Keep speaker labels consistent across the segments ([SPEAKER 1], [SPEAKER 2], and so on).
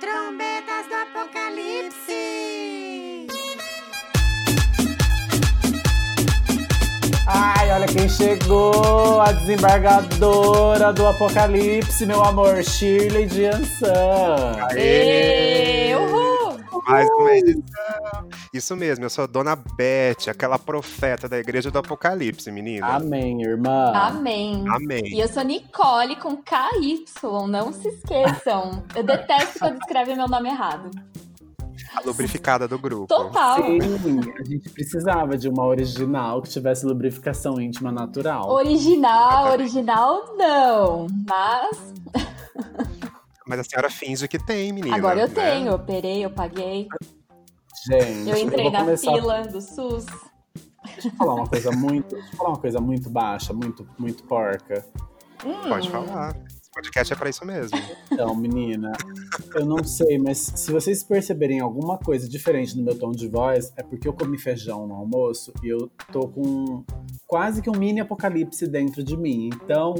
[SPEAKER 1] Trombetas do Apocalipse!
[SPEAKER 2] Ai, olha quem chegou! A desembargadora do apocalipse, meu amor, Shirley Jansan.
[SPEAKER 3] Aê!
[SPEAKER 4] Ê, Uhul!
[SPEAKER 3] Mais uma edição. Isso mesmo, eu sou a Dona Beth, aquela profeta da Igreja do Apocalipse, menina.
[SPEAKER 2] Amém, irmã.
[SPEAKER 4] Amém. E
[SPEAKER 3] Amém.
[SPEAKER 4] eu sou Nicole com KY, não se esqueçam. Eu detesto quando escrevem meu nome errado.
[SPEAKER 3] A lubrificada do grupo.
[SPEAKER 4] Total.
[SPEAKER 2] Sim, a gente precisava de uma original que tivesse lubrificação íntima natural.
[SPEAKER 4] Original, original não. Mas
[SPEAKER 3] Mas a senhora finge que tem, menina.
[SPEAKER 4] agora eu
[SPEAKER 3] né?
[SPEAKER 4] tenho. Eu operei, eu paguei.
[SPEAKER 2] Gente,
[SPEAKER 4] Eu entrei
[SPEAKER 2] vou
[SPEAKER 4] na
[SPEAKER 2] começar
[SPEAKER 4] fila do SUS.
[SPEAKER 2] Deixa eu falar uma coisa muito, deixa eu falar uma coisa muito baixa, muito, muito porca.
[SPEAKER 4] Hum,
[SPEAKER 3] Pode falar. Esse podcast é pra isso mesmo.
[SPEAKER 2] Então, menina, eu não sei, mas se vocês perceberem alguma coisa diferente no meu tom de voz, é porque eu comi feijão no almoço e eu tô com quase que um mini apocalipse dentro de mim. Então,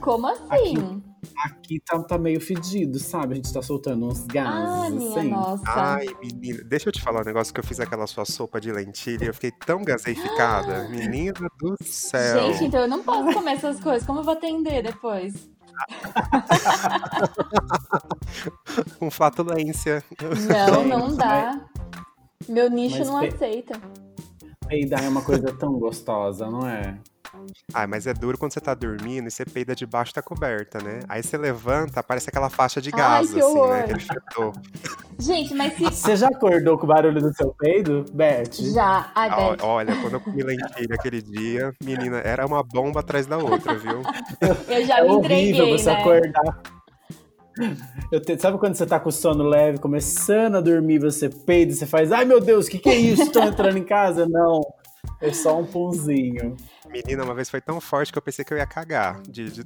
[SPEAKER 4] Como assim?
[SPEAKER 2] aqui tá, tá meio fedido, sabe? A gente tá soltando uns
[SPEAKER 4] Ah,
[SPEAKER 2] gases,
[SPEAKER 4] minha
[SPEAKER 2] assim.
[SPEAKER 4] nossa.
[SPEAKER 3] Ai, menina. Deixa eu te falar um negócio que eu fiz aquela sua sopa de lentilha. Eu fiquei tão gaseificada. Menina do céu.
[SPEAKER 4] Gente, então eu não posso comer essas coisas. Como eu vou atender depois?
[SPEAKER 3] Com flatulência.
[SPEAKER 4] Não, não dá. Meu nicho
[SPEAKER 2] Mas
[SPEAKER 4] não
[SPEAKER 2] pe-
[SPEAKER 4] aceita.
[SPEAKER 2] Peidar é uma coisa tão gostosa, não é?
[SPEAKER 3] Ai, mas é duro quando você tá dormindo e você peida debaixo da coberta, né? Aí você levanta, parece aquela faixa de
[SPEAKER 4] Ai,
[SPEAKER 3] gás,
[SPEAKER 4] que
[SPEAKER 3] assim,
[SPEAKER 4] horror.
[SPEAKER 3] né? Aquele fedor.
[SPEAKER 4] Gente, mas se
[SPEAKER 2] Você já acordou com o barulho do seu peido, Beth?
[SPEAKER 4] Já, ai,
[SPEAKER 3] Ah,
[SPEAKER 4] Beth,
[SPEAKER 3] Olha, quando eu comi lentilha aquele dia, menina, era uma bomba atrás da outra, viu?
[SPEAKER 4] eu já
[SPEAKER 2] É
[SPEAKER 4] me
[SPEAKER 2] horrível
[SPEAKER 4] entreguei,
[SPEAKER 2] você
[SPEAKER 4] né?
[SPEAKER 2] acordar. Eu te- Sabe quando você tá com sono leve, começando a dormir, você peida, você faz, ai meu Deus, o que, que é isso? Estão entrando em casa? Não. É só um punzinho.
[SPEAKER 3] Menina, uma vez foi tão forte que eu pensei que eu ia cagar. De, de-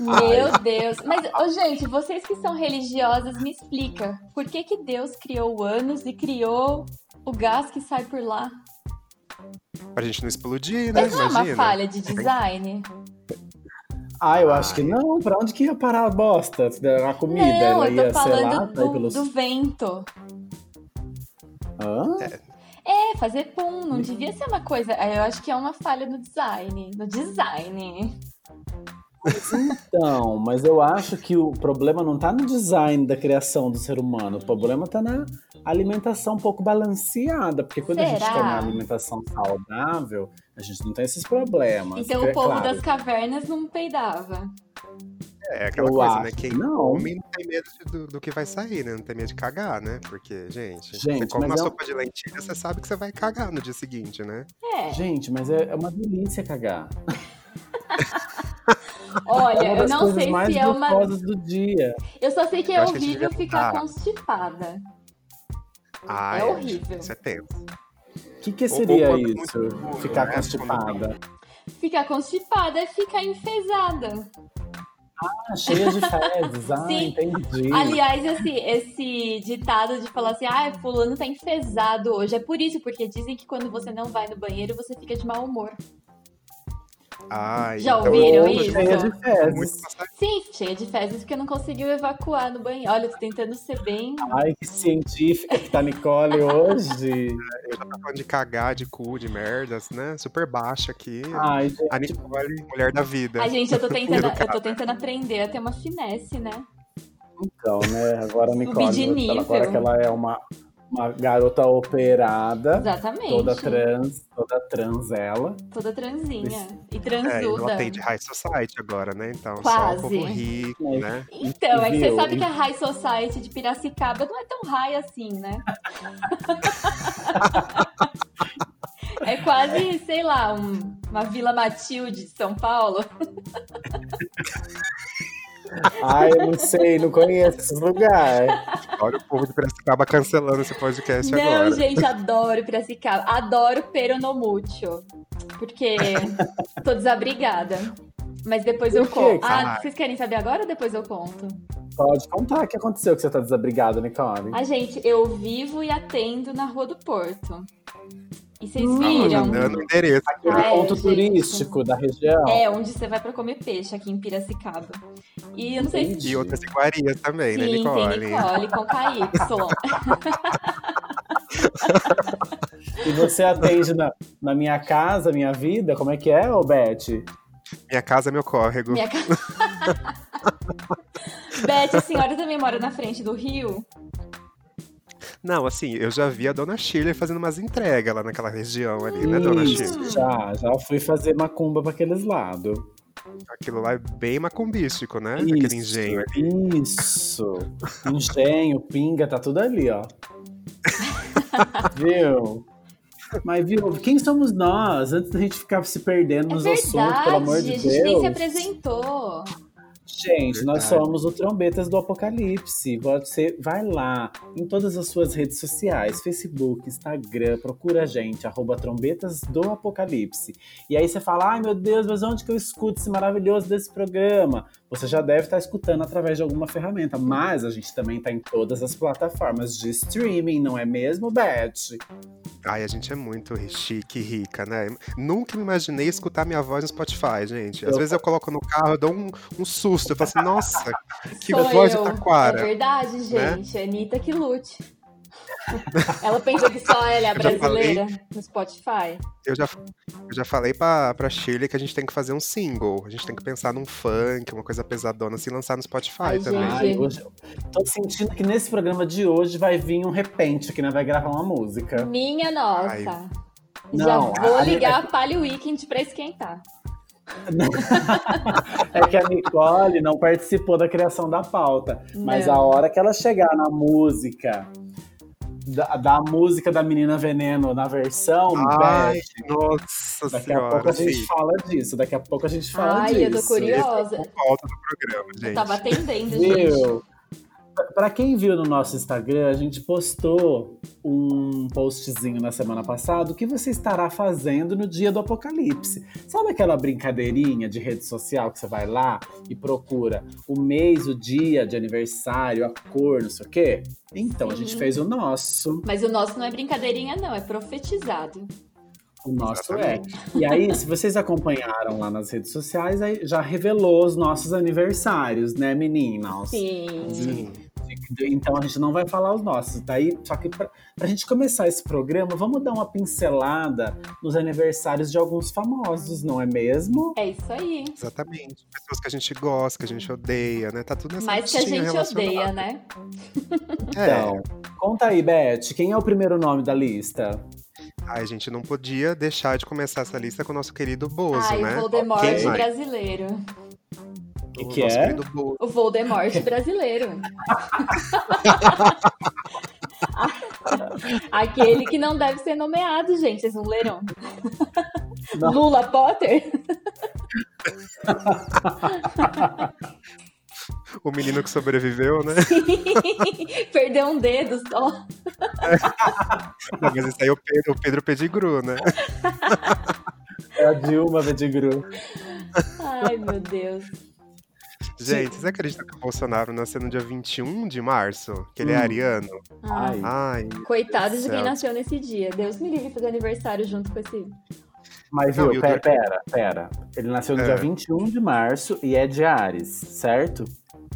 [SPEAKER 4] Meu Deus. Mas, ô, gente, vocês que são religiosas, me explica. Por que que Deus criou o ânus e criou o gás que sai por lá?
[SPEAKER 3] Pra gente não explodir, né?
[SPEAKER 4] Mas não é uma
[SPEAKER 3] Imagina.
[SPEAKER 4] falha de design?
[SPEAKER 2] Ah, eu acho que não. Pra onde que ia parar a bosta? A comida?
[SPEAKER 4] não,
[SPEAKER 2] Ela
[SPEAKER 4] eu
[SPEAKER 2] ia,
[SPEAKER 4] tô
[SPEAKER 2] sei lá,
[SPEAKER 4] falando
[SPEAKER 2] sair
[SPEAKER 4] do,
[SPEAKER 2] pelos.
[SPEAKER 4] do vento.
[SPEAKER 2] Hã?
[SPEAKER 4] É, fazer pum, não devia ser uma coisa... Eu acho que é uma falha no design. No design.
[SPEAKER 2] Então, mas eu acho que o problema não tá no design da criação do ser humano. O problema tá na alimentação um pouco balanceada. Porque quando a gente
[SPEAKER 4] Será?
[SPEAKER 2] tem uma alimentação saudável, a gente não tem esses problemas.
[SPEAKER 4] então
[SPEAKER 2] É
[SPEAKER 4] o povo
[SPEAKER 2] claro,
[SPEAKER 4] das cavernas não peidava.
[SPEAKER 3] É aquela
[SPEAKER 2] Eu
[SPEAKER 3] coisa,
[SPEAKER 2] acho
[SPEAKER 3] né? Quem
[SPEAKER 2] que não.
[SPEAKER 3] come não tem medo de- do, do que vai sair, né? Não tem medo de cagar, né? Porque, gente, você
[SPEAKER 2] Gente,
[SPEAKER 3] come
[SPEAKER 2] mas é
[SPEAKER 3] uma
[SPEAKER 2] um-
[SPEAKER 3] sopa de lentilha, você sabe que você vai cagar no dia seguinte, né?
[SPEAKER 4] É.
[SPEAKER 2] Gente, mas é é uma delícia cagar. é
[SPEAKER 4] Olha,
[SPEAKER 2] uma
[SPEAKER 4] eu
[SPEAKER 2] das
[SPEAKER 4] não
[SPEAKER 2] coisas
[SPEAKER 4] sei
[SPEAKER 2] mais
[SPEAKER 4] se é uma
[SPEAKER 2] gostosas do dia.
[SPEAKER 4] Eu só sei que é
[SPEAKER 3] Eu acho que a gente
[SPEAKER 4] horrível
[SPEAKER 3] devia
[SPEAKER 4] ficar
[SPEAKER 3] mudar.
[SPEAKER 4] constipada.
[SPEAKER 3] Ah,
[SPEAKER 4] É horrível.
[SPEAKER 3] Isso é tenso.
[SPEAKER 2] O que, que
[SPEAKER 3] Ou- ou
[SPEAKER 2] seria
[SPEAKER 3] quando muito
[SPEAKER 2] isso?
[SPEAKER 3] duro,
[SPEAKER 2] Ficar
[SPEAKER 3] né?
[SPEAKER 2] constipada.
[SPEAKER 4] Ficar constipada é ficar enfesada.
[SPEAKER 2] Ah, cheia de fezes. Ah,
[SPEAKER 4] Sim.
[SPEAKER 2] entendi.
[SPEAKER 4] Aliás, esse, esse ditado de falar assim, ah, fulano tá enfesado hoje. É por isso, porque dizem que quando você não vai no banheiro, você fica de mau humor.
[SPEAKER 3] Ai,
[SPEAKER 4] Já
[SPEAKER 3] então,
[SPEAKER 4] ouviram
[SPEAKER 3] eu-
[SPEAKER 4] isso?
[SPEAKER 2] Cheia de fezes.
[SPEAKER 3] Muito passado.
[SPEAKER 4] Sim, cheia de fezes porque não conseguiu evacuar no banheiro. Olha, eu tô tentando ser bem.
[SPEAKER 2] Ai, que científica que tá Nicole hoje.
[SPEAKER 3] Eu já tô falando de cagar, de cu, de merdas, né? Super baixa aqui.
[SPEAKER 2] Ai,
[SPEAKER 3] A
[SPEAKER 2] gente,
[SPEAKER 3] Nicole, mulher da vida.
[SPEAKER 4] Ai, gente, eu tô tentando, eu
[SPEAKER 3] Educada.
[SPEAKER 4] tô tentando aprender a ter uma finesse, né?
[SPEAKER 2] então, né? Agora a Nicole,
[SPEAKER 4] Subir de
[SPEAKER 2] ela- agora
[SPEAKER 4] nível.
[SPEAKER 2] que ela é uma, uma garota operada,
[SPEAKER 4] Exatamente.
[SPEAKER 2] toda trans, toda trans ela.
[SPEAKER 4] Toda transinha.
[SPEAKER 3] É,
[SPEAKER 4] E
[SPEAKER 3] eu
[SPEAKER 4] transuda.
[SPEAKER 3] atende High Society agora, né? Então,
[SPEAKER 4] Quase.
[SPEAKER 3] só o povo rico, né?
[SPEAKER 4] Então, é que você
[SPEAKER 2] Viu?
[SPEAKER 4] sabe que a High Society de Piracicaba não é tão high assim, né? é quase, sei lá, um- uma Vila Matilde de São Paulo.
[SPEAKER 2] Ai, eu não sei, não conheço esses lugares.
[SPEAKER 3] Olha o povo de Piracicaba cancelando esse podcast
[SPEAKER 2] é
[SPEAKER 4] não,
[SPEAKER 3] agora.
[SPEAKER 4] gente, adoro Piracicaba. Adoro Peronomútil. Porque tô desabrigada. Mas depois eu
[SPEAKER 2] Por quê,
[SPEAKER 4] conto. Ah,
[SPEAKER 3] caralho?
[SPEAKER 4] vocês querem saber agora ou depois eu conto?
[SPEAKER 2] Pode contar o que aconteceu que você tá desabrigado, Nicole.
[SPEAKER 4] Ah, gente, eu vivo e atendo na Rua do Porto. E se Vocês
[SPEAKER 3] Tava
[SPEAKER 4] viram?
[SPEAKER 3] dando Tá o endereço.
[SPEAKER 2] Aquele
[SPEAKER 4] É,
[SPEAKER 2] ponto
[SPEAKER 4] gente.
[SPEAKER 2] turístico da região.
[SPEAKER 4] É, onde você vai pra comer peixe aqui em Piracicaba. E eu não sei se.
[SPEAKER 2] Entendi.
[SPEAKER 3] E outras iguarias também, né,
[SPEAKER 4] Sim, tem
[SPEAKER 3] Nicole?
[SPEAKER 4] Nicole com KY.
[SPEAKER 2] E você atende na, na minha casa, minha vida? Como é que é, ô Beth?
[SPEAKER 3] Minha casa, é meu córrego.
[SPEAKER 4] Minha casa. Beth, a senhora também mora na frente do rio?
[SPEAKER 3] Não, assim, eu já vi a dona Shirley fazendo umas entregas lá naquela região ali, né, dona Shirley?
[SPEAKER 2] Isso, já, já fui fazer macumba pra aqueles lados.
[SPEAKER 3] Aquilo lá é bem macumbístico, né? Aquele engenho ali.
[SPEAKER 2] Isso. Engenho, pinga, tá tudo ali, ó. viu? Mas, viu, quem somos nós? Antes da gente ficar se perdendo
[SPEAKER 4] É
[SPEAKER 2] nos
[SPEAKER 4] verdade,
[SPEAKER 2] assuntos, pelo amor
[SPEAKER 4] a
[SPEAKER 2] de
[SPEAKER 4] gente
[SPEAKER 2] Deus.
[SPEAKER 4] nem se apresentou.
[SPEAKER 2] Gente, nós
[SPEAKER 3] Verdade.
[SPEAKER 2] somos o Trombetas do Apocalipse. Você vai lá em todas as suas redes sociais, Facebook, Instagram, procura a gente, arroba Trombetas do Apocalipse. E aí você fala, ai meu Deus, mas onde que eu escuto esse maravilhoso desse programa? Você já deve estar escutando através de alguma ferramenta, mas a gente também tá em todas as plataformas de streaming, não é mesmo, Beth?
[SPEAKER 3] Ai, a gente é muito chique e rica, né? Nunca me imaginei escutar minha voz no Spotify, gente. Às
[SPEAKER 2] Eu-
[SPEAKER 3] vezes eu coloco no carro, eu dou um, um susto. Eu falo assim, nossa, que
[SPEAKER 4] Sou
[SPEAKER 3] voz
[SPEAKER 4] eu.
[SPEAKER 3] de taquara.
[SPEAKER 4] É verdade,
[SPEAKER 3] né?
[SPEAKER 4] gente. Anitta que lute. Ela pensa que só ela é
[SPEAKER 3] Eu já
[SPEAKER 4] a brasileira no Spotify.
[SPEAKER 3] Eu já, eu já falei pra, pra Shirley que a gente tem que fazer um single. A gente tem que pensar num funk, uma coisa pesadona, assim, lançar no Spotify
[SPEAKER 4] Ai,
[SPEAKER 3] também.
[SPEAKER 4] gente.
[SPEAKER 2] Ai, hoje, tô sentindo que nesse programa de hoje vai vir um repente que não vai gravar uma música.
[SPEAKER 4] Minha nossa.
[SPEAKER 3] Ai.
[SPEAKER 4] Já
[SPEAKER 2] Não,
[SPEAKER 4] vou
[SPEAKER 2] a- a-
[SPEAKER 3] é
[SPEAKER 4] ligar a Palio Weekend pra esquentar.
[SPEAKER 2] É que a Nicole não participou da criação da pauta. Mas
[SPEAKER 4] Não.
[SPEAKER 2] a hora que ela chegar na música, da, da música da Menina Veneno na versão,
[SPEAKER 3] Ai,
[SPEAKER 2] Beth,
[SPEAKER 3] nossa
[SPEAKER 2] daqui a
[SPEAKER 3] senhora.
[SPEAKER 2] pouco a gente
[SPEAKER 3] sim.
[SPEAKER 2] fala disso. Daqui a pouco a gente fala
[SPEAKER 4] Ai,
[SPEAKER 2] disso.
[SPEAKER 4] eu tô curiosa.
[SPEAKER 3] Volta do programa,
[SPEAKER 4] Eu
[SPEAKER 3] gente.
[SPEAKER 4] tava atendendo, gente.
[SPEAKER 2] Viu? Pra- Pra quem viu no nosso Instagram, a gente postou um postzinho na semana passada. O que você estará fazendo no dia do apocalipse? Sabe aquela brincadeirinha de rede social que você vai lá e procura o mês, o dia de aniversário, a cor, não sei o quê? Então, a gente
[SPEAKER 4] Sim.
[SPEAKER 2] fez o nosso.
[SPEAKER 4] Mas o nosso não é brincadeirinha, não, é profetizado.
[SPEAKER 2] O nosso é. E aí, se vocês acompanharam lá nas redes sociais, aí já revelou os nossos aniversários, né, meninas?
[SPEAKER 4] Sim.
[SPEAKER 3] Sim.
[SPEAKER 2] Então a gente não vai falar os nossos, tá aí? Só que pra, pra gente começar esse programa, vamos dar uma pincelada nos aniversários de alguns famosos, não é mesmo?
[SPEAKER 4] É isso aí.
[SPEAKER 3] Exatamente. Pessoas que a gente gosta, que a gente odeia, né? Tá tudo nessa
[SPEAKER 4] Mas que a
[SPEAKER 3] listinha
[SPEAKER 4] gente
[SPEAKER 3] relacionada.
[SPEAKER 4] odeia, né?
[SPEAKER 3] É.
[SPEAKER 2] Então, conta aí, Beth, quem é o primeiro nome da lista?
[SPEAKER 3] Ai, gente, não podia deixar de começar essa lista com o nosso querido Bozo,
[SPEAKER 4] Ai,
[SPEAKER 3] né?
[SPEAKER 4] o Voldemort
[SPEAKER 3] Quem mais?
[SPEAKER 4] brasileiro.
[SPEAKER 2] O
[SPEAKER 3] O
[SPEAKER 2] que, que
[SPEAKER 3] nosso
[SPEAKER 2] é?
[SPEAKER 3] querido Bozo.
[SPEAKER 4] O Voldemort brasileiro. Aquele que não deve ser nomeado, gente. Vocês não leram?
[SPEAKER 2] Não.
[SPEAKER 4] Lula Potter?
[SPEAKER 3] O menino que sobreviveu, né?
[SPEAKER 4] Perdeu um dedo só.
[SPEAKER 3] Não, mas esse aí é o Pedro, o Pedro Pedigru, né?
[SPEAKER 2] É a Dilma Vedigru.
[SPEAKER 4] Ai, meu Deus.
[SPEAKER 3] Gente, vocês acreditam que o Bolsonaro nasceu no dia 21 de março? Que ele é
[SPEAKER 2] Hum.
[SPEAKER 3] ariano?
[SPEAKER 4] Ai,
[SPEAKER 2] Ai,
[SPEAKER 3] Ai,
[SPEAKER 4] coitado de
[SPEAKER 3] céu.
[SPEAKER 4] quem nasceu nesse dia. Deus me livre fazer aniversário junto com esse.
[SPEAKER 2] mas
[SPEAKER 3] Não,
[SPEAKER 2] viu,
[SPEAKER 3] e o
[SPEAKER 2] pera,
[SPEAKER 3] Dr.
[SPEAKER 2] pera, pera. Ele nasceu no
[SPEAKER 3] É.
[SPEAKER 2] dia 21 de março e é de Ares, certo?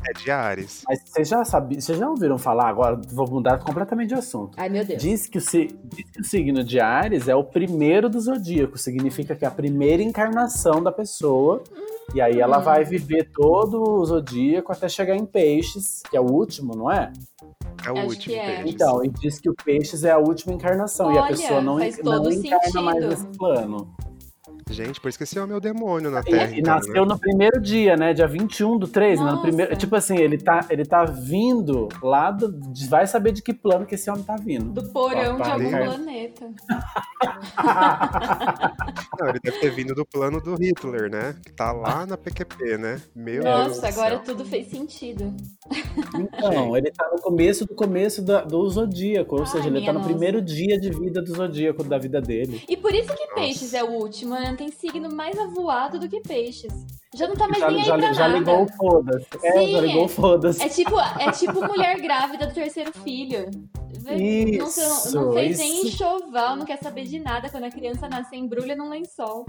[SPEAKER 3] é de Ares.
[SPEAKER 2] Mas vocês já sabiam, vocês já ouviram falar agora, vou mudar completamente de assunto.
[SPEAKER 4] Ai, meu Deus.
[SPEAKER 2] Diz que, o, si- diz que o signo de Ares é o primeiro do zodíaco, significa que é a primeira encarnação da pessoa. E aí ela
[SPEAKER 4] Hum.
[SPEAKER 2] vai viver todo o zodíaco até chegar em Peixes, que é o último, não é?
[SPEAKER 3] É o
[SPEAKER 4] Acho
[SPEAKER 3] último,
[SPEAKER 4] que é.
[SPEAKER 3] Peixes.
[SPEAKER 2] Então, e diz que o Peixes é a última encarnação e a
[SPEAKER 4] Olha,
[SPEAKER 2] pessoa não,
[SPEAKER 4] faz
[SPEAKER 2] en- não
[SPEAKER 4] todo
[SPEAKER 2] encarna
[SPEAKER 4] sentido.
[SPEAKER 2] mais nesse plano.
[SPEAKER 3] Gente, por isso que esse homem é o demônio na
[SPEAKER 2] E,
[SPEAKER 3] Terra.
[SPEAKER 2] e
[SPEAKER 3] então, né?
[SPEAKER 2] nasceu no primeiro dia, né? Dia 21 do 3, né? No
[SPEAKER 4] Nossa.
[SPEAKER 2] primeiro, tipo assim, ele tá, ele tá vindo lá, do, de- vai saber de que plano que esse homem tá vindo.
[SPEAKER 4] Do porão de algum
[SPEAKER 3] Papai.
[SPEAKER 4] planeta.
[SPEAKER 3] Não, ele deve ter vindo do plano do Hitler, né? Que tá
[SPEAKER 2] Ah.
[SPEAKER 3] lá na PQP, né? Meu Deus. do
[SPEAKER 4] Nossa,
[SPEAKER 3] céu.
[SPEAKER 4] agora tudo fez sentido.
[SPEAKER 2] Então, ele tá no começo do começo da- do Zodíaco, ou
[SPEAKER 4] Ai,
[SPEAKER 2] seja, ele
[SPEAKER 4] minha
[SPEAKER 2] tá no
[SPEAKER 4] nossa.
[SPEAKER 2] primeiro dia de vida do Zodíaco, da vida dele.
[SPEAKER 4] E por isso que peixes é o último, né? Geminiano tem signo mais avoado do que peixes. Já não tá mais
[SPEAKER 2] já,
[SPEAKER 4] nem aí
[SPEAKER 2] já,
[SPEAKER 4] pra
[SPEAKER 2] já
[SPEAKER 4] nada.
[SPEAKER 2] ligou o foda-se. É,
[SPEAKER 4] Sim,
[SPEAKER 2] já ligou
[SPEAKER 4] é-
[SPEAKER 2] o foda-se.
[SPEAKER 4] É tipo, é tipo mulher grávida do terceiro filho. Vê- não,
[SPEAKER 2] Isso,
[SPEAKER 4] não, não fez nem
[SPEAKER 2] isso.
[SPEAKER 4] enxoval, não quer saber de nada. Quando a criança nasce, embrulha num lençol.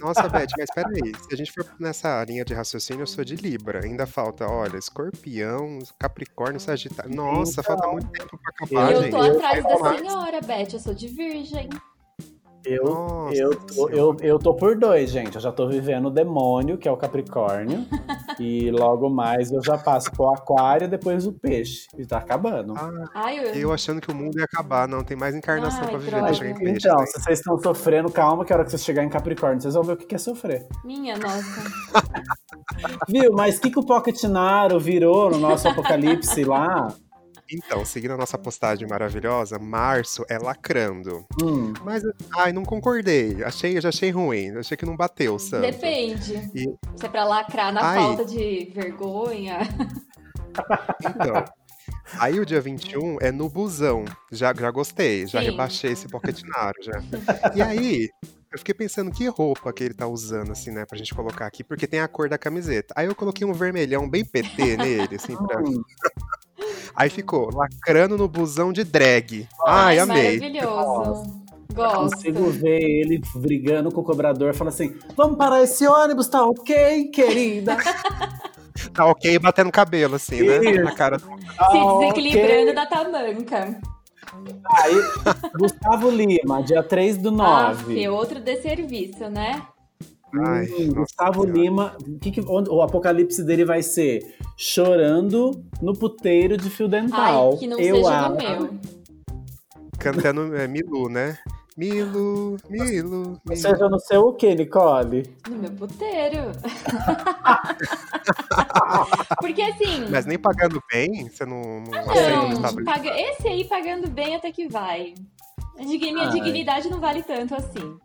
[SPEAKER 3] Nossa, Beth, mas peraí. Se a gente for nessa linha de raciocínio, eu sou de Libra. Ainda falta, olha, escorpião, capricórnio, sagitário. Nossa, falta muito tempo pra acabar,
[SPEAKER 4] eu
[SPEAKER 3] Ah, gente.
[SPEAKER 4] tô
[SPEAKER 2] Então. eu-
[SPEAKER 4] atrás da
[SPEAKER 3] eu-
[SPEAKER 4] senhora, Beth. Eu sou de virgem.
[SPEAKER 2] Eu,
[SPEAKER 3] Nossa
[SPEAKER 2] eu, tô,
[SPEAKER 3] Senhora.
[SPEAKER 2] eu, eu tô por dois, gente. Eu já tô vivendo o demônio, que é o Capricórnio. e logo mais eu já passo pro Aquário depois o Peixe. E tá acabando.
[SPEAKER 3] Ah,
[SPEAKER 4] Ai, eu,
[SPEAKER 3] Eu achando que o mundo ia acabar, não. Tem mais encarnação
[SPEAKER 4] Ai,
[SPEAKER 3] pra viver,
[SPEAKER 4] droga.
[SPEAKER 3] não
[SPEAKER 2] Mas,
[SPEAKER 3] chega em peixe.
[SPEAKER 2] então,
[SPEAKER 3] né?
[SPEAKER 2] se vocês estão sofrendo, calma que a hora que vocês chegarem em Capricórnio, vocês vão ver o que que é sofrer.
[SPEAKER 4] minha nossa.
[SPEAKER 2] Viu? Mas o que, que o Pocket Naro virou no nosso apocalipse lá?
[SPEAKER 3] Então, seguindo a nossa postagem maravilhosa, março é lacrando.
[SPEAKER 2] Hum,
[SPEAKER 3] Mas, ai, não concordei. Achei, eu já achei ruim. Achei que não bateu, Sam.
[SPEAKER 4] Depende.
[SPEAKER 3] E-
[SPEAKER 4] Se é pra lacrar na
[SPEAKER 3] Ai.
[SPEAKER 4] falta de vergonha.
[SPEAKER 3] Então. Aí o dia 21 é no busão. Já, já gostei, já
[SPEAKER 4] Sim.
[SPEAKER 3] rebaixei esse poquetinário já. E aí, eu fiquei pensando que roupa que ele tá usando, assim, né, pra gente colocar aqui, porque tem a cor da camiseta. Aí eu coloquei um vermelhão bem PT nele, assim, pra...
[SPEAKER 2] hum.
[SPEAKER 3] Aí ficou lacrando no busão de drag. Ai, amei.
[SPEAKER 4] É Maravilhoso. Gosto.
[SPEAKER 2] Consigo ver ele brigando com o cobrador, falando assim: vamos parar esse ônibus, tá ok, querida?
[SPEAKER 3] Tá ok batendo cabelo, assim, né?
[SPEAKER 2] Isso.
[SPEAKER 3] Na cara do
[SPEAKER 2] Tá
[SPEAKER 4] Se
[SPEAKER 2] ok."
[SPEAKER 4] desequilibrando da tamanca.
[SPEAKER 2] Aí, Gustavo Lima, dia 3 do
[SPEAKER 4] Ah,
[SPEAKER 2] 9.
[SPEAKER 4] outro desserviço, né?
[SPEAKER 2] Hum,
[SPEAKER 3] Ai, nossa
[SPEAKER 2] Gustavo
[SPEAKER 3] senhora.
[SPEAKER 2] Lima, o que que- onde- o apocalipse dele vai ser chorando no puteiro de fio dental.
[SPEAKER 4] Ai, que não
[SPEAKER 2] Eu
[SPEAKER 4] seja
[SPEAKER 2] acho.
[SPEAKER 4] no meu.
[SPEAKER 3] cantando é, Milu, né? Milu, Milu,
[SPEAKER 2] Não
[SPEAKER 3] Milu.
[SPEAKER 2] seja no seu o quê, Nicole?
[SPEAKER 4] No meu puteiro. Porque assim.
[SPEAKER 3] Mas nem pagando bem, você não, não aceita o
[SPEAKER 4] Ah, não,
[SPEAKER 3] estado
[SPEAKER 4] paga- esse aí pagando bem até que vai. A digni- Minha
[SPEAKER 2] Ai.
[SPEAKER 4] dignidade não vale tanto assim.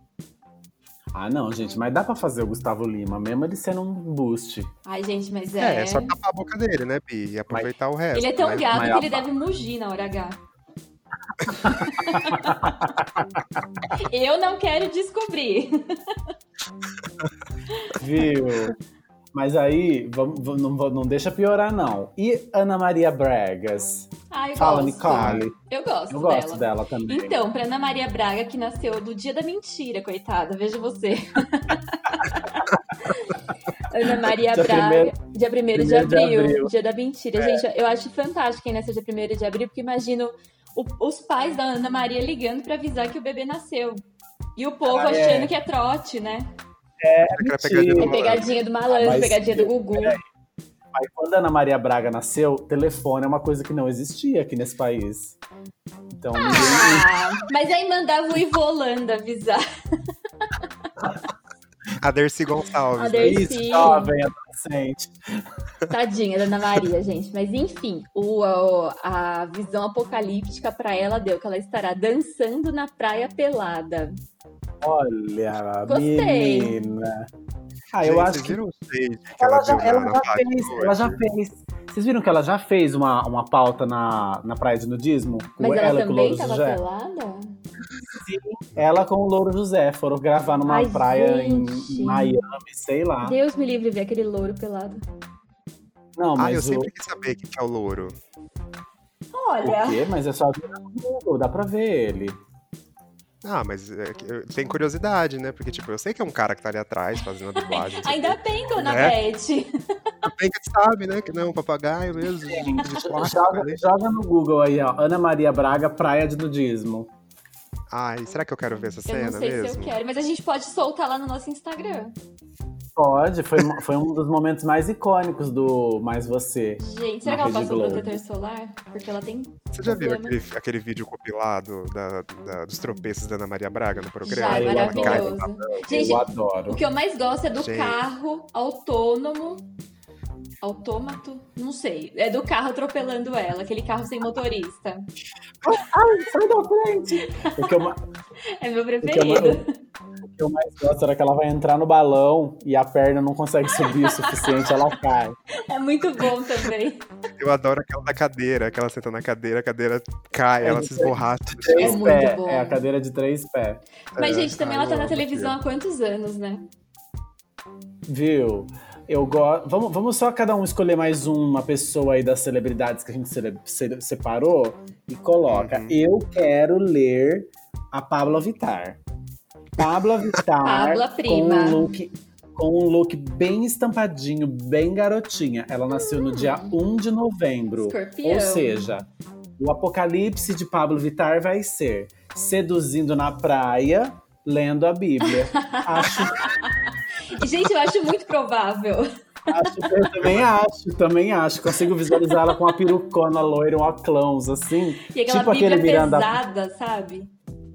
[SPEAKER 2] Ah, não, gente, mas dá pra fazer o Gustavo Lima, mesmo ele sendo um boost.
[SPEAKER 4] Ai, gente, mas
[SPEAKER 3] É,
[SPEAKER 4] é.
[SPEAKER 3] é só tapar a boca dele, né, Bi? E aproveitar o resto.
[SPEAKER 4] Ele é tão
[SPEAKER 3] né?
[SPEAKER 4] gato
[SPEAKER 2] Mas
[SPEAKER 4] que ele
[SPEAKER 2] a-
[SPEAKER 4] deve mugir na hora H. Eu não quero descobrir.
[SPEAKER 2] Viu? Mas aí, vamos- vamos- não, vou- não deixa piorar, não. E Ana Maria Bregas?
[SPEAKER 4] Ai, eu
[SPEAKER 2] Fala,
[SPEAKER 4] gosto.
[SPEAKER 2] Nicole.
[SPEAKER 4] Eu gosto,
[SPEAKER 2] Eu gosto
[SPEAKER 4] dela.
[SPEAKER 2] dela, também.
[SPEAKER 4] Então, pra Ana Maria Braga, que nasceu do dia da mentira, coitada, veja você. Ana Maria
[SPEAKER 2] Dia
[SPEAKER 4] Braga,
[SPEAKER 2] primeiro-
[SPEAKER 4] dia 1 de
[SPEAKER 2] primeiro de
[SPEAKER 4] abril,
[SPEAKER 2] abril. É.
[SPEAKER 4] dia da mentira. Gente, eu acho fantástico quem nasceu dia 1 de abril, porque imagino o- os pais da Ana Maria ligando pra avisar que o bebê nasceu. E o povo
[SPEAKER 2] Ah, é.
[SPEAKER 4] achando que é trote, né?
[SPEAKER 3] Aquela pegadinha do
[SPEAKER 2] Mentira.
[SPEAKER 4] É
[SPEAKER 3] malandro.
[SPEAKER 4] pegadinha do malandro,
[SPEAKER 2] Ah, mas-
[SPEAKER 4] pegadinha do Gugu.
[SPEAKER 2] Aí, quando a Ana Maria Braga nasceu, telefone é uma coisa que não existia aqui nesse país. Então, ninguém-
[SPEAKER 4] Ah, mas aí mandava o Ivo Holanda avisar.
[SPEAKER 3] A Dercy Gonçalves.
[SPEAKER 4] A
[SPEAKER 3] né?
[SPEAKER 2] é
[SPEAKER 4] Dercy.
[SPEAKER 2] isso, jovem, adolescente.
[SPEAKER 4] Tadinha da Ana Maria, gente. Mas enfim, o, o- a visão apocalíptica pra ela deu que ela estará dançando na praia pelada.
[SPEAKER 2] Olha,
[SPEAKER 4] Gostei.
[SPEAKER 2] menina. Ah, eu
[SPEAKER 3] Gente,
[SPEAKER 2] acho
[SPEAKER 3] vocês
[SPEAKER 2] que
[SPEAKER 3] viram o shade que
[SPEAKER 2] ela,
[SPEAKER 3] ela,
[SPEAKER 2] já,
[SPEAKER 3] deu na-
[SPEAKER 2] ela
[SPEAKER 3] na
[SPEAKER 2] já
[SPEAKER 3] página
[SPEAKER 2] fez,
[SPEAKER 3] hoje?
[SPEAKER 2] ela já fez. Vocês viram que ela já fez uma, uma pauta na, na praia de nudismo?
[SPEAKER 4] Mas
[SPEAKER 2] com
[SPEAKER 4] ela,
[SPEAKER 2] ela é e com o
[SPEAKER 4] também
[SPEAKER 2] Louro
[SPEAKER 4] tava
[SPEAKER 2] José?
[SPEAKER 4] pelada?
[SPEAKER 2] Ela com o Louro José foram gravar numa
[SPEAKER 4] Ai,
[SPEAKER 2] praia em
[SPEAKER 4] gente.
[SPEAKER 2] Miami, sei lá.
[SPEAKER 4] Deus me livre ver aquele louro pelado.
[SPEAKER 2] Não,
[SPEAKER 3] Ah, eu
[SPEAKER 2] mas o,
[SPEAKER 3] sempre quis saber quem que é o louro.
[SPEAKER 2] o
[SPEAKER 4] Olha,
[SPEAKER 2] quê? Mas é só virar no Google, dá pra ver ele.
[SPEAKER 3] Ah, mas é que eu- tem curiosidade, né? Porque, tipo, eu sei que é um cara que tá ali atrás fazendo a dublagem.
[SPEAKER 4] ainda bem, dona
[SPEAKER 3] Né?
[SPEAKER 4] Beth.
[SPEAKER 3] bem que sabe, né? Que não é um papagaio mesmo. de plástico,
[SPEAKER 2] Joga,
[SPEAKER 3] né?
[SPEAKER 2] joga no Google aí, ó. Ana Maria Braga, praia de nudismo.
[SPEAKER 3] Ai, será que eu quero ver essa
[SPEAKER 4] Eu
[SPEAKER 3] cena
[SPEAKER 4] não sei
[SPEAKER 3] mesmo?
[SPEAKER 4] se eu quero, mas a gente pode soltar lá no nosso Instagram.
[SPEAKER 2] Pode, foi, foi um dos momentos mais icônicos do Mais Você.
[SPEAKER 4] Gente, será que
[SPEAKER 2] Na Rede
[SPEAKER 4] ela passou
[SPEAKER 2] Globo.
[SPEAKER 4] protetor solar? Porque ela tem.
[SPEAKER 3] Você já viu
[SPEAKER 4] Problema.
[SPEAKER 3] aquele, aquele vídeo compilado da- da- dos tropeços da Ana Maria Braga no programa?
[SPEAKER 4] Já, é
[SPEAKER 2] Ai, eu adoro.
[SPEAKER 4] maravilhoso. Gente,
[SPEAKER 2] eu
[SPEAKER 4] O
[SPEAKER 2] adoro.
[SPEAKER 4] que eu mais gosto é do
[SPEAKER 3] Gente.
[SPEAKER 4] carro autônomo. Autômato? Não sei. É do carro atropelando ela, aquele carro sem motorista.
[SPEAKER 2] Sai da frente! O que, eu, ma-
[SPEAKER 4] É meu
[SPEAKER 2] que eu
[SPEAKER 4] preferido.
[SPEAKER 2] mais- o que eu mais gosto era que ela vai entrar no balão e a perna não consegue subir o suficiente, ela cai.
[SPEAKER 4] É muito É bom também.
[SPEAKER 3] Eu, Eu adoro aquela da cadeira, aquela senta na cadeira, a cadeira cai,
[SPEAKER 2] É
[SPEAKER 3] ela
[SPEAKER 2] de
[SPEAKER 3] se
[SPEAKER 2] três-
[SPEAKER 3] esborracha.
[SPEAKER 4] É
[SPEAKER 2] Três
[SPEAKER 4] muito
[SPEAKER 2] pé.
[SPEAKER 4] bom.
[SPEAKER 2] É a cadeira de três pés.
[SPEAKER 4] Mas,
[SPEAKER 3] É,
[SPEAKER 4] gente, também
[SPEAKER 3] ah,
[SPEAKER 4] ela tá
[SPEAKER 3] eu
[SPEAKER 4] na
[SPEAKER 3] amo
[SPEAKER 4] televisão há quantos anos, né?
[SPEAKER 2] Viu? Eu gosto. Vamos, vamos só cada um escolher mais uma pessoa aí das celebridades que a gente cele- se- separou e coloca.
[SPEAKER 3] Uhum.
[SPEAKER 2] Eu quero ler a Pablo Vittar. Pablo Vittar
[SPEAKER 4] Pabllo,
[SPEAKER 2] com
[SPEAKER 4] prima.
[SPEAKER 2] um look com um look bem estampadinho, bem garotinha. Ela nasceu no dia 1 de novembro.
[SPEAKER 4] Uhum. Escorpião.
[SPEAKER 2] Ou seja, o apocalipse de Pablo Vittar vai ser seduzindo na praia, lendo a Bíblia. Acho
[SPEAKER 4] E, gente, eu acho muito provável.
[SPEAKER 2] Acho, eu também acho, também acho. Consigo visualizar ela com uma perucona loira, um aclãos, assim.
[SPEAKER 4] E aquela
[SPEAKER 2] Tipo aquele
[SPEAKER 4] bíblia
[SPEAKER 2] Miranda-
[SPEAKER 4] pesada, sabe?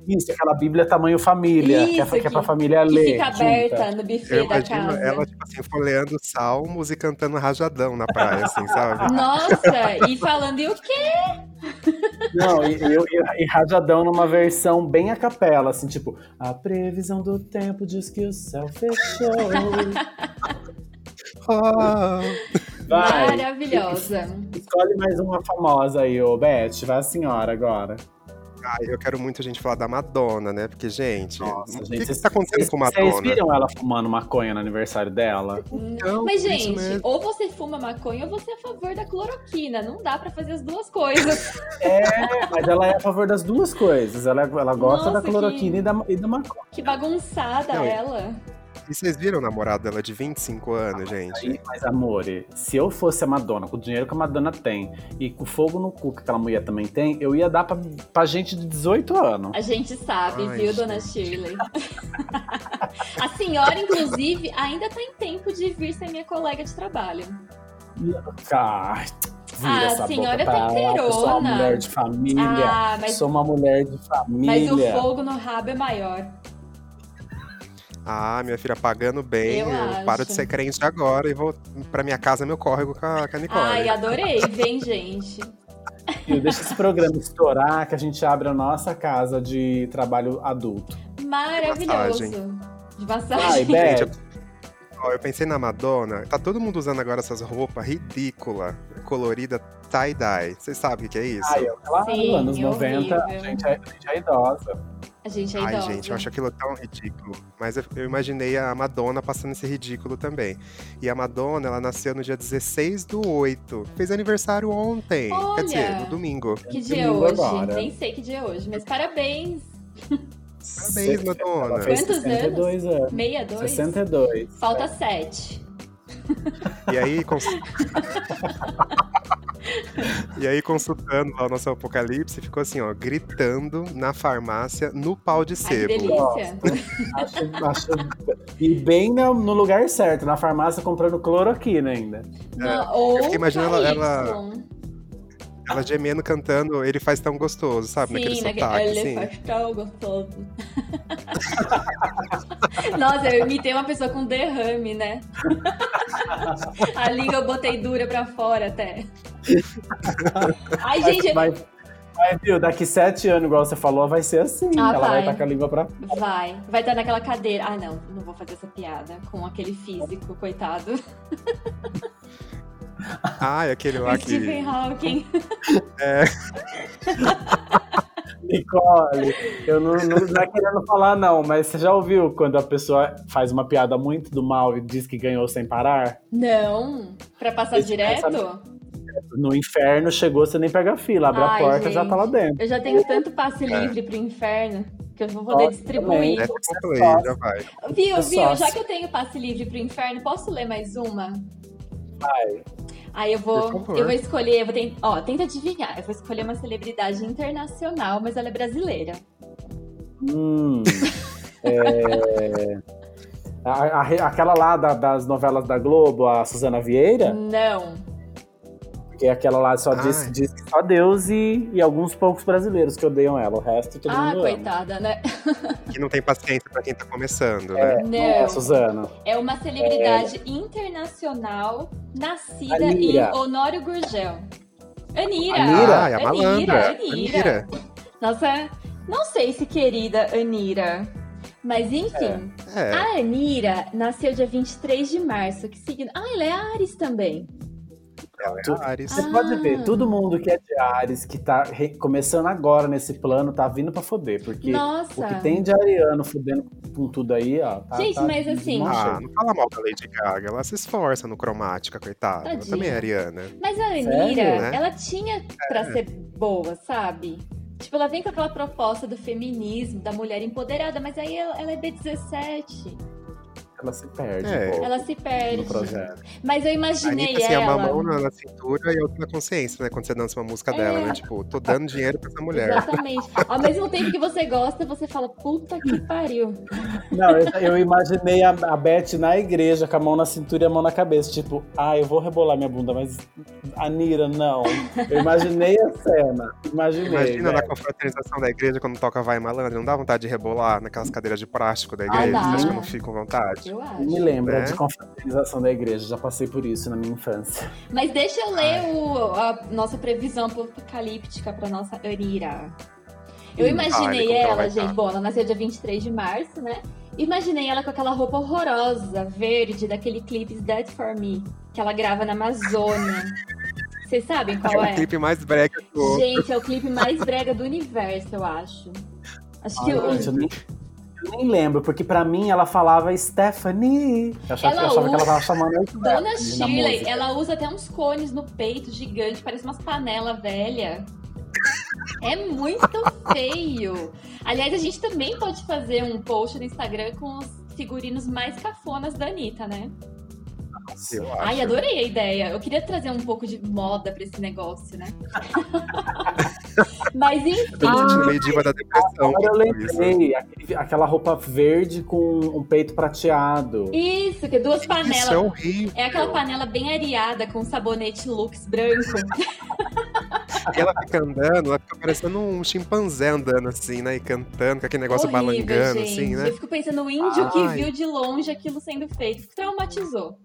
[SPEAKER 2] Isso, aquela Bíblia tamanho família, que,
[SPEAKER 4] Isso,
[SPEAKER 2] essa, que é pra
[SPEAKER 4] que-
[SPEAKER 2] família
[SPEAKER 4] Que
[SPEAKER 2] ler.
[SPEAKER 4] fica aberta
[SPEAKER 2] junta.
[SPEAKER 4] no buffet
[SPEAKER 3] Eu
[SPEAKER 4] da
[SPEAKER 3] imagino
[SPEAKER 4] casa.
[SPEAKER 3] ela, tipo assim, folheando salmos e cantando rajadão na praia, assim, sabe?
[SPEAKER 4] Nossa, e falando, e o quê?
[SPEAKER 2] Não, e, e, e- e Rajadão numa versão bem a capela, assim, tipo, a previsão do tempo diz que o céu fechou.
[SPEAKER 3] Ah,
[SPEAKER 2] Vai,
[SPEAKER 4] Maravilhosa.
[SPEAKER 2] escolhe mais uma famosa aí, ô Beth, vai a senhora agora.
[SPEAKER 3] ah, eu quero muito a gente falar da Madonna, né? Porque, gente,
[SPEAKER 2] Nossa,
[SPEAKER 3] o que,
[SPEAKER 2] gente,
[SPEAKER 3] que
[SPEAKER 2] vocês-
[SPEAKER 3] tá acontecendo com
[SPEAKER 2] Vocês
[SPEAKER 3] Madonna?
[SPEAKER 2] viram ela fumando maconha no aniversário dela?
[SPEAKER 3] Então,
[SPEAKER 4] Mas,
[SPEAKER 3] por isso
[SPEAKER 4] gente,
[SPEAKER 3] mesmo.
[SPEAKER 4] ou você fuma maconha ou você é a favor da cloroquina. Não dá pra fazer as duas coisas.
[SPEAKER 2] É, mas ela é a favor das duas coisas. Ela, ela gosta
[SPEAKER 4] Nossa,
[SPEAKER 2] da cloroquina
[SPEAKER 4] que-
[SPEAKER 2] e, da, e do maconha.
[SPEAKER 4] Que bagunçada
[SPEAKER 3] Não, e-
[SPEAKER 4] ela.
[SPEAKER 3] E vocês viram o namorado dela de 25 anos, gente?
[SPEAKER 2] Aí, Mas, amore, se eu fosse a Madonna, com o dinheiro que a Madonna tem e com o fogo no cu que aquela mulher também tem, eu ia dar pra, pra gente de 18 anos.
[SPEAKER 4] A gente sabe,
[SPEAKER 3] Ai,
[SPEAKER 4] viu, dona
[SPEAKER 3] gente.
[SPEAKER 4] Shirley? a senhora, inclusive, ainda tá em tempo de vir ser minha colega de trabalho.
[SPEAKER 2] Ai, vira
[SPEAKER 4] Ah,
[SPEAKER 2] essa
[SPEAKER 4] senhora
[SPEAKER 2] boca pra lá, que eu sou uma
[SPEAKER 4] inteirona.
[SPEAKER 2] mulher de família.
[SPEAKER 4] ah, mas,
[SPEAKER 2] Sou uma mulher de
[SPEAKER 4] mas o
[SPEAKER 2] família.
[SPEAKER 4] fogo no rabo é maior.
[SPEAKER 3] Ah, minha filha, pagando bem,
[SPEAKER 4] Eu
[SPEAKER 3] eu,
[SPEAKER 4] acho.
[SPEAKER 3] paro de ser crente agora e vou pra minha casa, meu córrego com a, com a Nicole.
[SPEAKER 4] Ai, adorei, vem, gente.
[SPEAKER 2] E Deixa esse programa estourar que a gente abre a nossa casa de trabalho adulto.
[SPEAKER 4] Maravilhoso.
[SPEAKER 3] massagem.
[SPEAKER 4] De
[SPEAKER 2] Ai,
[SPEAKER 3] Gente,
[SPEAKER 4] massagem.
[SPEAKER 2] Beth,
[SPEAKER 3] Ó, eu pensei na Madonna, tá todo mundo usando agora essas roupas ridículas, colorida tie-dye. Vocês sabem o que que é isso?
[SPEAKER 2] ai, eu, claro,
[SPEAKER 4] Sim,
[SPEAKER 2] anos
[SPEAKER 4] horrível.
[SPEAKER 2] 90, a gente, é, a gente é idosa.
[SPEAKER 4] a gente é
[SPEAKER 3] Ai,
[SPEAKER 4] idosa.
[SPEAKER 3] gente, eu acho aquilo tão ridículo. Mas eu, eu imaginei a Madonna passando esse ridículo também. E a Madonna, ela nasceu no dia 16 do 8. Fez aniversário ontem.
[SPEAKER 4] Olha!
[SPEAKER 3] Quer dizer, no domingo.
[SPEAKER 4] Que dia é
[SPEAKER 2] Domingo
[SPEAKER 4] hoje?
[SPEAKER 2] agora.
[SPEAKER 4] Nem sei que dia é hoje, mas parabéns.
[SPEAKER 3] Parabéns, Madonna.
[SPEAKER 2] Ela fez
[SPEAKER 4] Quantos
[SPEAKER 2] 62 anos.
[SPEAKER 4] 62?
[SPEAKER 2] 62.
[SPEAKER 4] Falta 7.
[SPEAKER 3] E aí, cons- e aí, consultando lá o nosso apocalipse, ficou assim, ó, gritando na farmácia, no pau de
[SPEAKER 4] Ai, que
[SPEAKER 3] sebo.
[SPEAKER 4] delícia.
[SPEAKER 2] Acho, acho... E bem na- no lugar certo, na farmácia comprando cloroquina ainda.
[SPEAKER 4] Não, ou
[SPEAKER 3] É.
[SPEAKER 4] tipo,
[SPEAKER 3] fiquei imaginando ela- ela-
[SPEAKER 4] KY.
[SPEAKER 3] Ela gemendo, cantando, ele faz tão gostoso, sabe? naquele
[SPEAKER 4] Sim, naquele
[SPEAKER 3] sotaque,
[SPEAKER 4] ele
[SPEAKER 3] assim.
[SPEAKER 4] faz tão gostoso. Nossa, eu imitei uma pessoa com derrame, né? A língua eu botei dura pra fora até. Ai,
[SPEAKER 2] Mas-
[SPEAKER 4] gente,
[SPEAKER 2] Mas, mas, viu, daqui sete anos, igual você falou, vai ser assim.
[SPEAKER 4] Ah,
[SPEAKER 2] Ela vai
[SPEAKER 4] vai.
[SPEAKER 2] estar com a língua pra.
[SPEAKER 4] vai. Vai estar naquela cadeira. Ah, não, não vou fazer essa piada com aquele físico, coitado.
[SPEAKER 3] Ah, e aquele lá
[SPEAKER 4] O
[SPEAKER 3] que.
[SPEAKER 4] Stephen Hawking.
[SPEAKER 2] Nicole, eu não, não, não é querendo falar, não, mas você já ouviu quando a pessoa faz uma piada muito do mal e diz que ganhou sem parar?
[SPEAKER 4] Não, pra passar
[SPEAKER 2] Esse
[SPEAKER 4] direto?
[SPEAKER 2] No inferno chegou, você nem pega a fila, abre
[SPEAKER 4] Ai,
[SPEAKER 2] a porta
[SPEAKER 4] gente.
[SPEAKER 2] já tá lá dentro.
[SPEAKER 4] Eu já tenho tanto passe
[SPEAKER 3] É.
[SPEAKER 4] livre pro inferno que eu vou poder
[SPEAKER 2] Nossa,
[SPEAKER 4] distribuir.
[SPEAKER 2] né?
[SPEAKER 3] Deve concluir, já vai.
[SPEAKER 4] Viu,
[SPEAKER 2] Eu
[SPEAKER 4] viu?
[SPEAKER 2] sócio.
[SPEAKER 4] Já que eu tenho passe livre pro inferno, posso ler mais uma?
[SPEAKER 2] Vai.
[SPEAKER 4] Aí eu vou,
[SPEAKER 3] Por favor.
[SPEAKER 4] eu vou escolher, eu vou ten- ó, tenta adivinhar. Eu vou escolher uma celebridade internacional, mas ela é brasileira.
[SPEAKER 2] Hum. É, a- a- aquela lá da- das novelas da Globo, a Suzana Vieira,
[SPEAKER 4] Não.
[SPEAKER 2] porque aquela lá só diz,
[SPEAKER 3] Ai.
[SPEAKER 2] diz que só Deus e, e alguns poucos brasileiros que odeiam ela. O resto todo
[SPEAKER 4] ah,
[SPEAKER 2] mundo. ama.
[SPEAKER 4] coitada, né?
[SPEAKER 3] Que não tem paciência pra quem tá começando, né?
[SPEAKER 2] É,
[SPEAKER 4] Não.
[SPEAKER 2] não é, Suzana.
[SPEAKER 4] É uma celebridade internacional nascida
[SPEAKER 2] Anira.
[SPEAKER 4] em Honório Gurgel. Anira.
[SPEAKER 2] Anira?
[SPEAKER 3] Ah, é a malandra.
[SPEAKER 4] Anira.
[SPEAKER 3] Anira.
[SPEAKER 4] Nossa, não sei se querida Anira, mas enfim.
[SPEAKER 3] É.
[SPEAKER 4] ah, A Anira nasceu dia 23 de março, que signo? Ah, ela é Ares também.
[SPEAKER 3] Ela
[SPEAKER 2] Tu-
[SPEAKER 3] é a Ares.
[SPEAKER 4] Ah.
[SPEAKER 2] Você pode ver, todo mundo que é de Ares, que tá re- começando agora nesse plano, tá vindo pra foder, porque
[SPEAKER 4] Nossa.
[SPEAKER 2] o que tem de ariano fodendo com tudo aí, ó. tá-
[SPEAKER 4] Gente,
[SPEAKER 2] tá
[SPEAKER 4] mas assim-
[SPEAKER 2] desmanchando.
[SPEAKER 3] Ah, não fala mal da Lady Gaga. Ela se esforça no cromática, coitada. Ela
[SPEAKER 4] Tadinha.
[SPEAKER 3] também é ariana.
[SPEAKER 4] Mas a Anira,
[SPEAKER 2] Sério, É.
[SPEAKER 3] né?
[SPEAKER 4] ela tinha pra ser boa, sabe? Tipo, ela vem com aquela proposta do feminismo, da mulher empoderada, mas aí ela, ela é B17.
[SPEAKER 2] Ela se perde
[SPEAKER 3] É.
[SPEAKER 2] um pouco
[SPEAKER 4] Ela se
[SPEAKER 2] no
[SPEAKER 4] perde.
[SPEAKER 2] projeto.
[SPEAKER 4] Mas eu
[SPEAKER 3] A
[SPEAKER 4] imaginei
[SPEAKER 3] Anitta, assim, é uma
[SPEAKER 4] ela.
[SPEAKER 3] mão na, na cintura e a outra na consciência, né? Quando você dança uma música dela,
[SPEAKER 4] É.
[SPEAKER 3] né? Tipo, tô dando dinheiro pra essa mulher.
[SPEAKER 4] Exatamente. Ao mesmo tempo que você gosta, você fala, puta que pariu.
[SPEAKER 2] Não, eu, eu imaginei a, a Beth na igreja, com a mão na cintura e a mão na cabeça. Tipo, ah, eu vou rebolar minha bunda, mas a Nira, não. Eu imaginei a cena. Imaginei.
[SPEAKER 3] Imagina
[SPEAKER 2] né?
[SPEAKER 3] na confraternização da igreja, quando toca Vai Malandro, não dá vontade de rebolar naquelas cadeiras de plástico da
[SPEAKER 4] Ah,
[SPEAKER 3] igreja?
[SPEAKER 4] dá.
[SPEAKER 3] Você acha que eu não fico com vontade?
[SPEAKER 4] Eu
[SPEAKER 2] Me
[SPEAKER 4] acho.
[SPEAKER 2] lembra
[SPEAKER 3] Né?
[SPEAKER 2] de confraternização da igreja, já passei por isso na minha infância.
[SPEAKER 4] Mas deixa eu ler o- a nossa previsão apocalíptica pra nossa Anira. Eu
[SPEAKER 2] Hum,
[SPEAKER 4] imaginei
[SPEAKER 3] fale, como que ela
[SPEAKER 4] ela,
[SPEAKER 3] vai
[SPEAKER 4] gente,
[SPEAKER 3] tá?
[SPEAKER 4] bom, ela nasceu dia 23 de março, né? Imaginei ela com aquela roupa horrorosa, verde, daquele clipe Dead For Me, que ela grava na Amazônia. Vocês sabem qual
[SPEAKER 3] É
[SPEAKER 4] é?
[SPEAKER 3] o clipe mais brega do outro.
[SPEAKER 4] Gente, é o clipe mais brega do universo, eu acho. Acho que
[SPEAKER 2] Ai,
[SPEAKER 4] o,
[SPEAKER 2] gente, eu, nem, eu nem lembro, porque pra mim ela falava Stephanie. Eu achava,
[SPEAKER 4] Ela
[SPEAKER 2] eu achava que ela
[SPEAKER 4] usa-
[SPEAKER 2] tava chamando
[SPEAKER 3] Então,
[SPEAKER 2] a
[SPEAKER 4] Dona
[SPEAKER 2] Stephanie na
[SPEAKER 4] Shirley,
[SPEAKER 2] música.
[SPEAKER 4] ela usa até uns cones no peito gigante, parece umas panela velha. É muito feio. Aliás, a gente também pode fazer um post no Instagram com os figurinos mais cafonas da Anitta, né?
[SPEAKER 3] Eu acho.
[SPEAKER 4] Ai, adorei a ideia. Eu queria trazer um pouco de moda pra esse negócio, né? Mas enfim,
[SPEAKER 3] Eu me senti meio diva da depressão.
[SPEAKER 2] Agora eu
[SPEAKER 3] por tipo isso.
[SPEAKER 2] lembrei, aquele- aquela roupa verde com um peito prateado.
[SPEAKER 4] isso, que duas
[SPEAKER 3] Isso é
[SPEAKER 4] panelas.
[SPEAKER 3] horrível.
[SPEAKER 4] É aquela panela bem areada com sabonete Lux branco.
[SPEAKER 3] E ela fica andando, ela fica parecendo um chimpanzé andando assim, né? E cantando, com aquele negócio
[SPEAKER 4] Horrível,
[SPEAKER 3] balangando,
[SPEAKER 4] gente.
[SPEAKER 3] assim, né?
[SPEAKER 4] Eu fico pensando, o índio que
[SPEAKER 3] Ai.
[SPEAKER 4] viu de longe aquilo sendo feito, que traumatizou.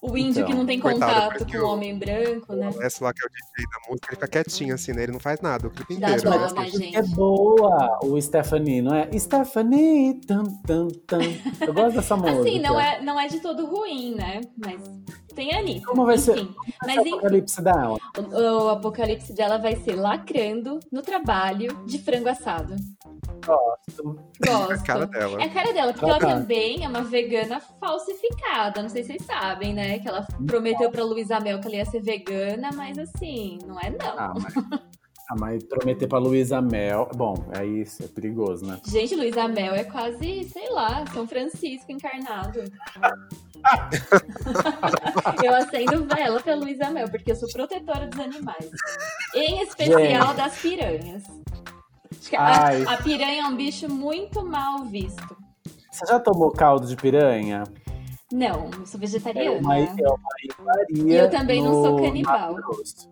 [SPEAKER 4] O índio
[SPEAKER 2] Então,
[SPEAKER 4] que não tem
[SPEAKER 3] coitado,
[SPEAKER 4] contato
[SPEAKER 3] parece
[SPEAKER 4] com
[SPEAKER 3] que
[SPEAKER 4] o
[SPEAKER 3] eu-
[SPEAKER 4] homem branco, né?
[SPEAKER 3] O Alessio lá, que é o DJ da música, ele fica quietinho assim, né? Ele não faz nada o clipe
[SPEAKER 4] Dá
[SPEAKER 3] inteiro.
[SPEAKER 4] dó,
[SPEAKER 3] né?
[SPEAKER 4] né, gente?
[SPEAKER 2] É boa o Stephanie, não é? Stephanie, tan, tan, tan. Eu gosto dessa música.
[SPEAKER 4] Assim, não é, não é de todo ruim, né? Mas tem a Anitta.
[SPEAKER 2] Como vai ser-
[SPEAKER 4] Enfim.
[SPEAKER 2] Mas
[SPEAKER 4] Mas
[SPEAKER 2] o
[SPEAKER 4] enfim,
[SPEAKER 2] apocalipse dela.
[SPEAKER 4] o, o apocalipse dela vai ser lacrando no trabalho de frango assado.
[SPEAKER 2] Gosto.
[SPEAKER 4] Gosto.
[SPEAKER 3] A cara dela.
[SPEAKER 4] É a cara dela, porque
[SPEAKER 2] Ah,
[SPEAKER 4] ela
[SPEAKER 2] tá.
[SPEAKER 4] também é uma vegana falsificada. Não sei se vocês sabem, né? Que ela prometeu pra Luísa Mel que ela ia ser vegana, mas assim, não é não.
[SPEAKER 2] Ah, mas, ah, mas prometer pra Luísa Mel. Bom, é isso, é perigoso, né?
[SPEAKER 4] Gente, Luísa Mel é quase, sei lá, São Francisco encarnado. eu acendo vela pra Luísa Mel, porque eu sou protetora dos animais. Em especial
[SPEAKER 2] Gente.
[SPEAKER 4] das piranhas. Acho que
[SPEAKER 2] Ai.
[SPEAKER 4] a, a piranha é um bicho muito mal visto.
[SPEAKER 2] Você já tomou caldo de piranha?
[SPEAKER 4] Não, eu sou vegetariana.
[SPEAKER 2] É uma, é uma iguaria.
[SPEAKER 4] E eu também não sou
[SPEAKER 2] no
[SPEAKER 4] canibal.
[SPEAKER 2] Mato Grosso.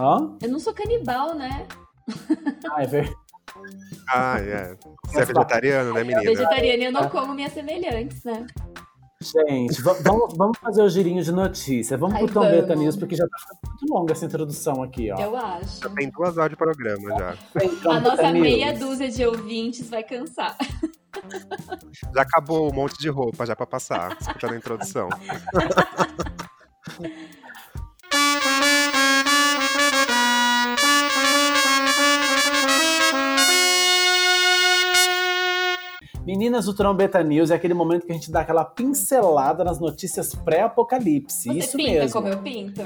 [SPEAKER 2] Hã?
[SPEAKER 4] Eu não sou canibal, né?
[SPEAKER 2] Ah, é verdade.
[SPEAKER 3] Ah, é. Você é vegetariano, né, menina?
[SPEAKER 4] Vegetariana eu
[SPEAKER 2] Ah.
[SPEAKER 4] não como minhas semelhantes, né?
[SPEAKER 2] Gente, va- vamos, vamos fazer o girinho de notícia. Vamos
[SPEAKER 4] Ai,
[SPEAKER 2] pro Tom
[SPEAKER 4] vamos.
[SPEAKER 2] Beta News, porque já tá ficando muito longa essa introdução aqui, ó.
[SPEAKER 4] Eu acho.
[SPEAKER 3] Já tem duas horas de programa já.
[SPEAKER 2] Tá. Então,
[SPEAKER 4] A nossa
[SPEAKER 2] Beta News.
[SPEAKER 4] meia dúzia de ouvintes vai cansar.
[SPEAKER 3] Já acabou um monte de roupa já pra passar, escutando a introdução.
[SPEAKER 2] Meninas do Trombeta News é aquele momento que a gente dá aquela pincelada nas notícias pré-apocalipse.
[SPEAKER 4] Você
[SPEAKER 2] Isso
[SPEAKER 4] pinta
[SPEAKER 2] mesmo.
[SPEAKER 4] como eu pinto?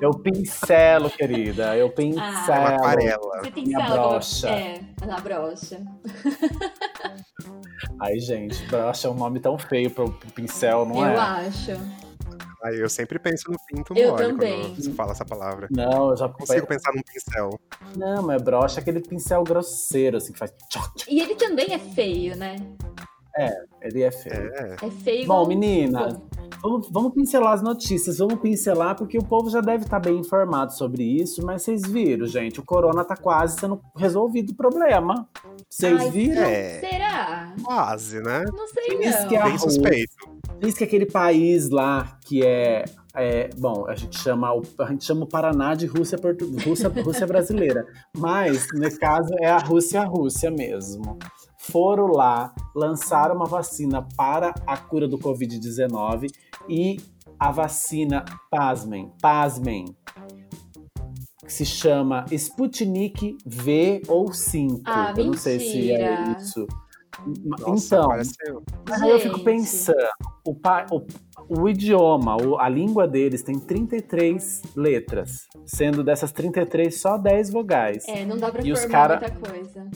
[SPEAKER 2] Eu pincelo,
[SPEAKER 4] Ah,
[SPEAKER 2] querida. Eu
[SPEAKER 3] É uma
[SPEAKER 2] pincelo.
[SPEAKER 3] aquarela.
[SPEAKER 4] Você
[SPEAKER 2] Minha
[SPEAKER 4] pincela como
[SPEAKER 2] brocha.
[SPEAKER 4] eu É, na brocha.
[SPEAKER 2] Ai, gente, brocha é um nome tão feio pro pro pincel, não
[SPEAKER 4] eu
[SPEAKER 2] é?
[SPEAKER 4] acho.
[SPEAKER 3] Aí eu sempre penso no pinto
[SPEAKER 4] Eu
[SPEAKER 3] mole
[SPEAKER 4] também.
[SPEAKER 3] quando você fala essa palavra.
[SPEAKER 2] Não, eu já
[SPEAKER 3] Consigo pensar num pincel.
[SPEAKER 2] Não, mas brocha é aquele pincel grosseiro, assim, que faz. tchoc, tchoc.
[SPEAKER 4] E ele também é feio, né?
[SPEAKER 2] Ele é feio.
[SPEAKER 3] É.
[SPEAKER 4] É feio.
[SPEAKER 2] Bom,
[SPEAKER 4] igual-
[SPEAKER 2] meninas, vamos, vamos pincelar as notícias, vamos pincelar, porque o povo já deve estar bem informado sobre isso, mas vocês viram, gente, o corona tá quase sendo resolvido o problema.
[SPEAKER 4] Ai,
[SPEAKER 2] Vocês viram?
[SPEAKER 3] É.
[SPEAKER 4] Será?
[SPEAKER 3] Quase, né?
[SPEAKER 4] Não sei
[SPEAKER 2] Diz
[SPEAKER 4] não.
[SPEAKER 2] que a-
[SPEAKER 3] Bem suspeito.
[SPEAKER 2] Diz que aquele país lá que é, é, bom, a gente chama o, a gente chama o Paraná de Rússia, Portu, Rússia, Rússia brasileira, mas nesse caso é a Rússia, Rússia mesmo. foram lá, lançaram uma vacina para a cura do Covid-19 e a vacina, pasmem, pasmem, que se chama Sputnik V ou 5.
[SPEAKER 4] Ah,
[SPEAKER 2] Eu não sei se é
[SPEAKER 4] mentira.
[SPEAKER 2] isso.
[SPEAKER 3] Nossa, um, é
[SPEAKER 2] então,
[SPEAKER 3] pareceu.
[SPEAKER 2] mas aí eu fico
[SPEAKER 4] Gente.
[SPEAKER 2] pensando, o, pa- o- o idioma, o- a língua deles tem 33 letras, sendo dessas 33 só 10 vogais.
[SPEAKER 4] É, não dá pra
[SPEAKER 2] E os
[SPEAKER 4] formar
[SPEAKER 2] cara-
[SPEAKER 4] muita coisa.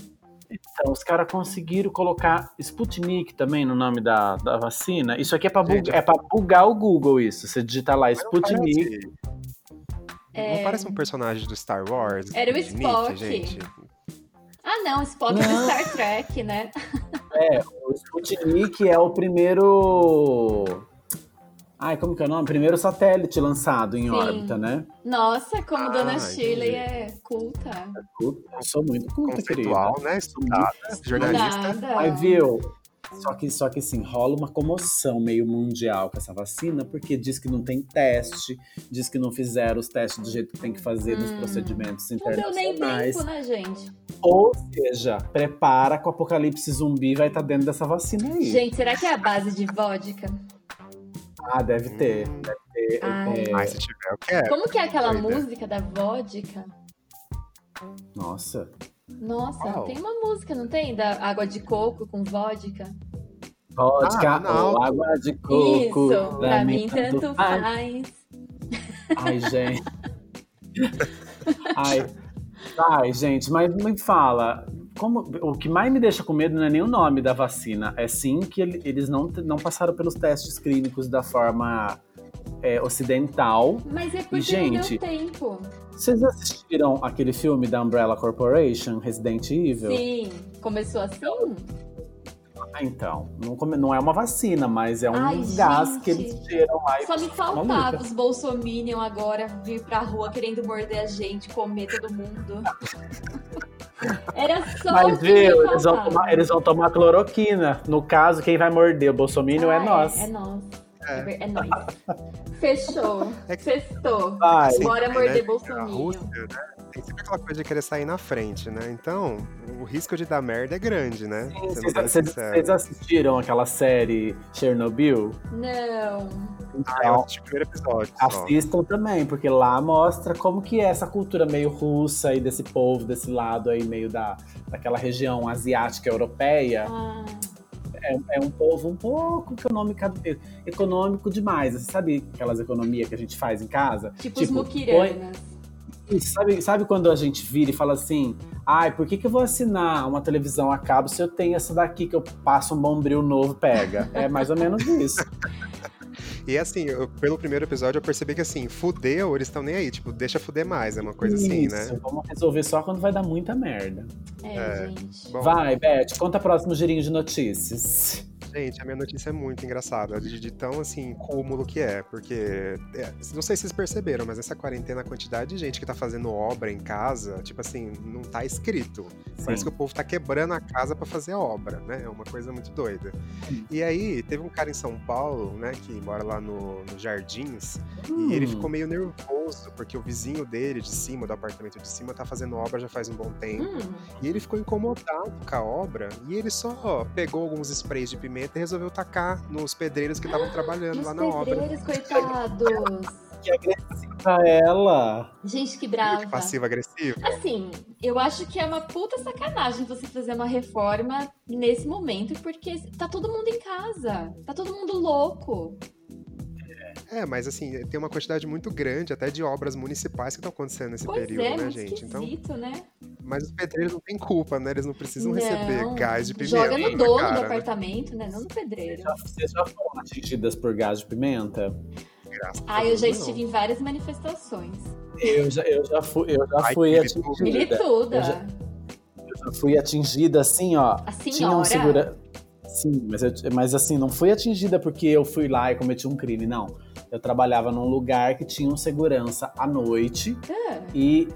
[SPEAKER 2] Então, os caras conseguiram colocar Sputnik também no nome da, da vacina. Isso aqui é pra, bug-
[SPEAKER 3] Gente.
[SPEAKER 2] é pra bugar o Google, isso. Você digitar lá
[SPEAKER 3] Mas não parece-
[SPEAKER 2] Sputnik.
[SPEAKER 4] É.
[SPEAKER 3] Não parece um personagem do Star Wars?
[SPEAKER 4] Era o
[SPEAKER 3] Nick,
[SPEAKER 4] Spock.
[SPEAKER 3] gente.
[SPEAKER 4] Ah, não, Spock é do Star Trek, né?
[SPEAKER 2] O Sputnik é o primeiro. Ai, como que é o nome? Primeiro satélite lançado em
[SPEAKER 4] Sim.
[SPEAKER 2] órbita, né?
[SPEAKER 4] Nossa, como
[SPEAKER 3] Ah,
[SPEAKER 4] Dona
[SPEAKER 3] entendi.
[SPEAKER 4] Shirley é culta.
[SPEAKER 2] Eu sou muito culta, querida.
[SPEAKER 3] Conceitual, né? Estudada, jornalista.
[SPEAKER 4] Nada.
[SPEAKER 2] Aí viu. Só que, só que assim, rola uma comoção meio mundial com essa vacina, porque diz que não tem teste, diz que não fizeram os testes do jeito que tem que fazer nos
[SPEAKER 4] Hum.
[SPEAKER 2] procedimentos
[SPEAKER 4] Não deu nem
[SPEAKER 2] internacionais.
[SPEAKER 4] tempo, né, gente?
[SPEAKER 2] Ou seja, prepara que o apocalipse zumbi vai estar dentro dessa vacina aí.
[SPEAKER 4] Gente, será que é a base de vodka?
[SPEAKER 2] Ah, deve ter.
[SPEAKER 3] Hum,
[SPEAKER 2] É,
[SPEAKER 4] Ai.
[SPEAKER 2] é,
[SPEAKER 3] Mas se tiver, eu quero.
[SPEAKER 4] Como que é aquela
[SPEAKER 3] doida.
[SPEAKER 4] música da vodka?
[SPEAKER 2] Nossa.
[SPEAKER 4] Nossa,
[SPEAKER 3] Qual?
[SPEAKER 4] tem uma música, não tem? Da água de coco com vodka?
[SPEAKER 2] Vodka
[SPEAKER 3] Ah, não.
[SPEAKER 2] ou água de coco. tá
[SPEAKER 4] Isso, pra mim tanto
[SPEAKER 2] faz.
[SPEAKER 4] faz.
[SPEAKER 2] Ah, Ai, gente. Ai. Ai, gente, mas me fala. Como, o que mais me deixa com medo não é nem o nome da vacina, é sim que ele- eles não, não passaram pelos testes clínicos da forma é, ocidental.
[SPEAKER 4] Mas é porque
[SPEAKER 2] gente,
[SPEAKER 4] não deu tempo.
[SPEAKER 2] Vocês assistiram aquele filme da Umbrella Corporation, Resident Evil?
[SPEAKER 4] Sim, começou assim?
[SPEAKER 2] Ah, então. Não, come- não é uma vacina, mas é um
[SPEAKER 4] Ai,
[SPEAKER 2] gás
[SPEAKER 4] gente.
[SPEAKER 2] que eles tiram lá. e-
[SPEAKER 4] Só me
[SPEAKER 2] Maluca.
[SPEAKER 4] faltava os bolsominion agora vir pra rua querendo morder a gente, comer todo mundo. Era só
[SPEAKER 2] Mas
[SPEAKER 4] o que me
[SPEAKER 2] viu, eles vão,
[SPEAKER 4] faltava.
[SPEAKER 2] tomar, eles vão tomar cloroquina. No caso, quem vai morder o Bolsonaro
[SPEAKER 4] Ah,
[SPEAKER 2] é nós.
[SPEAKER 4] É, é nós.
[SPEAKER 3] É.
[SPEAKER 4] É, ver- é nós. Fechou.
[SPEAKER 3] É que-
[SPEAKER 4] Festou.
[SPEAKER 2] Vai.
[SPEAKER 3] Sim,
[SPEAKER 4] Bora
[SPEAKER 3] né?
[SPEAKER 4] morder
[SPEAKER 3] A Rússia,
[SPEAKER 4] bolsominion.
[SPEAKER 3] né? Tem sempre aquela coisa de querer sair na frente, né? Então, o risco de dar merda é grande, né? Sendo
[SPEAKER 2] Vocês-
[SPEAKER 3] bem
[SPEAKER 2] Vocês
[SPEAKER 3] sincero.
[SPEAKER 2] vocês assistiram aquela série Chernobyl? Então,
[SPEAKER 4] Não.
[SPEAKER 3] Ah, eu assisti o primeiro episódio. só.
[SPEAKER 2] Assistam também, porque lá mostra como que é essa cultura meio russa e desse povo, desse lado aí, meio da, daquela região asiática europeia.
[SPEAKER 4] Ah,
[SPEAKER 2] É um povo um pouco econômico, econômico demais. Você sabe aquelas economias que a gente faz em casa?
[SPEAKER 4] tipo, os
[SPEAKER 2] Tipo,
[SPEAKER 4] muquiranas.
[SPEAKER 2] E Sabe, sabe quando a gente vira e fala assim: ai, por que, que eu vou assinar uma televisão a cabo se eu tenho essa daqui que eu passo um bombril novo pega? É mais ou menos isso.
[SPEAKER 3] E assim, eu- pelo primeiro episódio eu percebi que assim, fudeu, eles estão nem aí. Tipo, deixa fuder mais, é uma coisa assim,
[SPEAKER 2] Isso,
[SPEAKER 3] né?
[SPEAKER 2] Vamos resolver só quando vai dar muita merda.
[SPEAKER 4] É, gente.
[SPEAKER 3] Bom,
[SPEAKER 2] Vai, Beth, conta próximo girinho de notícias.
[SPEAKER 3] gente, a minha notícia é muito engraçada, de, de tão assim, cúmulo que é, porque. é, não sei se vocês perceberam, mas essa quarentena, a quantidade de gente que tá fazendo obra em casa, tipo assim, não tá escrito. Parece que o povo tá quebrando a casa pra fazer a obra, né? É uma coisa muito doida. E aí, teve um cara em São Paulo, né, que mora lá no, no Jardins,
[SPEAKER 2] Hum,
[SPEAKER 3] e ele ficou meio nervoso, porque o vizinho dele, de cima, do apartamento de cima, tá fazendo obra já faz um bom tempo.
[SPEAKER 4] Hum,
[SPEAKER 3] E ele ficou incomodado com a obra, e ele só pegou alguns sprays de pimenta e resolveu tacar nos pedreiros que estavam trabalhando
[SPEAKER 4] os
[SPEAKER 3] lá na obra.
[SPEAKER 4] pedreiros, coitados.
[SPEAKER 2] que agressiva ela.
[SPEAKER 4] Gente, que
[SPEAKER 3] Viu
[SPEAKER 4] brava.
[SPEAKER 3] que Passivo-agressivo.
[SPEAKER 4] Assim, eu acho que é uma puta sacanagem você fazer uma reforma nesse momento, porque tá todo mundo em casa. Tá todo mundo louco.
[SPEAKER 3] É, mas assim, tem uma quantidade muito grande até de obras municipais que estão acontecendo nesse
[SPEAKER 4] pois
[SPEAKER 3] período,
[SPEAKER 4] é,
[SPEAKER 3] né,
[SPEAKER 4] muito
[SPEAKER 3] gente? Então,
[SPEAKER 4] esquisito, né?
[SPEAKER 3] mas os pedreiros não têm culpa, né? Eles não precisam receber
[SPEAKER 4] Não.
[SPEAKER 3] gás de pimenta.
[SPEAKER 4] Joga no dono
[SPEAKER 3] cara,
[SPEAKER 4] do
[SPEAKER 3] né?
[SPEAKER 4] apartamento, né? Não no pedreiro.
[SPEAKER 2] Já- Vocês já foram atingidas por gás de pimenta?
[SPEAKER 3] Graças a
[SPEAKER 4] Ah, eu já
[SPEAKER 3] Deus, não.
[SPEAKER 4] estive em várias manifestações.
[SPEAKER 2] Eu já, eu já fui, eu já
[SPEAKER 3] Ai,
[SPEAKER 2] fui
[SPEAKER 3] que
[SPEAKER 2] atingida.
[SPEAKER 4] Milituda.
[SPEAKER 2] um Eu já- Eu já fui atingida assim, ó.
[SPEAKER 4] A
[SPEAKER 2] Tinha
[SPEAKER 4] senhora.
[SPEAKER 2] um segura... Sim, mas, eu- mas assim, não fui atingida porque eu fui lá e cometi um crime, não. Eu trabalhava num lugar que tinha um segurança à noite
[SPEAKER 4] Ah,
[SPEAKER 2] e,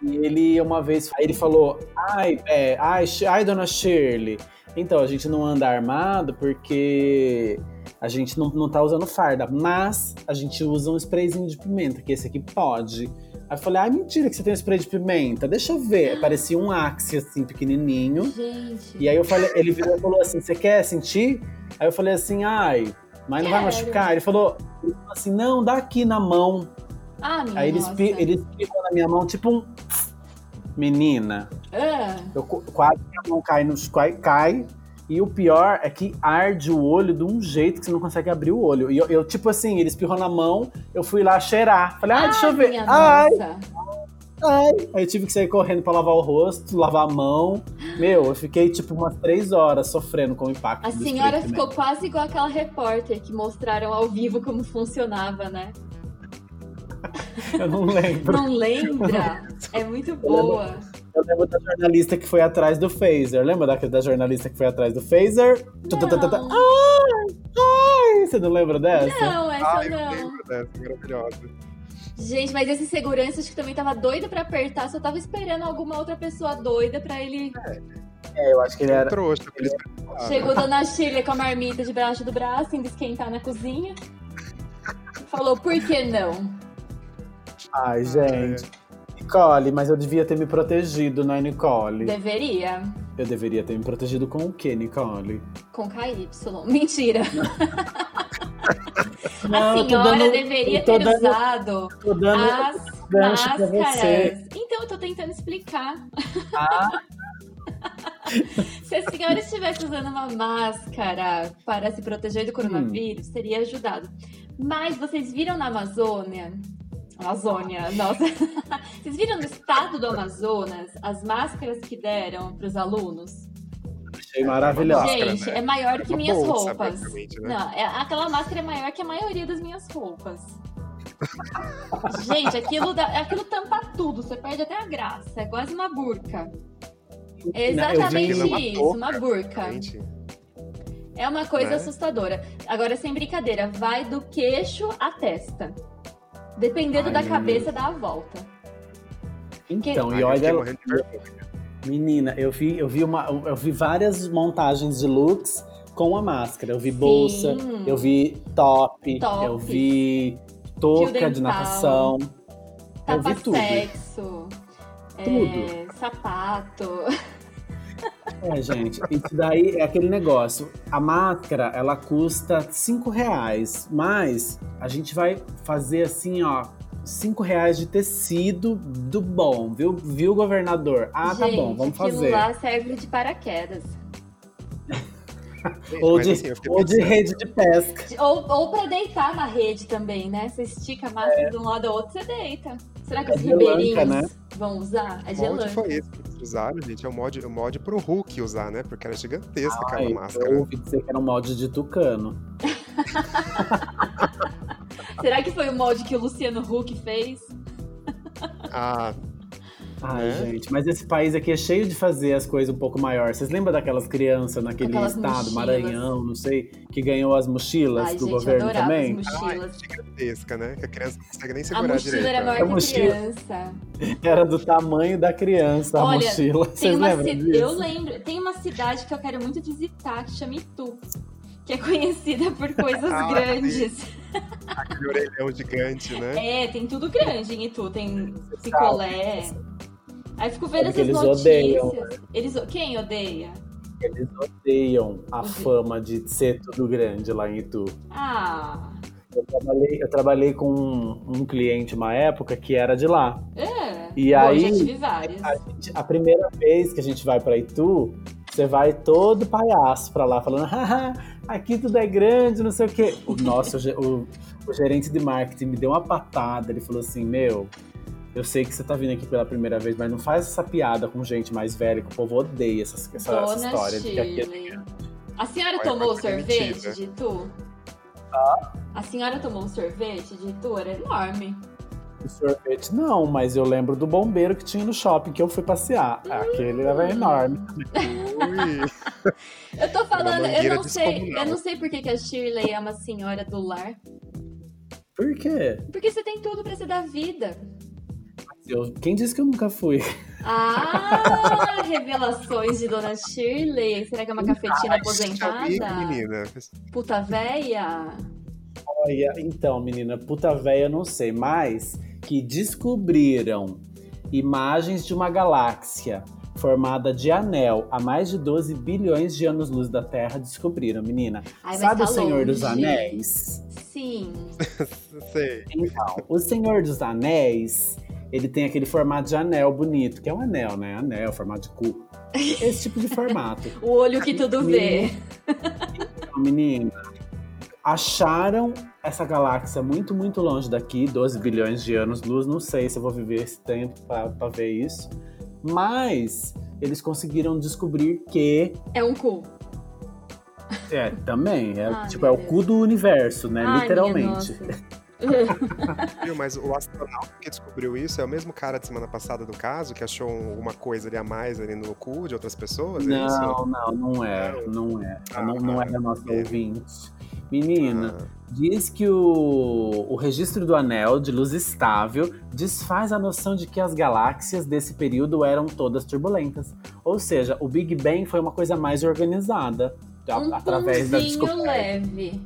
[SPEAKER 2] e ele uma vez aí ele falou: ai, é, ai, Shi- ai, dona Shirley, então a gente não anda armado porque a gente não, não tá usando farda, mas a gente usa um sprayzinho de pimenta, que esse aqui pode. Aí eu falei, ai, mentira que você tem um spray de pimenta. Deixa eu ver. Parecia um axe, assim, pequenininho.
[SPEAKER 4] Gente.
[SPEAKER 2] E aí eu falei, ele virou e falou assim, você quer sentir? Aí eu falei assim, ai, mas não vai
[SPEAKER 4] Quero.
[SPEAKER 2] machucar? Ele falou, ele falou assim, não, dá aqui na mão.
[SPEAKER 4] Ah, minha
[SPEAKER 2] Aí ele,
[SPEAKER 4] nossa.
[SPEAKER 2] espi, ele espirrou na minha mão, tipo um... Menina,
[SPEAKER 4] Ah,
[SPEAKER 2] eu co- quase que a mão cai, no, cai, cai. E o pior é que arde o olho de um jeito que você não consegue abrir o olho. E eu, eu, tipo assim, ele espirrou na mão, eu fui lá cheirar. Falei, ai, deixa eu ver.
[SPEAKER 4] minha
[SPEAKER 2] Ai,
[SPEAKER 4] nossa.
[SPEAKER 2] Ai. Aí eu tive que sair correndo pra lavar o rosto, lavar a mão. Meu, eu fiquei tipo umas três horas sofrendo com o impacto.
[SPEAKER 4] A
[SPEAKER 2] do né?
[SPEAKER 4] senhora
[SPEAKER 2] spray de
[SPEAKER 4] ficou quase igual aquela repórter que mostraram ao vivo como funcionava, né?
[SPEAKER 2] pimenta. Eu não lembro.
[SPEAKER 4] Não lembra? É muito boa.
[SPEAKER 2] Eu lembro da jornalista que foi atrás do phaser. Lembra da, da jornalista que foi atrás do phaser? Tu, tu, tu, tu, tu.
[SPEAKER 4] Não.
[SPEAKER 2] Ai, ai, você não lembra dessa?
[SPEAKER 4] Não, essa
[SPEAKER 3] Ai, eu
[SPEAKER 4] não.
[SPEAKER 3] lembro dessa, maravilhosa.
[SPEAKER 4] Gente, mas esse segurança acho que também tava doido pra apertar, só tava esperando alguma outra pessoa doida pra ele.
[SPEAKER 2] É, eu acho que ele era.
[SPEAKER 3] Trouxa, pra eles perguntaram.
[SPEAKER 4] Chegou Dona Shirley com a marmita debaixo do braço, indo esquentar na cozinha. Falou, por que não?
[SPEAKER 2] Ai, gente. Nicole, mas eu devia ter me protegido, né, Nicole?
[SPEAKER 4] Deveria.
[SPEAKER 2] Eu deveria ter me protegido com o quê, Nicole?
[SPEAKER 4] Com KY. Mentira.
[SPEAKER 2] Não,
[SPEAKER 4] a
[SPEAKER 2] Ah, eu tô
[SPEAKER 4] senhora
[SPEAKER 2] dando-
[SPEAKER 4] deveria
[SPEAKER 2] eu tô
[SPEAKER 4] ter
[SPEAKER 2] dando-
[SPEAKER 4] usado
[SPEAKER 2] Tô dando
[SPEAKER 4] as
[SPEAKER 2] gancho pra
[SPEAKER 4] máscaras. Então, eu tô tentando explicar.
[SPEAKER 2] Ah.
[SPEAKER 4] Se a senhora estivesse usando uma máscara para se proteger do
[SPEAKER 2] Hum.
[SPEAKER 4] coronavírus, teria ajudado. Mas vocês viram na Amazônia? Amazônia, nossa. Vocês viram no estado do Amazonas as máscaras que deram para os alunos?
[SPEAKER 2] achei maravilhosa.
[SPEAKER 3] Máscara,
[SPEAKER 4] Gente,
[SPEAKER 3] né?
[SPEAKER 4] é maior que
[SPEAKER 3] uma
[SPEAKER 4] minhas
[SPEAKER 3] bolsa,
[SPEAKER 4] roupas.
[SPEAKER 3] praticamente, né?
[SPEAKER 4] Não, é- aquela máscara é maior que a maioria das minhas roupas. Gente, aquilo, dá- aquilo tampa tudo, você perde até a graça. É quase uma burca. É
[SPEAKER 2] Não, eu vi
[SPEAKER 4] exatamente
[SPEAKER 2] aquilo,
[SPEAKER 3] é uma
[SPEAKER 4] isso,
[SPEAKER 3] touca,
[SPEAKER 4] uma burca.
[SPEAKER 3] Gente,
[SPEAKER 4] É uma coisa
[SPEAKER 3] Né?
[SPEAKER 4] assustadora. Agora, sem brincadeira, vai do queixo à testa. Dependendo
[SPEAKER 2] Ai,
[SPEAKER 4] da
[SPEAKER 2] meu
[SPEAKER 4] cabeça, dá a volta.
[SPEAKER 2] Então,
[SPEAKER 3] ai,
[SPEAKER 2] e
[SPEAKER 3] eu fiquei
[SPEAKER 2] olha,
[SPEAKER 3] morrendo de vergonha.
[SPEAKER 2] menina, eu vi, eu vi uma, eu vi várias montagens de looks com a máscara. Eu vi bolsa,
[SPEAKER 4] Sim.
[SPEAKER 2] eu vi top,
[SPEAKER 4] Top.
[SPEAKER 2] eu vi
[SPEAKER 4] Fio
[SPEAKER 2] touca
[SPEAKER 4] dental.
[SPEAKER 2] de natação. eu vi tudo.
[SPEAKER 4] Tapa-sexo. é,
[SPEAKER 2] Tudo.
[SPEAKER 4] sapato.
[SPEAKER 2] É, gente, isso daí é aquele negócio. A máscara, ela custa 5 reais, mas a gente vai fazer assim, ó, 5 reais de tecido do bom, viu, viu governador? Ah, tá
[SPEAKER 4] Gente,
[SPEAKER 2] bom, vamos
[SPEAKER 4] Aquilo
[SPEAKER 2] fazer.
[SPEAKER 4] lá serve de paraquedas.
[SPEAKER 3] Gente,
[SPEAKER 2] Ou,
[SPEAKER 3] mas
[SPEAKER 2] de,
[SPEAKER 3] assim, eu fiquei
[SPEAKER 2] ou de
[SPEAKER 3] pensando,
[SPEAKER 2] rede de pesca.
[SPEAKER 4] De- Ou, ou pra deitar na rede também, né? Você estica a máscara de um lado ao outro, você deita. Será que
[SPEAKER 2] É
[SPEAKER 4] os
[SPEAKER 2] gelanca,
[SPEAKER 4] ribeirinhos
[SPEAKER 2] né?
[SPEAKER 4] vão usar? É
[SPEAKER 3] que molde
[SPEAKER 4] gelante.
[SPEAKER 3] foi esse que eles usaram, gente? É o mod, o mod pro Hulk usar, né? Porque era gigantesca
[SPEAKER 2] Ai,
[SPEAKER 3] aquela máscara.
[SPEAKER 2] eu ouvi dizer que era um molde de tucano.
[SPEAKER 4] Será que foi o molde que o Luciano Huck fez?
[SPEAKER 3] Ah,
[SPEAKER 2] Ai,
[SPEAKER 3] É.
[SPEAKER 2] gente, mas esse país aqui é cheio de fazer as coisas um pouco maior. Vocês lembram daquelas crianças naquele
[SPEAKER 4] Aquelas
[SPEAKER 2] estado,
[SPEAKER 4] mochilas.
[SPEAKER 2] Maranhão, não sei, que ganhou as mochilas
[SPEAKER 4] Ai,
[SPEAKER 2] do
[SPEAKER 4] gente, eu
[SPEAKER 2] governo
[SPEAKER 4] adorava
[SPEAKER 2] também?
[SPEAKER 4] as mochilas.
[SPEAKER 3] gigantesca, né? Que a criança não consegue nem
[SPEAKER 4] A
[SPEAKER 3] segurar direito.
[SPEAKER 4] mochila era
[SPEAKER 3] né?
[SPEAKER 2] A
[SPEAKER 4] maior que
[SPEAKER 2] mochila.
[SPEAKER 4] criança.
[SPEAKER 2] Era do tamanho da criança a
[SPEAKER 4] Olha,
[SPEAKER 2] mochila.
[SPEAKER 4] Tem
[SPEAKER 2] Vocês
[SPEAKER 4] uma
[SPEAKER 2] lembram
[SPEAKER 4] ci-
[SPEAKER 2] disso?
[SPEAKER 4] Eu lembro. Tem uma cidade que eu quero muito visitar, que chama Itu. Que é conhecida por coisas
[SPEAKER 3] Ah,
[SPEAKER 4] grandes.
[SPEAKER 3] Aquele orelhão gigante, né?
[SPEAKER 4] É, tem tudo grande em Itu. Tem picolé. Aí fico vendo
[SPEAKER 2] É porque
[SPEAKER 4] essas
[SPEAKER 2] eles
[SPEAKER 4] notícias.
[SPEAKER 2] odeiam, né?
[SPEAKER 4] Eles o- Quem odeia?
[SPEAKER 2] Eles odeiam a
[SPEAKER 4] Os-
[SPEAKER 2] fama de ser tudo grande lá em Itu.
[SPEAKER 4] Ah,
[SPEAKER 2] Eu trabalhei, eu trabalhei com um, um cliente uma época que era de lá.
[SPEAKER 4] é.
[SPEAKER 2] E
[SPEAKER 4] Bom,
[SPEAKER 2] aí-
[SPEAKER 4] já tive vários.
[SPEAKER 2] A, gente- a primeira vez que a gente vai pra Itu, você vai todo palhaço pra lá, falando, haha, aqui tudo é grande, não sei o quê. O nosso, ge- o, o gerente de marketing me deu uma patada, ele falou assim, meu, eu sei que você tá vindo aqui pela primeira vez, mas não faz essa piada com gente mais velha, que o povo odeia essas- essa, essa
[SPEAKER 4] Dona
[SPEAKER 2] história de que aqui é
[SPEAKER 4] Shirley. A senhora
[SPEAKER 3] Olha,
[SPEAKER 4] tomou
[SPEAKER 3] foi
[SPEAKER 4] sorvete
[SPEAKER 3] demitida.
[SPEAKER 4] de Itu? A senhora tomou um sorvete de Itu? Era enorme.
[SPEAKER 2] O sorvete não, mas eu lembro do bombeiro que tinha no shopping que eu fui passear. Aquele era enorme.
[SPEAKER 3] Ui,
[SPEAKER 4] Eu tô falando, eu
[SPEAKER 3] mangueira
[SPEAKER 4] não sei,
[SPEAKER 3] descomunal.
[SPEAKER 4] eu não sei por que, que a Shirley é uma senhora do lar.
[SPEAKER 2] Por quê?
[SPEAKER 4] Porque você tem tudo pra ser da vida.
[SPEAKER 2] Eu- quem disse que eu nunca fui?
[SPEAKER 4] Ah, revelações de Dona Shirley. Será que é uma cafetina
[SPEAKER 3] te amigo,
[SPEAKER 4] aposentada?
[SPEAKER 3] menina.
[SPEAKER 4] Puta véia.
[SPEAKER 2] Olha, então, menina, puta véia, eu não sei. Mas que descobriram imagens de uma galáxia formada de anel a mais de 12 bilhões de anos-luz da Terra, descobriram, menina.
[SPEAKER 4] Ai, mas
[SPEAKER 2] Sabe
[SPEAKER 4] tá
[SPEAKER 2] o Senhor dos
[SPEAKER 4] longe.
[SPEAKER 2] Anéis?
[SPEAKER 4] Sim.
[SPEAKER 3] Sei.
[SPEAKER 2] Então, o Senhor dos Anéis, ele tem aquele formato de anel bonito, que é um anel, né? Anel, formato de cu. Esse tipo de formato.
[SPEAKER 4] O olho que tudo vê.
[SPEAKER 2] Então, menina, acharam essa galáxia muito, muito longe daqui, 12 bilhões de anos-luz. Não sei se eu vou viver esse tempo pra, pra ver isso. Mas eles conseguiram descobrir que.
[SPEAKER 4] É um cu.
[SPEAKER 2] É, também. É,
[SPEAKER 4] Ah,
[SPEAKER 2] tipo, é
[SPEAKER 4] meu
[SPEAKER 2] o cu do universo, né?
[SPEAKER 4] Ai,
[SPEAKER 2] Literalmente.
[SPEAKER 4] minha nossa.
[SPEAKER 3] Viu, mas o astronauta que descobriu isso é o mesmo cara de semana passada do caso, que achou um, uma coisa ali a mais ali no cu de outras pessoas? é isso?
[SPEAKER 2] Não, não, não é. Não é.
[SPEAKER 3] Ah,
[SPEAKER 2] não, não é da nossa
[SPEAKER 3] é.
[SPEAKER 2] ouvinte. Menina,
[SPEAKER 3] Ah,
[SPEAKER 2] diz que o, o registro do anel de luz estável desfaz a noção de que as galáxias desse período eram todas turbulentas. Ou seja, o Big Bang foi uma coisa mais organizada. a-
[SPEAKER 4] um
[SPEAKER 2] através da
[SPEAKER 4] punzinho
[SPEAKER 2] descoberta.
[SPEAKER 4] leve.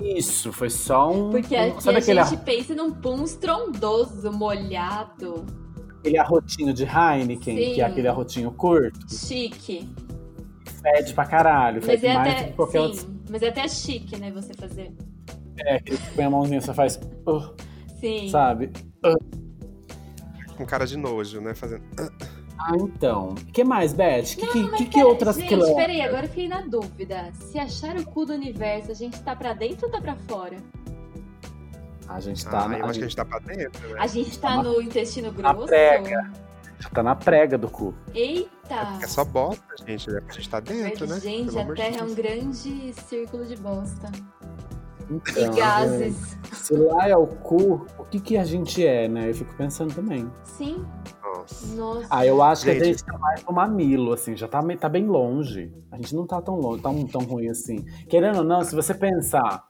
[SPEAKER 2] Isso, foi só um.
[SPEAKER 4] Porque
[SPEAKER 2] um-
[SPEAKER 4] aqui
[SPEAKER 2] sabe
[SPEAKER 4] a
[SPEAKER 2] aquele,
[SPEAKER 4] gente pensa num pum estrondoso, molhado,
[SPEAKER 2] aquele arrotinho de Heineken,
[SPEAKER 4] Sim.
[SPEAKER 2] que é aquele arrotinho curto?
[SPEAKER 4] chique.
[SPEAKER 2] Fede pra caralho,
[SPEAKER 4] Mas
[SPEAKER 2] fede
[SPEAKER 4] é,
[SPEAKER 2] mais do
[SPEAKER 4] até,
[SPEAKER 2] que qualquer outro.
[SPEAKER 4] sim, mas é até chique, né, você fazer.
[SPEAKER 2] É, que põe a mãozinha, você faz. "Oh",
[SPEAKER 4] Sim.
[SPEAKER 2] sabe?
[SPEAKER 3] com cara de nojo, né? Fazendo.
[SPEAKER 2] Ah, então. O que mais, Beth? Que, que,
[SPEAKER 4] Mas
[SPEAKER 2] que, que
[SPEAKER 4] pera-
[SPEAKER 2] outras
[SPEAKER 4] gente,
[SPEAKER 2] clã-
[SPEAKER 4] peraí, agora eu fiquei na dúvida. Se achar o cu do universo, a gente tá pra dentro ou tá pra fora?
[SPEAKER 2] A gente tá,
[SPEAKER 3] Ah,
[SPEAKER 2] na,
[SPEAKER 3] eu
[SPEAKER 2] a
[SPEAKER 3] acho que a
[SPEAKER 2] gente
[SPEAKER 3] gente tá pra dentro, né?
[SPEAKER 4] A gente tá
[SPEAKER 2] na-
[SPEAKER 4] no intestino grosso?
[SPEAKER 2] prega. tá na prega do cu.
[SPEAKER 4] Eita!
[SPEAKER 3] É só bosta, gente. A gente tá dentro, né?
[SPEAKER 4] gente,
[SPEAKER 3] Pelo
[SPEAKER 4] a
[SPEAKER 3] amor de
[SPEAKER 4] Terra é
[SPEAKER 3] Deus.
[SPEAKER 4] um grande círculo de bosta. E
[SPEAKER 2] Então,
[SPEAKER 4] gases.
[SPEAKER 2] gente, Se lá é o cu, o que, que a gente é, né? Eu fico pensando também.
[SPEAKER 4] Sim,
[SPEAKER 3] Nossa.
[SPEAKER 4] nossa.
[SPEAKER 2] Ah, eu acho que a
[SPEAKER 3] Gente.
[SPEAKER 2] gente tá mais no mamilo, assim, já tá, me- tá bem longe. A gente não tá tão longe, tão, tão ruim assim. Querendo ou não, se você pensar,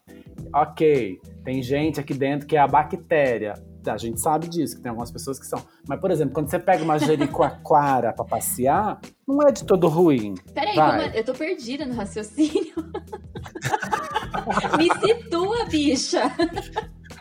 [SPEAKER 2] ok, tem gente aqui dentro que é a bactéria. A gente sabe disso, que tem algumas pessoas que são. Mas, por exemplo, quando você pega uma jericoacoara pra passear, não é de todo ruim.
[SPEAKER 4] Peraí,
[SPEAKER 2] vai.
[SPEAKER 4] como- eu tô perdida no raciocínio. Me situa, bicha.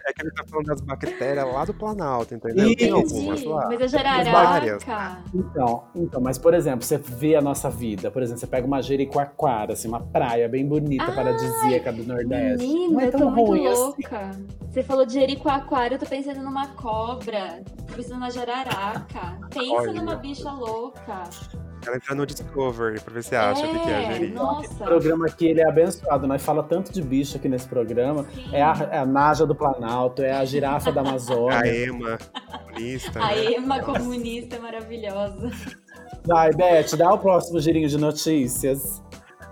[SPEAKER 3] É que ele tá falando das bactérias lá do Planalto, entendeu? Tem
[SPEAKER 2] Entendi,
[SPEAKER 3] algumas lá.
[SPEAKER 4] Mas a
[SPEAKER 3] várias.
[SPEAKER 4] jararaca.
[SPEAKER 2] Então, então, mas por exemplo, você vê a nossa vida, por exemplo, você pega uma Jericoacoara, assim, uma praia bem bonita,
[SPEAKER 4] Ai,
[SPEAKER 2] paradisíaca do Nordeste. não
[SPEAKER 4] Menina,
[SPEAKER 2] é
[SPEAKER 4] eu
[SPEAKER 2] tão
[SPEAKER 4] tô muito
[SPEAKER 2] ruim assim.
[SPEAKER 4] louca. Você falou de Jericoacoara, eu tô pensando numa cobra. Tô pensando na jararaca. Pensa
[SPEAKER 3] Olha.
[SPEAKER 4] numa bicha louca.
[SPEAKER 3] Ela entra no Discovery pra ver se acha o que que é,
[SPEAKER 4] É,
[SPEAKER 3] Geri.
[SPEAKER 2] Esse
[SPEAKER 4] nossa.
[SPEAKER 2] programa aqui, ele é abençoado, nós fala tanto de bicho aqui nesse programa.
[SPEAKER 4] Sim.
[SPEAKER 2] É a, é a Naja do Planalto, é a girafa da Amazônia.
[SPEAKER 3] A Ema, comunista,
[SPEAKER 4] A
[SPEAKER 3] né?
[SPEAKER 4] Ema comunista maravilhosa.
[SPEAKER 2] Vai, Beth, dá o próximo girinho de notícias.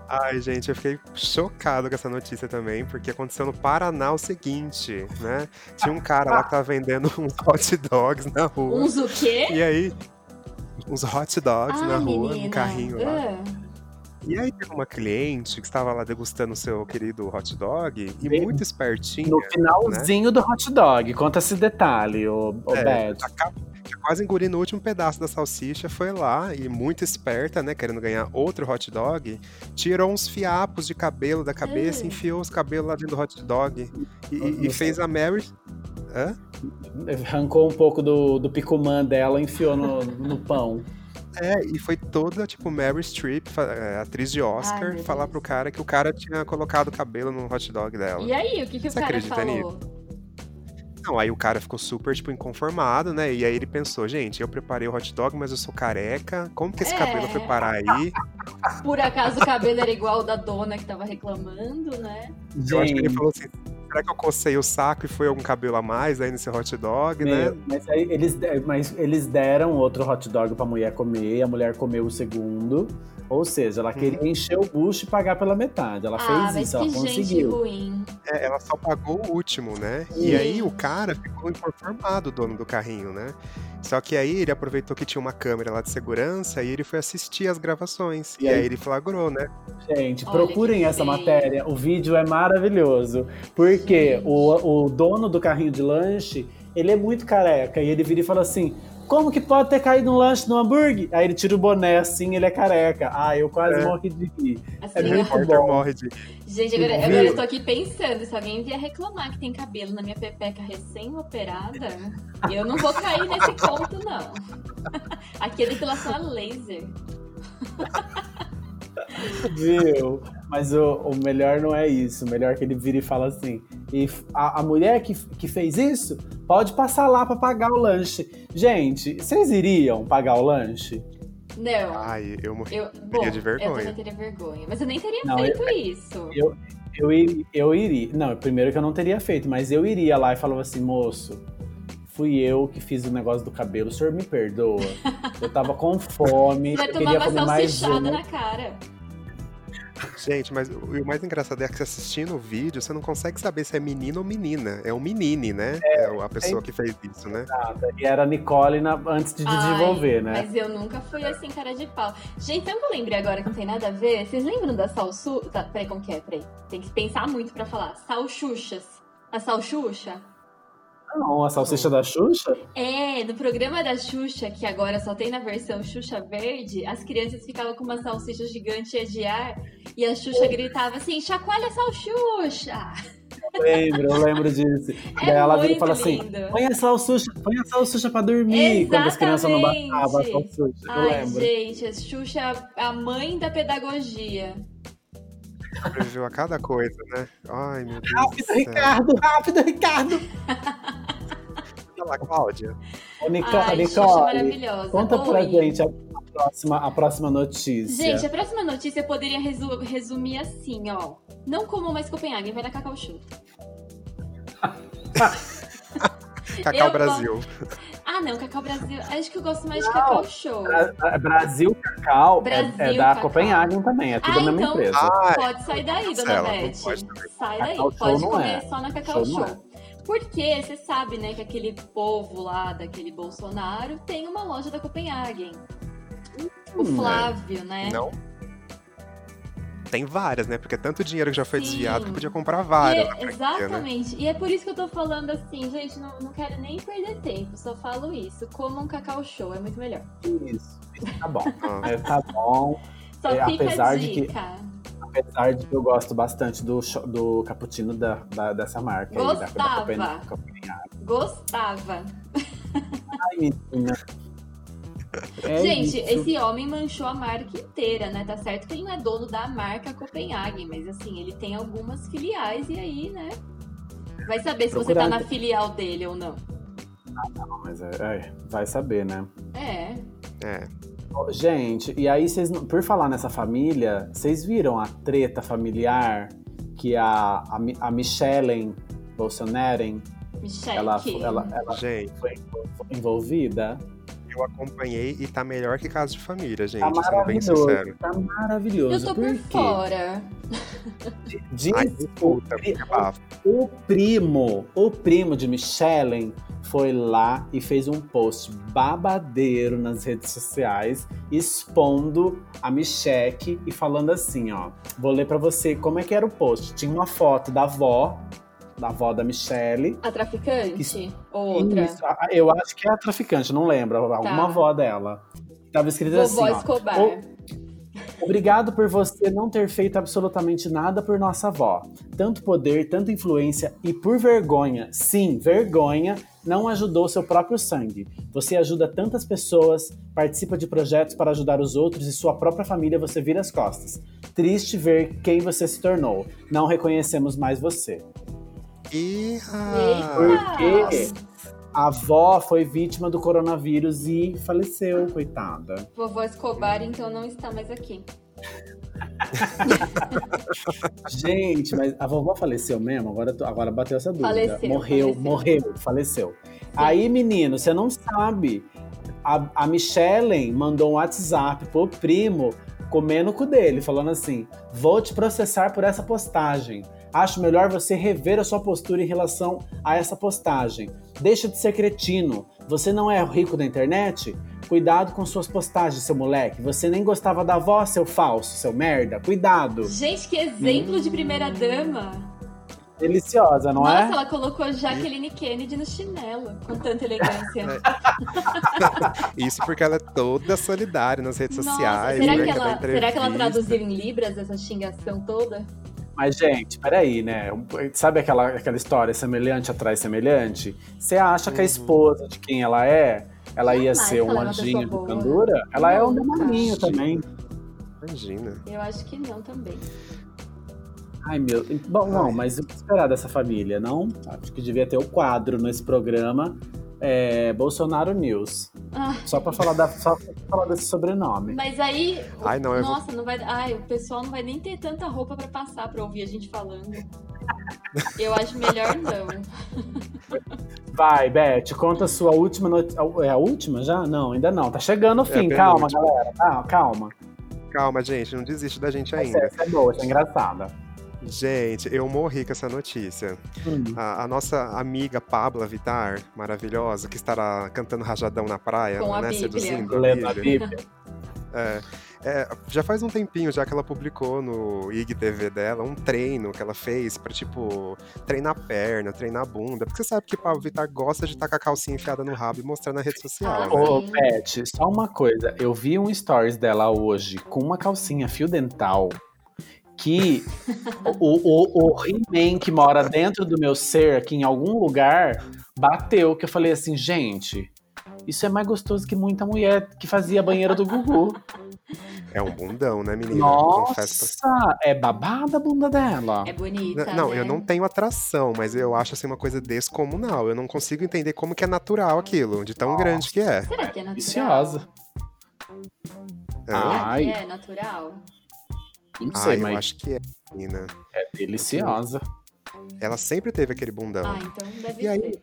[SPEAKER 3] Ai, gente, eu fiquei chocado com essa notícia também, porque aconteceu no Paraná o seguinte, né? Tinha um cara lá que tava vendendo uns hot dogs na rua.
[SPEAKER 4] Uns o quê?
[SPEAKER 3] E aí, uns hot dogs na
[SPEAKER 4] Um Ah,
[SPEAKER 3] rua,
[SPEAKER 4] menina.
[SPEAKER 3] num carrinho lá.
[SPEAKER 4] Ah,
[SPEAKER 3] E aí teve uma cliente que estava lá degustando o seu querido hot dog, e
[SPEAKER 2] Bem-
[SPEAKER 3] muito espertinha,
[SPEAKER 2] No finalzinho do hot dog, conta esse detalhe, ô, ô
[SPEAKER 3] É,
[SPEAKER 2] Beth.
[SPEAKER 3] acaba- já quase engolindo o último pedaço da salsicha, foi lá e muito esperta, né, querendo ganhar outro hot dog, tirou uns fiapos de cabelo da cabeça,
[SPEAKER 4] Hum.
[SPEAKER 3] enfiou os cabelos lá dentro do hot dog e, e-
[SPEAKER 2] Nossa.
[SPEAKER 3] e fez a Mary. Hã?
[SPEAKER 2] Arrancou um pouco do, do picumã dela, enfiou no, no pão.
[SPEAKER 3] É, e foi toda, tipo, Mary Streep, fa- é, atriz de Oscar,
[SPEAKER 4] meu
[SPEAKER 3] falar
[SPEAKER 4] Deus.
[SPEAKER 3] pro cara que o cara tinha colocado o cabelo no hot dog dela.
[SPEAKER 4] Ah. E aí, o que, que o
[SPEAKER 3] Você
[SPEAKER 4] cara
[SPEAKER 3] acredita
[SPEAKER 4] falou?
[SPEAKER 3] Não, aí o cara ficou super, tipo, inconformado, né? E aí ele pensou, gente, eu preparei o hot dog, mas eu sou careca. Como que esse
[SPEAKER 4] É.
[SPEAKER 3] cabelo foi parar aí?
[SPEAKER 4] Por acaso o cabelo era igual o da dona que tava reclamando, né?
[SPEAKER 3] Eu acho que ele falou assim, será que eu cocei o saco e foi algum cabelo a mais aí nesse hot dog,
[SPEAKER 2] Meu,
[SPEAKER 3] né?
[SPEAKER 2] mas, aí eles, de- mas eles deram outro hot dog pra mulher comer, a mulher comeu o segundo. Ou seja,
[SPEAKER 3] Uhum.
[SPEAKER 2] ela queria encher o bucho e pagar pela metade. Ela
[SPEAKER 4] ah,
[SPEAKER 2] fez
[SPEAKER 4] mas
[SPEAKER 2] isso,
[SPEAKER 4] que
[SPEAKER 2] ela
[SPEAKER 4] gente
[SPEAKER 2] conseguiu.
[SPEAKER 4] ruim.
[SPEAKER 3] É, ela só pagou o último, né?
[SPEAKER 4] Sim.
[SPEAKER 3] E aí o cara ficou inconformado, o dono do carrinho, né? Só que aí ele aproveitou que tinha uma câmera lá de segurança e ele foi assistir as gravações.
[SPEAKER 2] E
[SPEAKER 3] E, aí?
[SPEAKER 2] aí?
[SPEAKER 3] ele flagrou, né?
[SPEAKER 2] Gente,
[SPEAKER 4] Olha
[SPEAKER 2] procurem
[SPEAKER 4] que
[SPEAKER 2] essa
[SPEAKER 4] feio.
[SPEAKER 2] matéria. O vídeo é maravilhoso. Porque
[SPEAKER 4] Gente.
[SPEAKER 2] o, o dono do carrinho de lanche, ele é muito careca. E ele vira e fala assim: Como que pode ter caído um lanche no hambúrguer? Aí ele tira o boné assim, ele é careca. Ah, eu quase
[SPEAKER 3] É.
[SPEAKER 2] morri de rir.
[SPEAKER 4] Assim,
[SPEAKER 2] É
[SPEAKER 4] ó.
[SPEAKER 2] muito
[SPEAKER 3] Porter
[SPEAKER 2] bom.
[SPEAKER 3] morre de.
[SPEAKER 4] Gente, agora,
[SPEAKER 2] Viu?
[SPEAKER 4] agora eu tô aqui pensando, se alguém vier reclamar que tem cabelo na minha pepeca recém-operada, eu não vou cair nesse conto, não. Aqui é depilação a laser.
[SPEAKER 2] Viu? Mas o, o melhor não é isso. O melhor é que ele vira e fala assim. E f- a, a mulher que, f- que fez isso pode passar lá pra pagar o lanche. Gente, vocês iriam pagar o lanche?
[SPEAKER 4] Não.
[SPEAKER 3] Ai, eu morri.
[SPEAKER 4] Eu, bom,
[SPEAKER 3] de vergonha.
[SPEAKER 4] eu também teria vergonha. Mas eu nem teria
[SPEAKER 2] Não,
[SPEAKER 4] feito isso.
[SPEAKER 2] Eu, iri- eu iria. Não, primeiro que eu não teria feito, mas eu iria lá e falava assim, moço. Fui eu que fiz o negócio do cabelo, o senhor me perdoa. Eu tava com fome,
[SPEAKER 4] Você vai
[SPEAKER 2] eu
[SPEAKER 4] tomar
[SPEAKER 2] queria
[SPEAKER 4] uma
[SPEAKER 2] comer mais
[SPEAKER 4] salsichada né?"
[SPEAKER 2] uma.
[SPEAKER 4] na cara.
[SPEAKER 3] Gente, mas o o mais engraçado é que assistindo o vídeo, você não consegue saber se é menino ou menina. É um menine, né? É, a pessoa que fez isso, né?
[SPEAKER 2] E era a Nicole na- antes de
[SPEAKER 4] Ai,
[SPEAKER 2] desenvolver, né?
[SPEAKER 4] Mas eu nunca fui assim, cara de pau. Gente, sabe o que eu lembrei agora que não tem nada a ver? Vocês lembram das salsu... Tá, peraí, como que é? Peraí. Tem que pensar muito pra falar. Salchuchas. A salchucha?
[SPEAKER 2] Não, a salsicha da Xuxa?
[SPEAKER 4] É, no programa da Xuxa, que agora só tem na versão Xuxa Verde, as crianças ficavam com uma salsicha gigante cheia de ar e a Xuxa gritava assim: chacoalha essa Xuxa!
[SPEAKER 2] Eu lembro, eu lembro disso.
[SPEAKER 4] É
[SPEAKER 2] Daí ela
[SPEAKER 4] muito
[SPEAKER 2] vira e fala assim:
[SPEAKER 4] lindo.
[SPEAKER 2] põe a salsicha, põe a salsicha pra dormir. Quando as crianças não bastavam a
[SPEAKER 4] Exatamente.
[SPEAKER 2] salsicha, eu
[SPEAKER 4] Ai,
[SPEAKER 2] lembro.
[SPEAKER 4] gente, a Xuxa é a mãe da pedagogia.
[SPEAKER 3] Previu a cada coisa, né? Ai, meu Deus.
[SPEAKER 2] Rápido,
[SPEAKER 3] do céu.
[SPEAKER 2] Ricardo, rápido, Ricardo.
[SPEAKER 3] Olha lá, Cláudia.
[SPEAKER 2] Ô, Nico-
[SPEAKER 4] Ai, Xuxa é
[SPEAKER 2] Nicole,
[SPEAKER 4] maravilhosa.
[SPEAKER 2] conta pra
[SPEAKER 4] Oi.
[SPEAKER 2] gente a, a próxima, a próxima notícia.
[SPEAKER 4] Gente, a próxima notícia eu poderia resu- resumir assim, ó. Não comam mais Copenhague, vai dar Cacau Show.
[SPEAKER 3] Cacau
[SPEAKER 4] Eu
[SPEAKER 3] Brasil.
[SPEAKER 4] Ah, não, Cacau Brasil. Acho que eu gosto mais de Cacau Show.
[SPEAKER 2] A- a- Brasil Cacau é-
[SPEAKER 4] Brasil
[SPEAKER 2] é, da
[SPEAKER 4] Cacau.
[SPEAKER 2] Copenhagen também, é tudo
[SPEAKER 4] Ah,
[SPEAKER 2] da mesma
[SPEAKER 4] então-
[SPEAKER 2] empresa.
[SPEAKER 3] Ah,
[SPEAKER 4] Pode sair daí, dona
[SPEAKER 3] Cancela, não
[SPEAKER 4] Beth.
[SPEAKER 3] pode
[SPEAKER 4] Sai daí,
[SPEAKER 2] Cacau Show
[SPEAKER 4] pode
[SPEAKER 2] não
[SPEAKER 4] comer
[SPEAKER 2] é.
[SPEAKER 4] só na Cacau
[SPEAKER 2] Show
[SPEAKER 4] Show.
[SPEAKER 2] não é.
[SPEAKER 4] Porque você sabe, né, que aquele povo lá daquele Bolsonaro tem uma loja da Copenhagen. O
[SPEAKER 2] Hum,
[SPEAKER 4] Flávio, né?
[SPEAKER 3] Não? Tem várias, né? Porque tanto dinheiro que já foi
[SPEAKER 4] Sim.
[SPEAKER 3] desviado que podia comprar
[SPEAKER 4] E é-
[SPEAKER 3] várias. né?
[SPEAKER 4] exatamente. E é por isso que eu tô falando assim, gente, não, não quero nem perder tempo, só falo isso. Comam um cacau show, é muito melhor.
[SPEAKER 2] Isso, isso, tá bom.
[SPEAKER 3] Ah,
[SPEAKER 2] É, tá bom.
[SPEAKER 4] Só
[SPEAKER 2] É,
[SPEAKER 4] fica a
[SPEAKER 2] apesar de que-
[SPEAKER 4] dica.
[SPEAKER 2] Apesar de que eu gosto bastante do, cho- do cappuccino da, da- dessa marca aí, da- da,
[SPEAKER 4] Gostava.
[SPEAKER 2] Copenhagen. Copenhagen.
[SPEAKER 4] Gostava.
[SPEAKER 2] Ai, menina. É
[SPEAKER 4] gente,
[SPEAKER 2] isso.
[SPEAKER 4] esse homem manchou a marca inteira, né? Tá certo que ele não é dono da marca Copenhagen, mas assim, ele tem algumas filiais e aí, né? Vai saber se você tá
[SPEAKER 2] Procurar-
[SPEAKER 4] na filial dele ou não.
[SPEAKER 2] Não, mas é, é, vai saber, né?
[SPEAKER 4] É.
[SPEAKER 3] é.
[SPEAKER 2] Ó, Gente, e aí vocês, não- por falar nessa família, vocês viram a treta familiar que a, a, Mi- a Michelle Bolsonaro
[SPEAKER 4] Michelle.
[SPEAKER 2] ela,
[SPEAKER 4] que-
[SPEAKER 2] ela, ela
[SPEAKER 3] Gente,
[SPEAKER 2] foi envol- foi envolvida?
[SPEAKER 3] eu acompanhei e tá melhor que caso de família, gente.
[SPEAKER 2] Tá
[SPEAKER 3] sendo bem
[SPEAKER 2] maravilhoso,
[SPEAKER 3] sincero.
[SPEAKER 2] tá maravilhoso.
[SPEAKER 4] Eu tô por,
[SPEAKER 2] por quê?
[SPEAKER 4] fora.
[SPEAKER 2] Diz
[SPEAKER 3] Ai,
[SPEAKER 2] o,
[SPEAKER 3] puta,
[SPEAKER 2] pri-
[SPEAKER 3] que bafo.
[SPEAKER 2] o primo, o primo de Michelle foi lá e fez um post babadeiro nas redes sociais, expondo a Michelle e falando assim, ó. Vou ler pra você como é que era o post. Tinha uma foto da avó, da avó da Michelle.
[SPEAKER 4] A traficante?
[SPEAKER 2] Isso.
[SPEAKER 4] Ou outra? Tá.
[SPEAKER 2] Isso, a- a- eu acho que é a traficante, não lembro, alguma avó dela. Tava escrito assim,
[SPEAKER 4] Vovó
[SPEAKER 2] ó.
[SPEAKER 4] Escobar.
[SPEAKER 2] Ou- Obrigado por você não ter feito absolutamente nada por nossa avó. Tanto poder, tanta influência e por vergonha, sim, vergonha, não ajudou seu próprio sangue. Você ajuda tantas pessoas, participa de projetos para ajudar os outros e sua própria família você vira as costas. Triste ver quem você se tornou. Não reconhecemos mais você.
[SPEAKER 3] Ih, ah,
[SPEAKER 4] Eita!
[SPEAKER 2] quê? A avó foi vítima do coronavírus e faleceu, coitada.
[SPEAKER 4] Vovó Escobar, então, não está mais aqui.
[SPEAKER 2] Gente, mas a vovó faleceu mesmo? Agora, tô- agora bateu essa dúvida.
[SPEAKER 4] Faleceu,
[SPEAKER 2] morreu,
[SPEAKER 4] faleceu.
[SPEAKER 2] morreu, faleceu. Aí, menino, você não sabe. A, a Michelle mandou um WhatsApp pro primo comendo o cu dele, falando assim: vou te processar por essa postagem. Acho melhor você rever a sua postura em relação a essa postagem. Deixa de ser cretino. Você não é rico da internet? Cuidado com suas postagens, seu moleque. Você nem gostava da avó, seu falso, seu merda. Cuidado.
[SPEAKER 4] Gente, que exemplo de primeira dama!
[SPEAKER 2] Deliciosa, não
[SPEAKER 4] Nossa,
[SPEAKER 2] é?
[SPEAKER 4] ela colocou Jaqueline Kennedy no chinelo, com tanta
[SPEAKER 3] É,
[SPEAKER 4] elegância.
[SPEAKER 3] Isso porque ela é toda solidária nas redes
[SPEAKER 4] Nossa,
[SPEAKER 3] sociais.
[SPEAKER 4] será,
[SPEAKER 3] né,
[SPEAKER 4] que ela,
[SPEAKER 3] dá
[SPEAKER 4] será que ela
[SPEAKER 3] entrevista.
[SPEAKER 4] traduziu em Libras essa xingação toda?
[SPEAKER 2] Mas, gente, peraí, né? Sabe aquela, aquela história semelhante atrás semelhante? Você acha que a
[SPEAKER 3] Uhum.
[SPEAKER 2] esposa de quem ela é, ela ia
[SPEAKER 4] Jamais
[SPEAKER 2] ser
[SPEAKER 4] ela é
[SPEAKER 2] um
[SPEAKER 4] uma pessoa
[SPEAKER 2] anjinho de
[SPEAKER 4] boa.
[SPEAKER 2] candura? Ela é um
[SPEAKER 4] Nunca.
[SPEAKER 2] demoninho também.
[SPEAKER 3] Imagina.
[SPEAKER 4] Eu acho que não também.
[SPEAKER 2] Ai, meu. Bom, não,
[SPEAKER 3] Ai.
[SPEAKER 2] mas o que esperar dessa família, não? Acho que devia ter o quadro nesse programa. é, Bolsonaro News.
[SPEAKER 4] Ah.
[SPEAKER 2] Só pra falar, da, só pra falar desse sobrenome.
[SPEAKER 4] Mas aí,
[SPEAKER 3] Ai, não, eu vou-
[SPEAKER 4] nossa, não vai. Ai, o pessoal não vai nem ter tanta roupa pra passar pra ouvir a gente falando. Eu acho melhor não.
[SPEAKER 2] Vai, Beth, conta a sua última notícia. É a última já? Não, ainda não. Tá chegando o
[SPEAKER 3] É a
[SPEAKER 2] fim. calma,
[SPEAKER 3] penúltima.
[SPEAKER 2] galera. Ah, calma.
[SPEAKER 3] Calma, gente, não desiste da gente
[SPEAKER 2] Essa,
[SPEAKER 3] ainda.
[SPEAKER 2] essa é boa, essa é engraçada.
[SPEAKER 3] Gente, eu morri com essa notícia. A, a nossa amiga Pabla Vitar, maravilhosa, que estará cantando rajadão na praia,
[SPEAKER 4] Com a
[SPEAKER 3] né?
[SPEAKER 4] Bíblia.
[SPEAKER 3] Seduzindo. a
[SPEAKER 2] Lendo a
[SPEAKER 3] Bíblia.
[SPEAKER 2] Bíblia.
[SPEAKER 3] É, é, já faz um tempinho já que ela publicou no IGTV dela um treino que ela fez pra, tipo, treinar a perna, treinar a bunda. Porque você sabe que Pablo Vittar gosta de estar com a calcinha enfiada no rabo e mostrar na rede
[SPEAKER 4] Ah,
[SPEAKER 3] social, né?
[SPEAKER 2] Ô,
[SPEAKER 4] Sim.
[SPEAKER 2] Beth, só uma coisa. Eu vi um stories dela hoje com uma calcinha fio dental que o, o, o He-Man que mora dentro do meu ser, que em algum lugar bateu, que eu falei assim, gente, isso é mais gostoso que muita mulher que fazia banheiro do Gugu.
[SPEAKER 3] É um bundão, né, menina? Confesso.
[SPEAKER 2] Nossa, é babada a bunda dela.
[SPEAKER 4] É
[SPEAKER 3] pra-
[SPEAKER 4] bonita.
[SPEAKER 3] N- Não,
[SPEAKER 4] né?
[SPEAKER 3] eu não tenho atração, mas eu acho assim uma coisa descomunal. Eu não consigo entender como que é natural aquilo, de tão grande que é.
[SPEAKER 4] Será que é natural?
[SPEAKER 2] Viciosa.
[SPEAKER 3] Hã?
[SPEAKER 4] Será
[SPEAKER 2] Ai.
[SPEAKER 4] que é natural?
[SPEAKER 2] Não
[SPEAKER 3] Ah,
[SPEAKER 2] sei,
[SPEAKER 3] eu
[SPEAKER 2] mas
[SPEAKER 3] acho que é, menina.
[SPEAKER 2] é deliciosa.
[SPEAKER 3] Ela sempre teve aquele bundão.
[SPEAKER 4] Ah, então deve
[SPEAKER 3] E aí?
[SPEAKER 4] ser.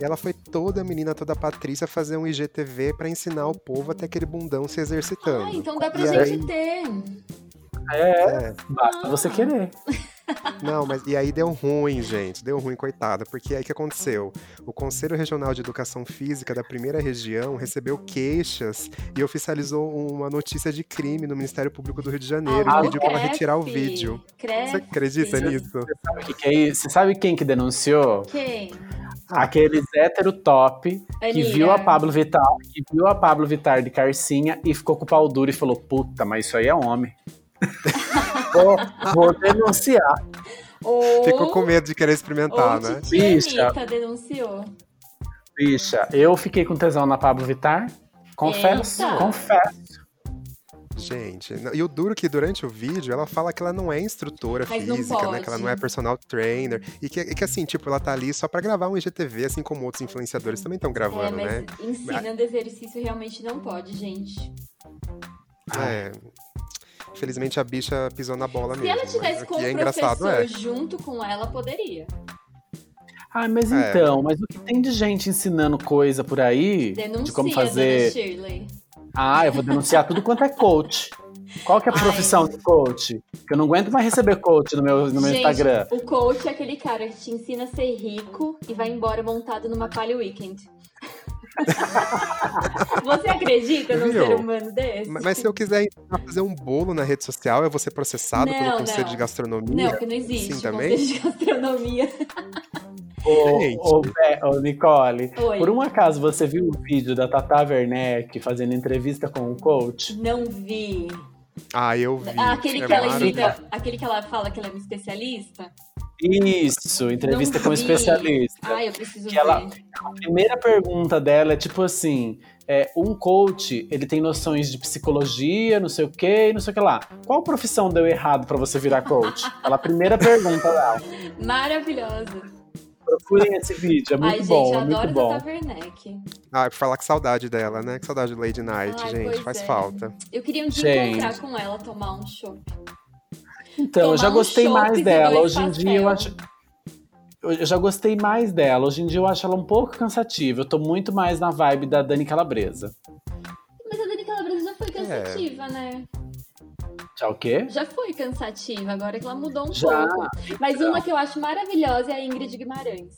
[SPEAKER 3] E ela foi toda a menina, toda a Patrícia, fazer um IGTV pra ensinar o povo até aquele bundão se exercitando.
[SPEAKER 4] Ah, então dá pra
[SPEAKER 3] E
[SPEAKER 4] gente
[SPEAKER 3] aí-
[SPEAKER 4] ter.
[SPEAKER 2] É,
[SPEAKER 3] É,
[SPEAKER 2] basta
[SPEAKER 4] Ah.
[SPEAKER 2] você querer.
[SPEAKER 3] não, mas e aí deu ruim, gente. Deu ruim, coitada. Porque aí o que aconteceu? O Conselho Regional de Educação Física da primeira região recebeu queixas e oficializou uma notícia de crime no Ministério Público do Rio de Janeiro
[SPEAKER 4] Alô,
[SPEAKER 3] e pediu pra ela
[SPEAKER 4] Ah, crepe,
[SPEAKER 3] retirar o vídeo. Você
[SPEAKER 4] Crepe.
[SPEAKER 3] acredita
[SPEAKER 4] Crepe.
[SPEAKER 3] nisso?
[SPEAKER 2] Sabe o que que é isso? Você sabe quem que denunciou?
[SPEAKER 4] Quem? Ah.
[SPEAKER 2] Aqueles hétero top que
[SPEAKER 4] Aninha.
[SPEAKER 2] viu a Pablo Vittar, que viu a Pablo Vittar de carcinha e ficou com o pau duro e falou: puta, mas isso aí é homem. vou, vou denunciar.
[SPEAKER 4] Ou...
[SPEAKER 3] Ficou com medo de querer
[SPEAKER 4] Ou
[SPEAKER 3] experimentar, né?
[SPEAKER 4] Titia
[SPEAKER 2] Bicha.
[SPEAKER 4] Anitta denunciou.
[SPEAKER 2] Bicha, eu fiquei com tesão na Pablo Vittar. Confesso,
[SPEAKER 4] Eita.
[SPEAKER 2] confesso.
[SPEAKER 3] Gente, não- e o duro é que durante o vídeo ela fala que ela não é instrutora
[SPEAKER 4] Mas não
[SPEAKER 3] física, né? Que ela não é
[SPEAKER 4] pode.
[SPEAKER 3] personal trainer. E que, e que, assim, tipo, ela tá ali só pra gravar um IGTV, assim como outros influenciadores também estão
[SPEAKER 4] É,
[SPEAKER 3] gravando,
[SPEAKER 4] mas
[SPEAKER 3] né?
[SPEAKER 4] ensinando exercício realmente não pode, gente.
[SPEAKER 3] É. Felizmente a bicha pisou na bola
[SPEAKER 4] Se
[SPEAKER 3] mesmo.
[SPEAKER 4] ela tivesse
[SPEAKER 3] né?
[SPEAKER 4] com
[SPEAKER 3] O que é
[SPEAKER 4] o
[SPEAKER 3] engraçado
[SPEAKER 4] professor
[SPEAKER 3] é.
[SPEAKER 4] junto com ela, poderia.
[SPEAKER 2] Ah, mas
[SPEAKER 3] É.
[SPEAKER 2] então, mas o que tem de gente ensinando coisa por aí?
[SPEAKER 4] Denuncia,
[SPEAKER 2] de como fazer.
[SPEAKER 4] dona Shirley.
[SPEAKER 2] Ah, eu vou denunciar tudo quanto é coach. Qual que é a
[SPEAKER 4] Ai.
[SPEAKER 2] profissão de coach? Que eu não aguento mais receber coach no meu, no meu
[SPEAKER 4] Gente,
[SPEAKER 2] Instagram.
[SPEAKER 4] O coach é aquele cara que te ensina a ser rico e vai embora montado numa palha weekend. Você acredita num
[SPEAKER 3] Viu?
[SPEAKER 4] ser humano desse?
[SPEAKER 3] Ma- Mas se eu quiser ensinar a fazer um bolo na rede social, eu vou ser processado
[SPEAKER 4] Não,
[SPEAKER 3] pelo Conselho
[SPEAKER 4] não.
[SPEAKER 3] de Gastronomia?
[SPEAKER 4] Não, porque não existe
[SPEAKER 3] Sim, também?
[SPEAKER 4] conselho de gastronomia.
[SPEAKER 2] Ô,
[SPEAKER 3] Gente.
[SPEAKER 2] ô, Be- ô, Nicole,
[SPEAKER 4] Oi.
[SPEAKER 2] por um acaso você viu o vídeo da Tata Werneck fazendo entrevista com o coach?
[SPEAKER 4] Não vi.
[SPEAKER 3] Ah, eu vi.
[SPEAKER 4] Ah, aquele
[SPEAKER 3] É
[SPEAKER 4] que ela
[SPEAKER 3] maravilhoso.
[SPEAKER 4] imita, aquele que ela fala que ela é uma especialista.
[SPEAKER 2] Isso, entrevista
[SPEAKER 4] Não
[SPEAKER 2] com um
[SPEAKER 4] vi.
[SPEAKER 2] especialista.
[SPEAKER 4] Ai, eu preciso
[SPEAKER 2] Que
[SPEAKER 4] ver.
[SPEAKER 2] ela- A primeira pergunta dela é tipo assim: é, um coach, ele tem noções de psicologia, não sei o quê, não sei o que lá. Qual profissão deu errado pra você virar coach? Ela, a primeira pergunta lá.
[SPEAKER 4] Maravilhosa.
[SPEAKER 2] Procurem esse vídeo, é muito
[SPEAKER 4] Ai,
[SPEAKER 2] bom,
[SPEAKER 4] gente,
[SPEAKER 2] é
[SPEAKER 4] eu
[SPEAKER 2] muito
[SPEAKER 4] adoro
[SPEAKER 2] bom.
[SPEAKER 4] Tata Werneck.
[SPEAKER 3] Ah, é pra falar que saudade dela, né? Que saudade de Lady Night,
[SPEAKER 4] Ai,
[SPEAKER 3] gente.
[SPEAKER 4] pois
[SPEAKER 3] Faz
[SPEAKER 4] é.
[SPEAKER 3] falta.
[SPEAKER 4] Eu queria um dia
[SPEAKER 2] Gente.
[SPEAKER 4] encontrar com ela, tomar um show.
[SPEAKER 2] Então, eu já
[SPEAKER 4] Tomar um
[SPEAKER 2] gostei
[SPEAKER 4] chopp
[SPEAKER 2] mais
[SPEAKER 4] e
[SPEAKER 2] dela.
[SPEAKER 4] dois
[SPEAKER 2] Hoje em dia eu acho.
[SPEAKER 4] pastel.
[SPEAKER 2] Eu já gostei mais dela. Hoje em dia eu acho ela um pouco cansativa. Eu tô muito mais na vibe da Dani Calabresa.
[SPEAKER 4] Mas a Dani Calabresa já foi cansativa, né?
[SPEAKER 2] Já o quê?
[SPEAKER 4] Já foi cansativa, agora que ela mudou um
[SPEAKER 2] Já.
[SPEAKER 4] pouco. Mas
[SPEAKER 2] Então.
[SPEAKER 4] uma que eu acho maravilhosa é a Ingrid Guimarães.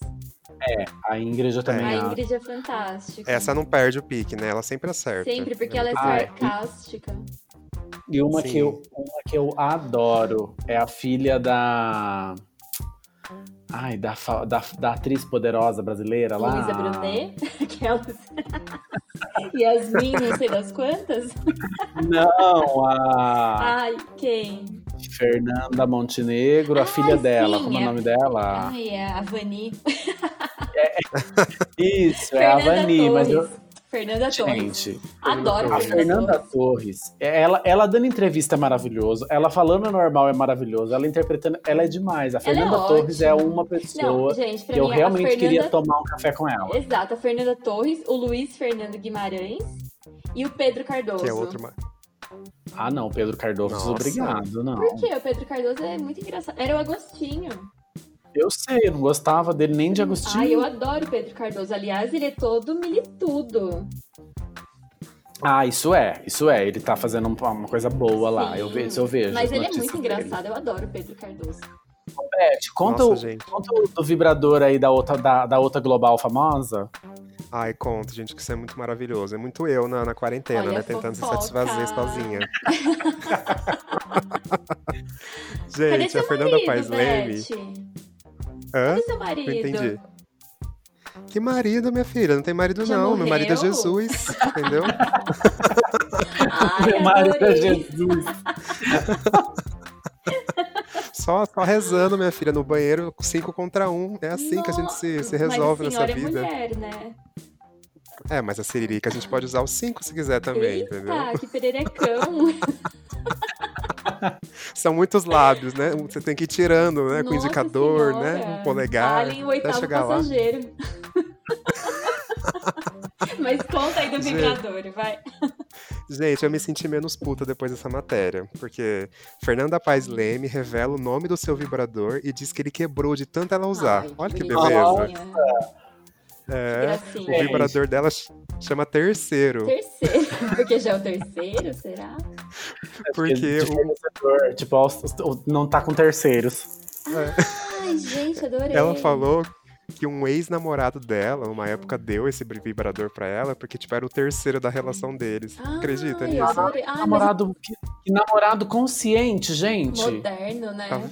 [SPEAKER 2] A Ingrid eu também
[SPEAKER 4] A
[SPEAKER 2] acho.
[SPEAKER 4] Ingrid é fantástica.
[SPEAKER 3] Essa não perde o pique, né? Ela sempre acerta. né?
[SPEAKER 4] Sempre, porque ela é
[SPEAKER 2] Ah, é.
[SPEAKER 4] sarcástica.
[SPEAKER 2] E uma
[SPEAKER 3] Sim.
[SPEAKER 2] que, eu, uma que eu adoro é a filha da. Ai, da, fa- da, da atriz poderosa brasileira lá.
[SPEAKER 4] Luísa Brunet, aquelas. Yasmin, não sei das quantas.
[SPEAKER 2] Não, a
[SPEAKER 4] Ai, quem?
[SPEAKER 2] Fernanda Montenegro, a
[SPEAKER 4] Ai,
[SPEAKER 2] filha dela.
[SPEAKER 4] Ah, sim,
[SPEAKER 2] Como é o
[SPEAKER 4] é.
[SPEAKER 2] nome dela?
[SPEAKER 4] Ai, é a Vani.
[SPEAKER 2] Isso, é a Vani, mas eu.
[SPEAKER 4] Fernanda Torres.
[SPEAKER 2] Gente,
[SPEAKER 4] Adoro
[SPEAKER 2] a Fernanda Torres, ela, ela dando entrevista é maravilhoso, ela falando normal é maravilhoso, ela interpretando, ela é demais. A
[SPEAKER 4] Ela é
[SPEAKER 2] Fernanda Torres é
[SPEAKER 4] ótima.
[SPEAKER 2] uma
[SPEAKER 4] Não,
[SPEAKER 2] pessoa
[SPEAKER 4] gente, pra
[SPEAKER 2] que eu
[SPEAKER 4] mim
[SPEAKER 2] realmente
[SPEAKER 4] a Fernanda... é-
[SPEAKER 2] queria tomar um café com ela.
[SPEAKER 4] Exato, a Fernanda Torres, o Luiz Fernando Guimarães e o Pedro Cardoso.
[SPEAKER 3] Que é outro. ma-
[SPEAKER 2] Ah, não, Pedro Cardoso,
[SPEAKER 3] Nossa.
[SPEAKER 2] obrigado, não.
[SPEAKER 4] Por quê? O Pedro Cardoso é muito engraçado. Era o Agostinho.
[SPEAKER 2] Eu sei, eu não gostava dele nem de Agostinho.
[SPEAKER 4] Ai, Ah, eu adoro o Pedro Cardoso. Aliás, ele é todo militudo.
[SPEAKER 2] Ah, isso é, isso é. Ele tá fazendo um- uma coisa boa lá.
[SPEAKER 4] Sim.
[SPEAKER 2] Eu vejo, eu vejo.
[SPEAKER 4] Mas
[SPEAKER 2] as
[SPEAKER 4] ele é
[SPEAKER 2] notícias
[SPEAKER 4] muito
[SPEAKER 2] dele.
[SPEAKER 4] engraçado. Eu adoro o Pedro Cardoso.
[SPEAKER 2] Beth, conta,
[SPEAKER 3] Nossa,
[SPEAKER 2] o-
[SPEAKER 3] gente.
[SPEAKER 2] conta o do vibrador aí da outra, da, da outra global famosa.
[SPEAKER 3] Ai, conta, gente, que isso é muito maravilhoso. É muito eu na, na quarentena,
[SPEAKER 4] Olha a
[SPEAKER 3] né? Tentando se
[SPEAKER 4] fofoca.
[SPEAKER 3] satisfazer sozinha.
[SPEAKER 4] Cadê
[SPEAKER 3] gente,
[SPEAKER 4] seu
[SPEAKER 3] a Fernanda
[SPEAKER 4] marido,
[SPEAKER 3] Paes Leme.
[SPEAKER 4] Beth?
[SPEAKER 3] Hã?
[SPEAKER 4] Cadê seu
[SPEAKER 3] Não
[SPEAKER 4] marido?
[SPEAKER 3] entendi. Que marido, minha filha? Não tem marido,
[SPEAKER 4] Já
[SPEAKER 3] não. Meu marido é
[SPEAKER 4] morreu?
[SPEAKER 3] Jesus, entendeu?
[SPEAKER 4] Ai,
[SPEAKER 2] Mário da
[SPEAKER 4] adorei.
[SPEAKER 2] Jesus.
[SPEAKER 3] Só, só rezando, minha filha, no banheiro, cinco contra um. É assim que a gente se,
[SPEAKER 4] Nossa,
[SPEAKER 3] se resolve
[SPEAKER 4] mas a
[SPEAKER 3] nessa
[SPEAKER 4] senhora
[SPEAKER 3] vida.
[SPEAKER 4] É, mulher, né?
[SPEAKER 3] É, mas a Siririca a gente pode usar o cinco se quiser também, entendeu?
[SPEAKER 4] Eita, que pererecão.
[SPEAKER 3] São muitos lábios, né? Você tem que ir tirando, né? Com
[SPEAKER 4] Nossa
[SPEAKER 3] indicador, né?
[SPEAKER 4] Senhora.
[SPEAKER 3] Um polegar.
[SPEAKER 4] Alien, o oitavo
[SPEAKER 3] chegar lá.
[SPEAKER 4] passageiro. Mas conta aí do
[SPEAKER 3] Gente.
[SPEAKER 4] vibrador, vai.
[SPEAKER 3] Gente, eu me senti menos puta depois dessa matéria, porque Fernanda Paes Leme revela o nome do seu vibrador e diz que ele quebrou de tanto ela usar.
[SPEAKER 4] Ai,
[SPEAKER 3] Olha que
[SPEAKER 4] bonitinha.
[SPEAKER 3] beleza. É, o
[SPEAKER 4] Gracinha.
[SPEAKER 2] Gente.
[SPEAKER 3] vibrador dela ch- chama terceiro,
[SPEAKER 4] Terceiro, porque já é o terceiro, será?
[SPEAKER 2] É
[SPEAKER 3] porque o-
[SPEAKER 2] Diferenciador, Tipo, os- os- o- não tá com terceiros.
[SPEAKER 4] Ai, gente, adorei.
[SPEAKER 3] ela falou que um ex-namorado dela, numa época, deu esse vibrador pra ela, porque tipo, era o terceiro da relação deles.
[SPEAKER 4] Ai,
[SPEAKER 3] Acredita
[SPEAKER 4] eu né?
[SPEAKER 3] nisso?
[SPEAKER 4] adorei. Ai, Ah, mas
[SPEAKER 2] namorado, que, que namorado consciente, gente.
[SPEAKER 4] moderno, né?
[SPEAKER 3] Tá.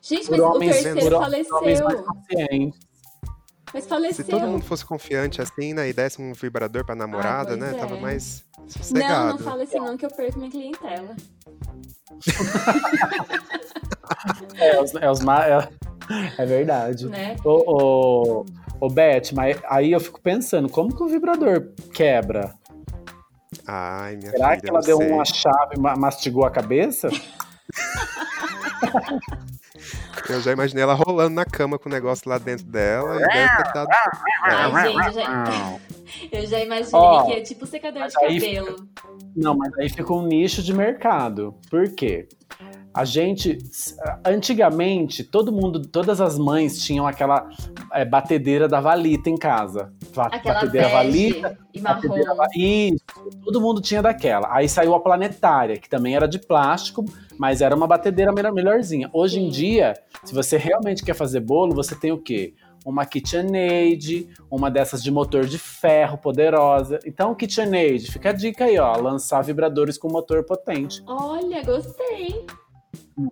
[SPEAKER 4] Gente,
[SPEAKER 2] Por
[SPEAKER 4] mas o
[SPEAKER 2] homens-
[SPEAKER 4] terceiro
[SPEAKER 2] por Homens
[SPEAKER 4] faleceu.
[SPEAKER 2] mais conscientes.
[SPEAKER 4] Mas
[SPEAKER 3] Se
[SPEAKER 4] faleceu.
[SPEAKER 3] todo mundo fosse confiante assim, né, e desse um vibrador pra namorada,
[SPEAKER 4] pois
[SPEAKER 3] né,
[SPEAKER 4] é.
[SPEAKER 3] tava mais
[SPEAKER 4] não, não
[SPEAKER 3] sossegado.
[SPEAKER 4] fala assim não que eu perco minha clientela.
[SPEAKER 2] É, os, é, os ma- é, é verdade.
[SPEAKER 4] Né?
[SPEAKER 2] Ô, ô, ô, Beth, mas aí eu fico pensando, como que o vibrador quebra?
[SPEAKER 3] Ai, minha
[SPEAKER 2] Será
[SPEAKER 3] filha,
[SPEAKER 2] que ela
[SPEAKER 3] não
[SPEAKER 2] deu um
[SPEAKER 3] sei.
[SPEAKER 2] uma chave e ma- mastigou a cabeça?
[SPEAKER 3] Eu já imaginei ela rolando na cama com o negócio lá dentro dela. E deve ter
[SPEAKER 2] Ah,
[SPEAKER 3] dado...
[SPEAKER 4] Ai,
[SPEAKER 3] É.
[SPEAKER 4] gente, eu já, eu já imaginei
[SPEAKER 2] Ó,
[SPEAKER 4] que é tipo secador de
[SPEAKER 2] mas aí
[SPEAKER 4] cabelo.
[SPEAKER 2] Não, mas aí fica um nicho de mercado. Por quê? A gente, s- antigamente, todo mundo, todas as mães tinham aquela é, batedeira da valita em casa. Va-
[SPEAKER 4] Aquela
[SPEAKER 2] batedeira
[SPEAKER 4] bege
[SPEAKER 2] valita,
[SPEAKER 4] e
[SPEAKER 2] A
[SPEAKER 4] marrom.
[SPEAKER 2] primeira- Isso, todo mundo tinha daquela. Aí saiu a planetária, que também era de plástico, mas era uma batedeira melhor- melhorzinha. Hoje em
[SPEAKER 4] Sim.
[SPEAKER 2] dia, se você realmente quer fazer bolo, você tem o quê? Uma KitchenAid, uma dessas de motor de ferro poderosa. Então, KitchenAid, fica a dica aí, ó. Lançar vibradores com motor potente.
[SPEAKER 4] Olha, gostei.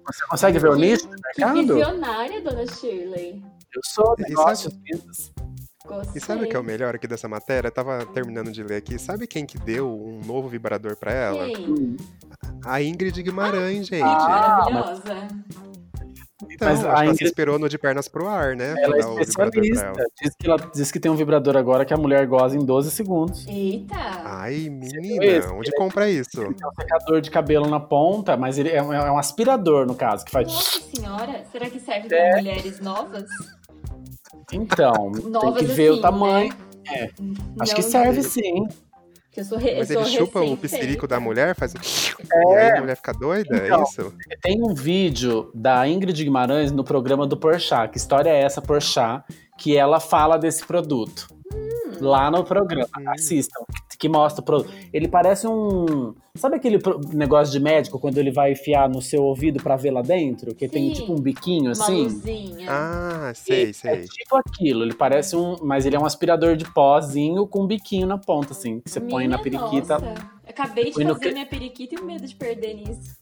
[SPEAKER 2] Você consegue ver o nicho do
[SPEAKER 4] Que
[SPEAKER 2] mercado?
[SPEAKER 4] visionária, dona Shirley.
[SPEAKER 2] Eu sou
[SPEAKER 3] E
[SPEAKER 2] negócio. assim, business.
[SPEAKER 3] E
[SPEAKER 4] Gostei.
[SPEAKER 3] sabe o que é o melhor aqui dessa matéria? Eu tava terminando de ler aqui. Sabe quem que deu um novo vibrador pra ela?
[SPEAKER 4] Quem?
[SPEAKER 2] Hum.
[SPEAKER 3] A Ingrid Guimarães, gente.
[SPEAKER 2] Ah,
[SPEAKER 4] Maravilhosa.
[SPEAKER 3] então,
[SPEAKER 2] mas
[SPEAKER 3] acho
[SPEAKER 2] a
[SPEAKER 3] que ela se
[SPEAKER 2] Ingrid-
[SPEAKER 3] inspirou no De Pernas Pro Ar, né? pra
[SPEAKER 2] Ela é
[SPEAKER 3] dar o vibrador pra
[SPEAKER 2] especialista.
[SPEAKER 3] ela.
[SPEAKER 2] Diz que, ela, diz que tem um vibrador agora que a mulher goza em 12 segundos. Ah,
[SPEAKER 4] Eita.
[SPEAKER 3] Ai,
[SPEAKER 2] esse?
[SPEAKER 3] menina, onde compra isso?
[SPEAKER 2] Tem um secador de cabelo na ponta, mas ele é um, é um aspirador, no caso, que faz.
[SPEAKER 4] Nossa senhora, será que serve para mulheres novas?
[SPEAKER 2] Então, É. tem
[SPEAKER 4] Novas
[SPEAKER 2] que ver
[SPEAKER 4] assim,
[SPEAKER 2] o tamanho.
[SPEAKER 4] né?
[SPEAKER 2] é.
[SPEAKER 4] Não,
[SPEAKER 2] Acho que serve sim.
[SPEAKER 4] que Eu sou re...
[SPEAKER 3] Mas
[SPEAKER 4] eu
[SPEAKER 3] ele
[SPEAKER 4] sou
[SPEAKER 3] chupa o
[SPEAKER 4] recém-feita.
[SPEAKER 3] piscirico da mulher, faz um... E aí a mulher fica doida, é
[SPEAKER 2] É. Então.
[SPEAKER 3] isso?
[SPEAKER 2] Tem um vídeo da Ingrid Guimarães no programa do Porchat. Que história é essa, Porchat? Que ela fala desse produto. Lá no programa.
[SPEAKER 3] Hum.
[SPEAKER 2] Assistam. Que mostra o produto. Ele parece um... Sabe aquele pro- negócio de médico, quando ele vai enfiar no seu ouvido pra ver lá dentro? Que tem
[SPEAKER 4] Sim.
[SPEAKER 2] tipo um biquinho,
[SPEAKER 4] Uma
[SPEAKER 2] assim?
[SPEAKER 4] luzinha.
[SPEAKER 3] Ah, sei,
[SPEAKER 2] É
[SPEAKER 3] sei.
[SPEAKER 2] tipo aquilo, ele parece um. Mas ele é um aspirador de pózinho com um biquinho na ponta, assim. Que você põe na
[SPEAKER 4] Minha
[SPEAKER 2] periquita.
[SPEAKER 4] nossa. Acabei de
[SPEAKER 2] Fui no
[SPEAKER 4] fazer
[SPEAKER 2] cre-
[SPEAKER 4] minha periquita e o medo de perder nisso.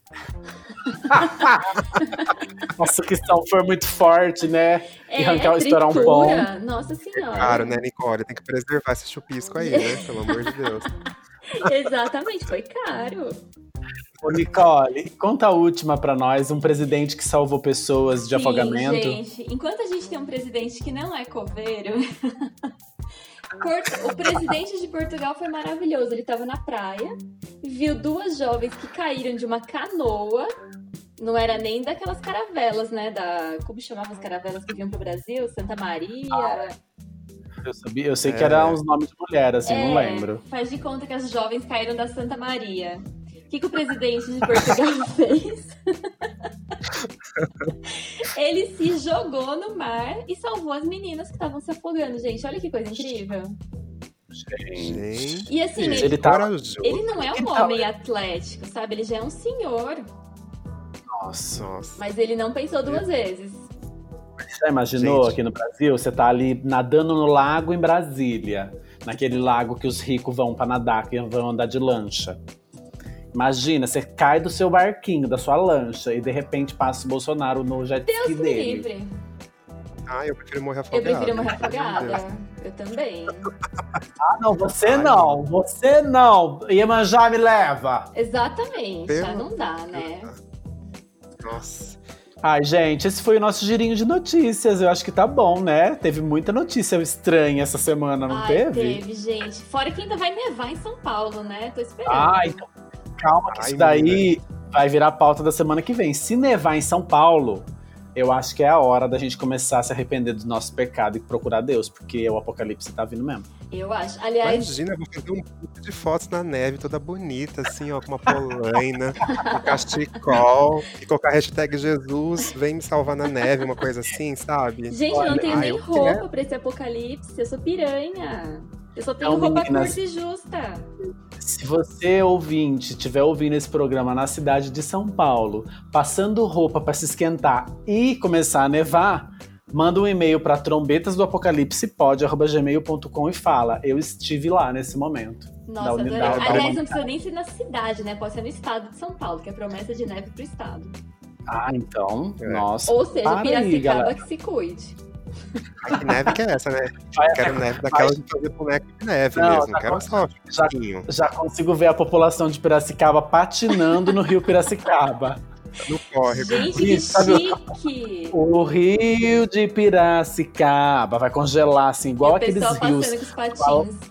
[SPEAKER 2] Nossa, que salto foi muito forte, né?
[SPEAKER 4] É,
[SPEAKER 2] E arrancar-
[SPEAKER 4] é
[SPEAKER 2] estourar um
[SPEAKER 4] fritura, Nossa senhora.
[SPEAKER 3] Claro, né, Nicole? Tem que preservar esse chupisco aí, né? Pelo amor de Deus.
[SPEAKER 4] Exatamente, foi caro.
[SPEAKER 2] Ô, Nicole, conta a última pra nós, um presidente que salvou pessoas de
[SPEAKER 4] Sim,
[SPEAKER 2] afogamento.
[SPEAKER 4] Gente, enquanto a gente tem um presidente que não é coveiro. Port- O presidente de Portugal foi maravilhoso. Ele estava na praia, viu duas jovens que caíram de uma canoa. Não era nem daquelas caravelas, né? Da... Como chamavam as caravelas que vinham pro Brasil? Santa Maria.
[SPEAKER 2] Eu, sabia, eu sei que
[SPEAKER 3] É.
[SPEAKER 2] era uns nomes de mulher, assim, não
[SPEAKER 4] É,
[SPEAKER 2] lembro.
[SPEAKER 4] Faz de conta que as jovens caíram da Santa Maria. O que, que o presidente de Portugal fez? Ele se jogou no mar e salvou as meninas que estavam se afogando, gente. Olha que coisa incrível.
[SPEAKER 3] Gente.
[SPEAKER 4] E assim,
[SPEAKER 2] Gente,
[SPEAKER 4] ele,
[SPEAKER 2] ele tá-
[SPEAKER 3] corajoso.
[SPEAKER 4] ele não é um
[SPEAKER 2] Então-
[SPEAKER 4] homem atlético, sabe? Ele já é um senhor,
[SPEAKER 2] Nossa.
[SPEAKER 3] Nossa.
[SPEAKER 4] mas ele não pensou duas
[SPEAKER 2] É.
[SPEAKER 4] vezes.
[SPEAKER 2] Você já imaginou
[SPEAKER 3] Gente.
[SPEAKER 2] aqui no Brasil? Você tá ali nadando no lago em Brasília. Naquele lago que os ricos vão pra nadar, que vão andar de lancha. Imagina, você cai do seu barquinho, da sua lancha, e de repente passa o Bolsonaro no jet
[SPEAKER 4] Deus
[SPEAKER 2] ski
[SPEAKER 4] me
[SPEAKER 2] dele.
[SPEAKER 4] livre.
[SPEAKER 3] Ah, eu prefiro morrer
[SPEAKER 4] Eu
[SPEAKER 3] afogado.
[SPEAKER 4] prefiro morrer
[SPEAKER 3] Meu Deus.
[SPEAKER 4] afogada. Eu também.
[SPEAKER 2] Ah, não, você
[SPEAKER 3] Ai,
[SPEAKER 2] não, você não. Iemanjá me leva.
[SPEAKER 4] Exatamente.
[SPEAKER 3] Pelo-
[SPEAKER 4] Ah, não dá, né?
[SPEAKER 3] Nossa.
[SPEAKER 2] Ai, gente, esse foi o nosso girinho de notícias. Eu acho que tá bom, né? Teve muita notícia estranha essa semana, não
[SPEAKER 4] Ai, gente. Fora que ainda vai nevar em São Paulo, né? Tô esperando.
[SPEAKER 2] Ah, então calma que
[SPEAKER 3] Ai,
[SPEAKER 2] isso daí vai virar a pauta da semana que vem. Se nevar em São Paulo, eu acho que é a hora da gente começar a se arrepender do nosso pecado e procurar Deus, porque o apocalipse tá vindo mesmo.
[SPEAKER 4] Eu acho. Aliás,
[SPEAKER 3] Imagina, eu vou fazer um pouco de fotos na neve, toda bonita, assim, ó, com uma polaina, com cachecol, e colocar a hashtag Jesus, vem me salvar na neve, uma coisa assim, sabe?
[SPEAKER 4] gente, eu não
[SPEAKER 2] olha,
[SPEAKER 4] tenho
[SPEAKER 3] ah,
[SPEAKER 4] nem
[SPEAKER 3] eu
[SPEAKER 4] roupa pra esse apocalipse. Eu sou piranha. Eu só tenho
[SPEAKER 2] Então,
[SPEAKER 4] roupa
[SPEAKER 2] meninas-
[SPEAKER 4] curta e justa.
[SPEAKER 2] Se você, ouvinte, estiver ouvindo esse programa na cidade de São Paulo, passando roupa para se esquentar e começar a nevar, manda um e-mail para trombetasdoapocalipsepod.gmail.com e fala, eu estive lá nesse momento.
[SPEAKER 4] Nossa,
[SPEAKER 2] unidade,
[SPEAKER 4] adorei.
[SPEAKER 2] dá
[SPEAKER 4] Aliás,
[SPEAKER 2] uma-
[SPEAKER 4] não precisa nem ser na cidade, né? Pode ser no estado de São Paulo, que é promessa de neve pro estado.
[SPEAKER 2] Ah, então,
[SPEAKER 3] É.
[SPEAKER 2] nossa.
[SPEAKER 4] Ou seja,
[SPEAKER 2] Para aí,
[SPEAKER 4] Piracicaba
[SPEAKER 2] galera.
[SPEAKER 4] que se cuide.
[SPEAKER 3] Ai, que neve que é essa, né?
[SPEAKER 2] Vai-
[SPEAKER 3] Quero neve daquela de fazer boneco de neve
[SPEAKER 2] Não,
[SPEAKER 3] mesmo.
[SPEAKER 2] tá
[SPEAKER 3] Quero só um
[SPEAKER 2] Já
[SPEAKER 3] chiquinho.
[SPEAKER 2] Já consigo ver a população de Piracicaba patinando no rio Piracicaba.
[SPEAKER 3] No córrego.
[SPEAKER 4] Gente, que
[SPEAKER 2] Isso, sabe
[SPEAKER 4] chique!
[SPEAKER 2] O rio de Piracicaba vai congelar, assim,
[SPEAKER 4] E
[SPEAKER 2] igual
[SPEAKER 4] o
[SPEAKER 2] aqueles
[SPEAKER 4] pessoal
[SPEAKER 2] rios.
[SPEAKER 4] passando com os patins.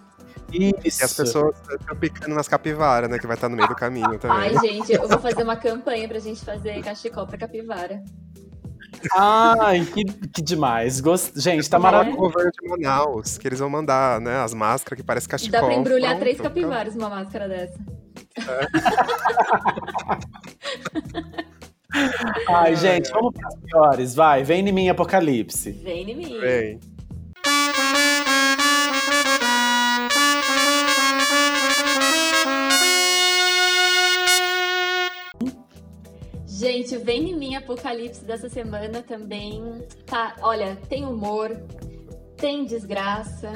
[SPEAKER 2] Isso.
[SPEAKER 3] E as pessoas estão picando nas capivaras, né? Que vai estar no meio do caminho
[SPEAKER 4] Ai,
[SPEAKER 3] também.
[SPEAKER 4] gente, eu vou fazer uma campanha pra gente fazer cachecol pra capivara.
[SPEAKER 2] Ai, que, que demais. Gost... Gente, tá
[SPEAKER 4] né?
[SPEAKER 3] Vamos falar
[SPEAKER 2] maravilhoso.
[SPEAKER 3] com o governo de Manaus, que eles vão mandar, né? As máscaras que parecem
[SPEAKER 4] E
[SPEAKER 3] cachecol.
[SPEAKER 4] dá pra embrulhar
[SPEAKER 3] Tipo, Pronto,
[SPEAKER 4] três
[SPEAKER 3] fica-
[SPEAKER 4] capivaras numa máscara dessa.
[SPEAKER 2] Ai, gente, vamos para as piores. Vai, vem em mim, Apocalipse.
[SPEAKER 4] Vem em mim.
[SPEAKER 3] Bem.
[SPEAKER 4] Gente, o Vem em mim Apocalipse dessa semana também tá. Olha, tem humor, tem desgraça,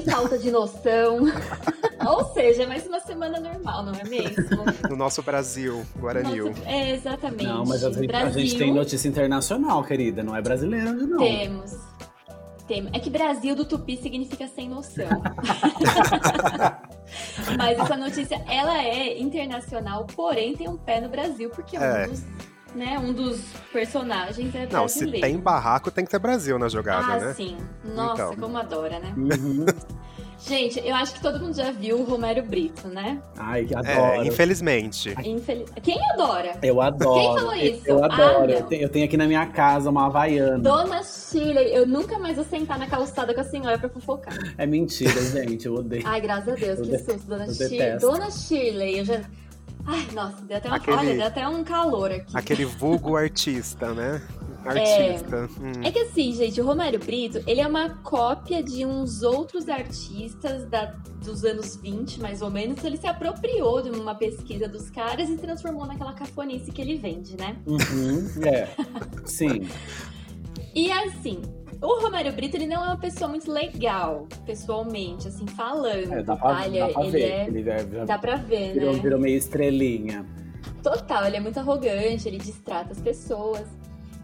[SPEAKER 4] falta de noção. Ou seja, é mais uma semana normal, não é mesmo?
[SPEAKER 3] No nosso Brasil, um. Guaranil.
[SPEAKER 4] Nossa, é, exatamente.
[SPEAKER 2] Não, mas a gente, a
[SPEAKER 4] Brasil,
[SPEAKER 2] gente tem notícia internacional, querida. Não é brasileira, ainda, não.
[SPEAKER 4] Temos. Tem- É que Brasil do Tupi significa sem noção. Mas essa notícia, ela é internacional, porém tem um pé no Brasil, porque
[SPEAKER 3] É.
[SPEAKER 4] um, dos, né, um dos personagens é brasileiro.
[SPEAKER 3] Não, se tem barraco, tem que ter Brasil na jogada,
[SPEAKER 4] Ah,
[SPEAKER 3] né?
[SPEAKER 4] sim. Nossa,
[SPEAKER 3] Então.
[SPEAKER 4] como adora, né?
[SPEAKER 2] Uhum.
[SPEAKER 4] Gente, eu acho que todo mundo já viu o Romero Brito, né?
[SPEAKER 2] Ai, que
[SPEAKER 3] É,
[SPEAKER 2] adoro.
[SPEAKER 3] infelizmente.
[SPEAKER 4] Infeliz... Quem adora?
[SPEAKER 2] eu adoro.
[SPEAKER 4] Quem falou isso?
[SPEAKER 2] Eu
[SPEAKER 4] Ah,
[SPEAKER 2] adoro.
[SPEAKER 4] meu.
[SPEAKER 2] eu, tenho, eu tenho aqui na minha casa uma havaiana.
[SPEAKER 4] Dona Shirley, eu nunca mais vou sentar na calçada com a senhora pra fofocar.
[SPEAKER 2] É mentira, gente. Eu odeio.
[SPEAKER 4] Ai, graças a Deus,
[SPEAKER 2] Eu
[SPEAKER 4] que
[SPEAKER 2] de-
[SPEAKER 4] susto, Dona
[SPEAKER 2] eu
[SPEAKER 4] Shirley.
[SPEAKER 2] detesto.
[SPEAKER 4] Dona Shirley, eu já. Ai, nossa, deu até, uma...
[SPEAKER 3] Aquele-
[SPEAKER 4] Olha, deu até um calor aqui.
[SPEAKER 3] Aquele vulgo artista, né? Artista. Hum.
[SPEAKER 4] É que assim, gente, o Romário Brito, ele é uma cópia de uns outros artistas da- dos anos 20, mais ou menos. Ele se apropriou de uma pesquisa dos caras e transformou naquela cafonice que ele vende, né?
[SPEAKER 2] Uhum, é. Sim.
[SPEAKER 4] E assim, O Romário Brito, ele não é uma pessoa muito legal, pessoalmente, assim, falando.
[SPEAKER 2] É, dá pra,
[SPEAKER 4] Olha,
[SPEAKER 2] dá pra
[SPEAKER 4] ele
[SPEAKER 2] ver.
[SPEAKER 4] é-
[SPEAKER 2] Ele já- já
[SPEAKER 4] Dá pra ver,
[SPEAKER 2] virou, um
[SPEAKER 4] né?
[SPEAKER 2] virou meio estrelinha.
[SPEAKER 4] Total, ele é muito arrogante, ele distrata as pessoas.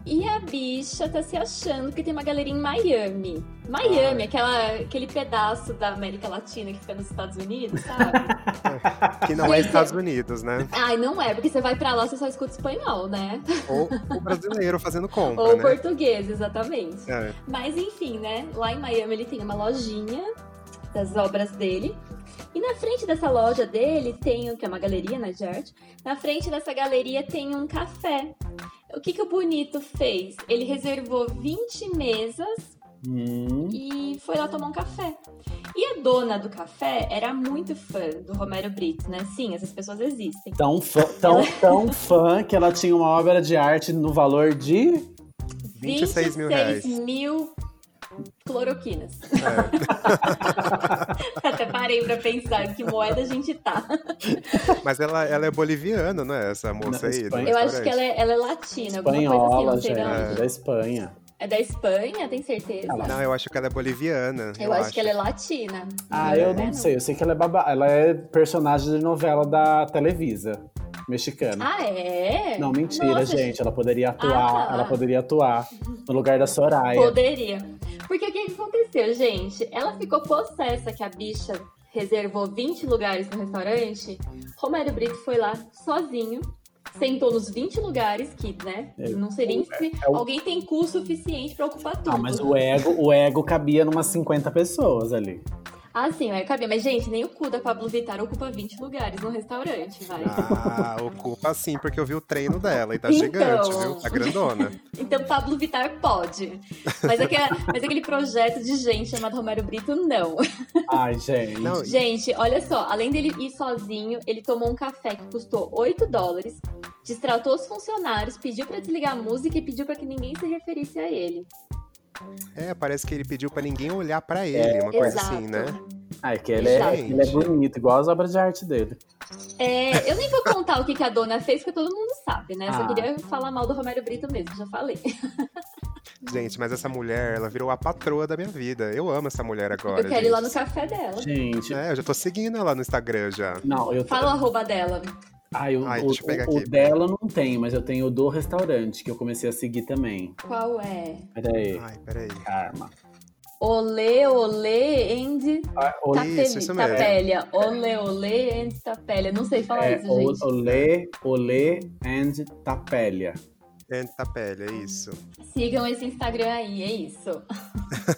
[SPEAKER 4] E a bicha tá se achando que tem uma galera em Miami. Miami, aquela, aquele pedaço da América Latina que fica nos Estados Unidos, sabe?
[SPEAKER 3] Que não é Estados Unidos, né?
[SPEAKER 4] Ai, não é, porque você vai pra lá você só escuta espanhol, né?
[SPEAKER 3] Ou o brasileiro fazendo compra,
[SPEAKER 4] Ou
[SPEAKER 3] né?
[SPEAKER 4] português, exatamente.
[SPEAKER 3] É.
[SPEAKER 4] Mas enfim, né? Lá em Miami ele tem uma lojinha das obras dele. E na frente dessa loja dele tem, o que é uma galeria, né, de arte? Na frente dessa galeria tem um café. O que, que o Bonito fez? Ele reservou 20 mesas
[SPEAKER 2] Hum,
[SPEAKER 4] e foi lá tomar um café. E a dona do café era muito fã do Romero Brito, né? Sim, essas pessoas existem.
[SPEAKER 2] tão, fã, tão, tão fã que ela tinha uma obra de arte no valor de.
[SPEAKER 3] 26 mil reais. É.
[SPEAKER 4] 26 mil cloroquinas. Até parei pra pensar em que moeda a gente tá.
[SPEAKER 3] Mas ela, ela é boliviana, não é? Essa moça
[SPEAKER 2] Não,
[SPEAKER 3] aí. do
[SPEAKER 2] espanhola.
[SPEAKER 4] Eu acho
[SPEAKER 3] restaurante.
[SPEAKER 4] que ela é, ela é latina, alguma coisa assim,
[SPEAKER 2] Espanhola,
[SPEAKER 4] não sei de
[SPEAKER 2] gente,
[SPEAKER 4] onde.
[SPEAKER 2] da Espanha.
[SPEAKER 4] É da Espanha, tem certeza?
[SPEAKER 2] Ela-
[SPEAKER 3] Não, eu acho que ela é boliviana.
[SPEAKER 4] Eu acho que ela é latina.
[SPEAKER 2] Ah, eu não
[SPEAKER 4] É, não.
[SPEAKER 2] sei. Eu sei que ela é babá. Ela é personagem de novela da Televisa mexicana.
[SPEAKER 4] Ah, é?
[SPEAKER 2] não, mentira,
[SPEAKER 4] Nossa,
[SPEAKER 2] gente. Ela poderia atuar.
[SPEAKER 4] Ah, tá.
[SPEAKER 2] Ela poderia atuar no lugar da Soraya.
[SPEAKER 4] Poderia. Porque o que que aconteceu, gente? Ela ficou possessa que a bicha reservou 20 lugares no restaurante. Romário Brito foi lá sozinho, sentou nos 20 lugares, que, né?
[SPEAKER 2] É,
[SPEAKER 4] não sei nem se
[SPEAKER 2] é o-
[SPEAKER 4] alguém tem curso suficiente pra ocupar tudo.
[SPEAKER 2] Ah, mas o ego, o ego cabia numas 50 pessoas ali.
[SPEAKER 4] Ah, sim, vai caber. Mas, gente, nem o cu da Pablo Vittar ocupa 20 lugares no restaurante, vai.
[SPEAKER 3] Ah, ocupa sim, porque eu vi o treino dela e tá
[SPEAKER 4] Então.
[SPEAKER 3] gigante, viu? Tá grandona.
[SPEAKER 4] Então, Pablo Vittar pode. Mas aquele, mas é aquele projeto de gente chamado Romário Brito, não.
[SPEAKER 2] Ai, gente.
[SPEAKER 3] Não, e-
[SPEAKER 4] Gente, olha só, além dele ir sozinho, ele tomou um café que custou 8 dólares, distratou os funcionários, pediu pra desligar a música e pediu pra que ninguém se referisse a ele.
[SPEAKER 3] É, parece que ele pediu pra ninguém olhar pra ele, uma coisa
[SPEAKER 4] Exato.
[SPEAKER 3] assim, né?
[SPEAKER 2] Ah, é que ele é,
[SPEAKER 3] Gente.
[SPEAKER 2] ele é bonito, igual as obras de arte dele.
[SPEAKER 4] É, eu nem vou contar o que, que a dona fez, porque todo mundo sabe, né? Só
[SPEAKER 2] Ah.
[SPEAKER 4] queria falar mal do Romário Brito mesmo, já falei.
[SPEAKER 3] Gente, mas essa mulher, ela virou a patroa da minha vida. Eu amo essa mulher agora.
[SPEAKER 4] eu quero ir lá no
[SPEAKER 3] gente.
[SPEAKER 4] café dela.
[SPEAKER 2] Gente,
[SPEAKER 3] É, eu já tô seguindo ela no Instagram já.
[SPEAKER 2] não, eu
[SPEAKER 4] Fala o arroba dela.
[SPEAKER 2] Ai, o,
[SPEAKER 3] Ai,
[SPEAKER 2] o-
[SPEAKER 3] deixa eu pegar
[SPEAKER 2] o- o
[SPEAKER 3] aqui.
[SPEAKER 2] dela não tem, mas eu tenho o do restaurante, que eu comecei a seguir também.
[SPEAKER 4] Qual é?
[SPEAKER 2] Peraí,
[SPEAKER 3] Ai, peraí.
[SPEAKER 2] Karma.
[SPEAKER 4] Olê, olê, and
[SPEAKER 2] Ah, o-
[SPEAKER 3] Tá- isso, isso mesmo.
[SPEAKER 4] tapélia. Olê, olê, and tapélia. Não sei falar
[SPEAKER 2] é,
[SPEAKER 4] isso,
[SPEAKER 2] o-
[SPEAKER 4] gente.
[SPEAKER 2] Olê, Olê and Tapélia.
[SPEAKER 3] Gente da pele, é isso.
[SPEAKER 4] Sigam esse Instagram aí, é isso.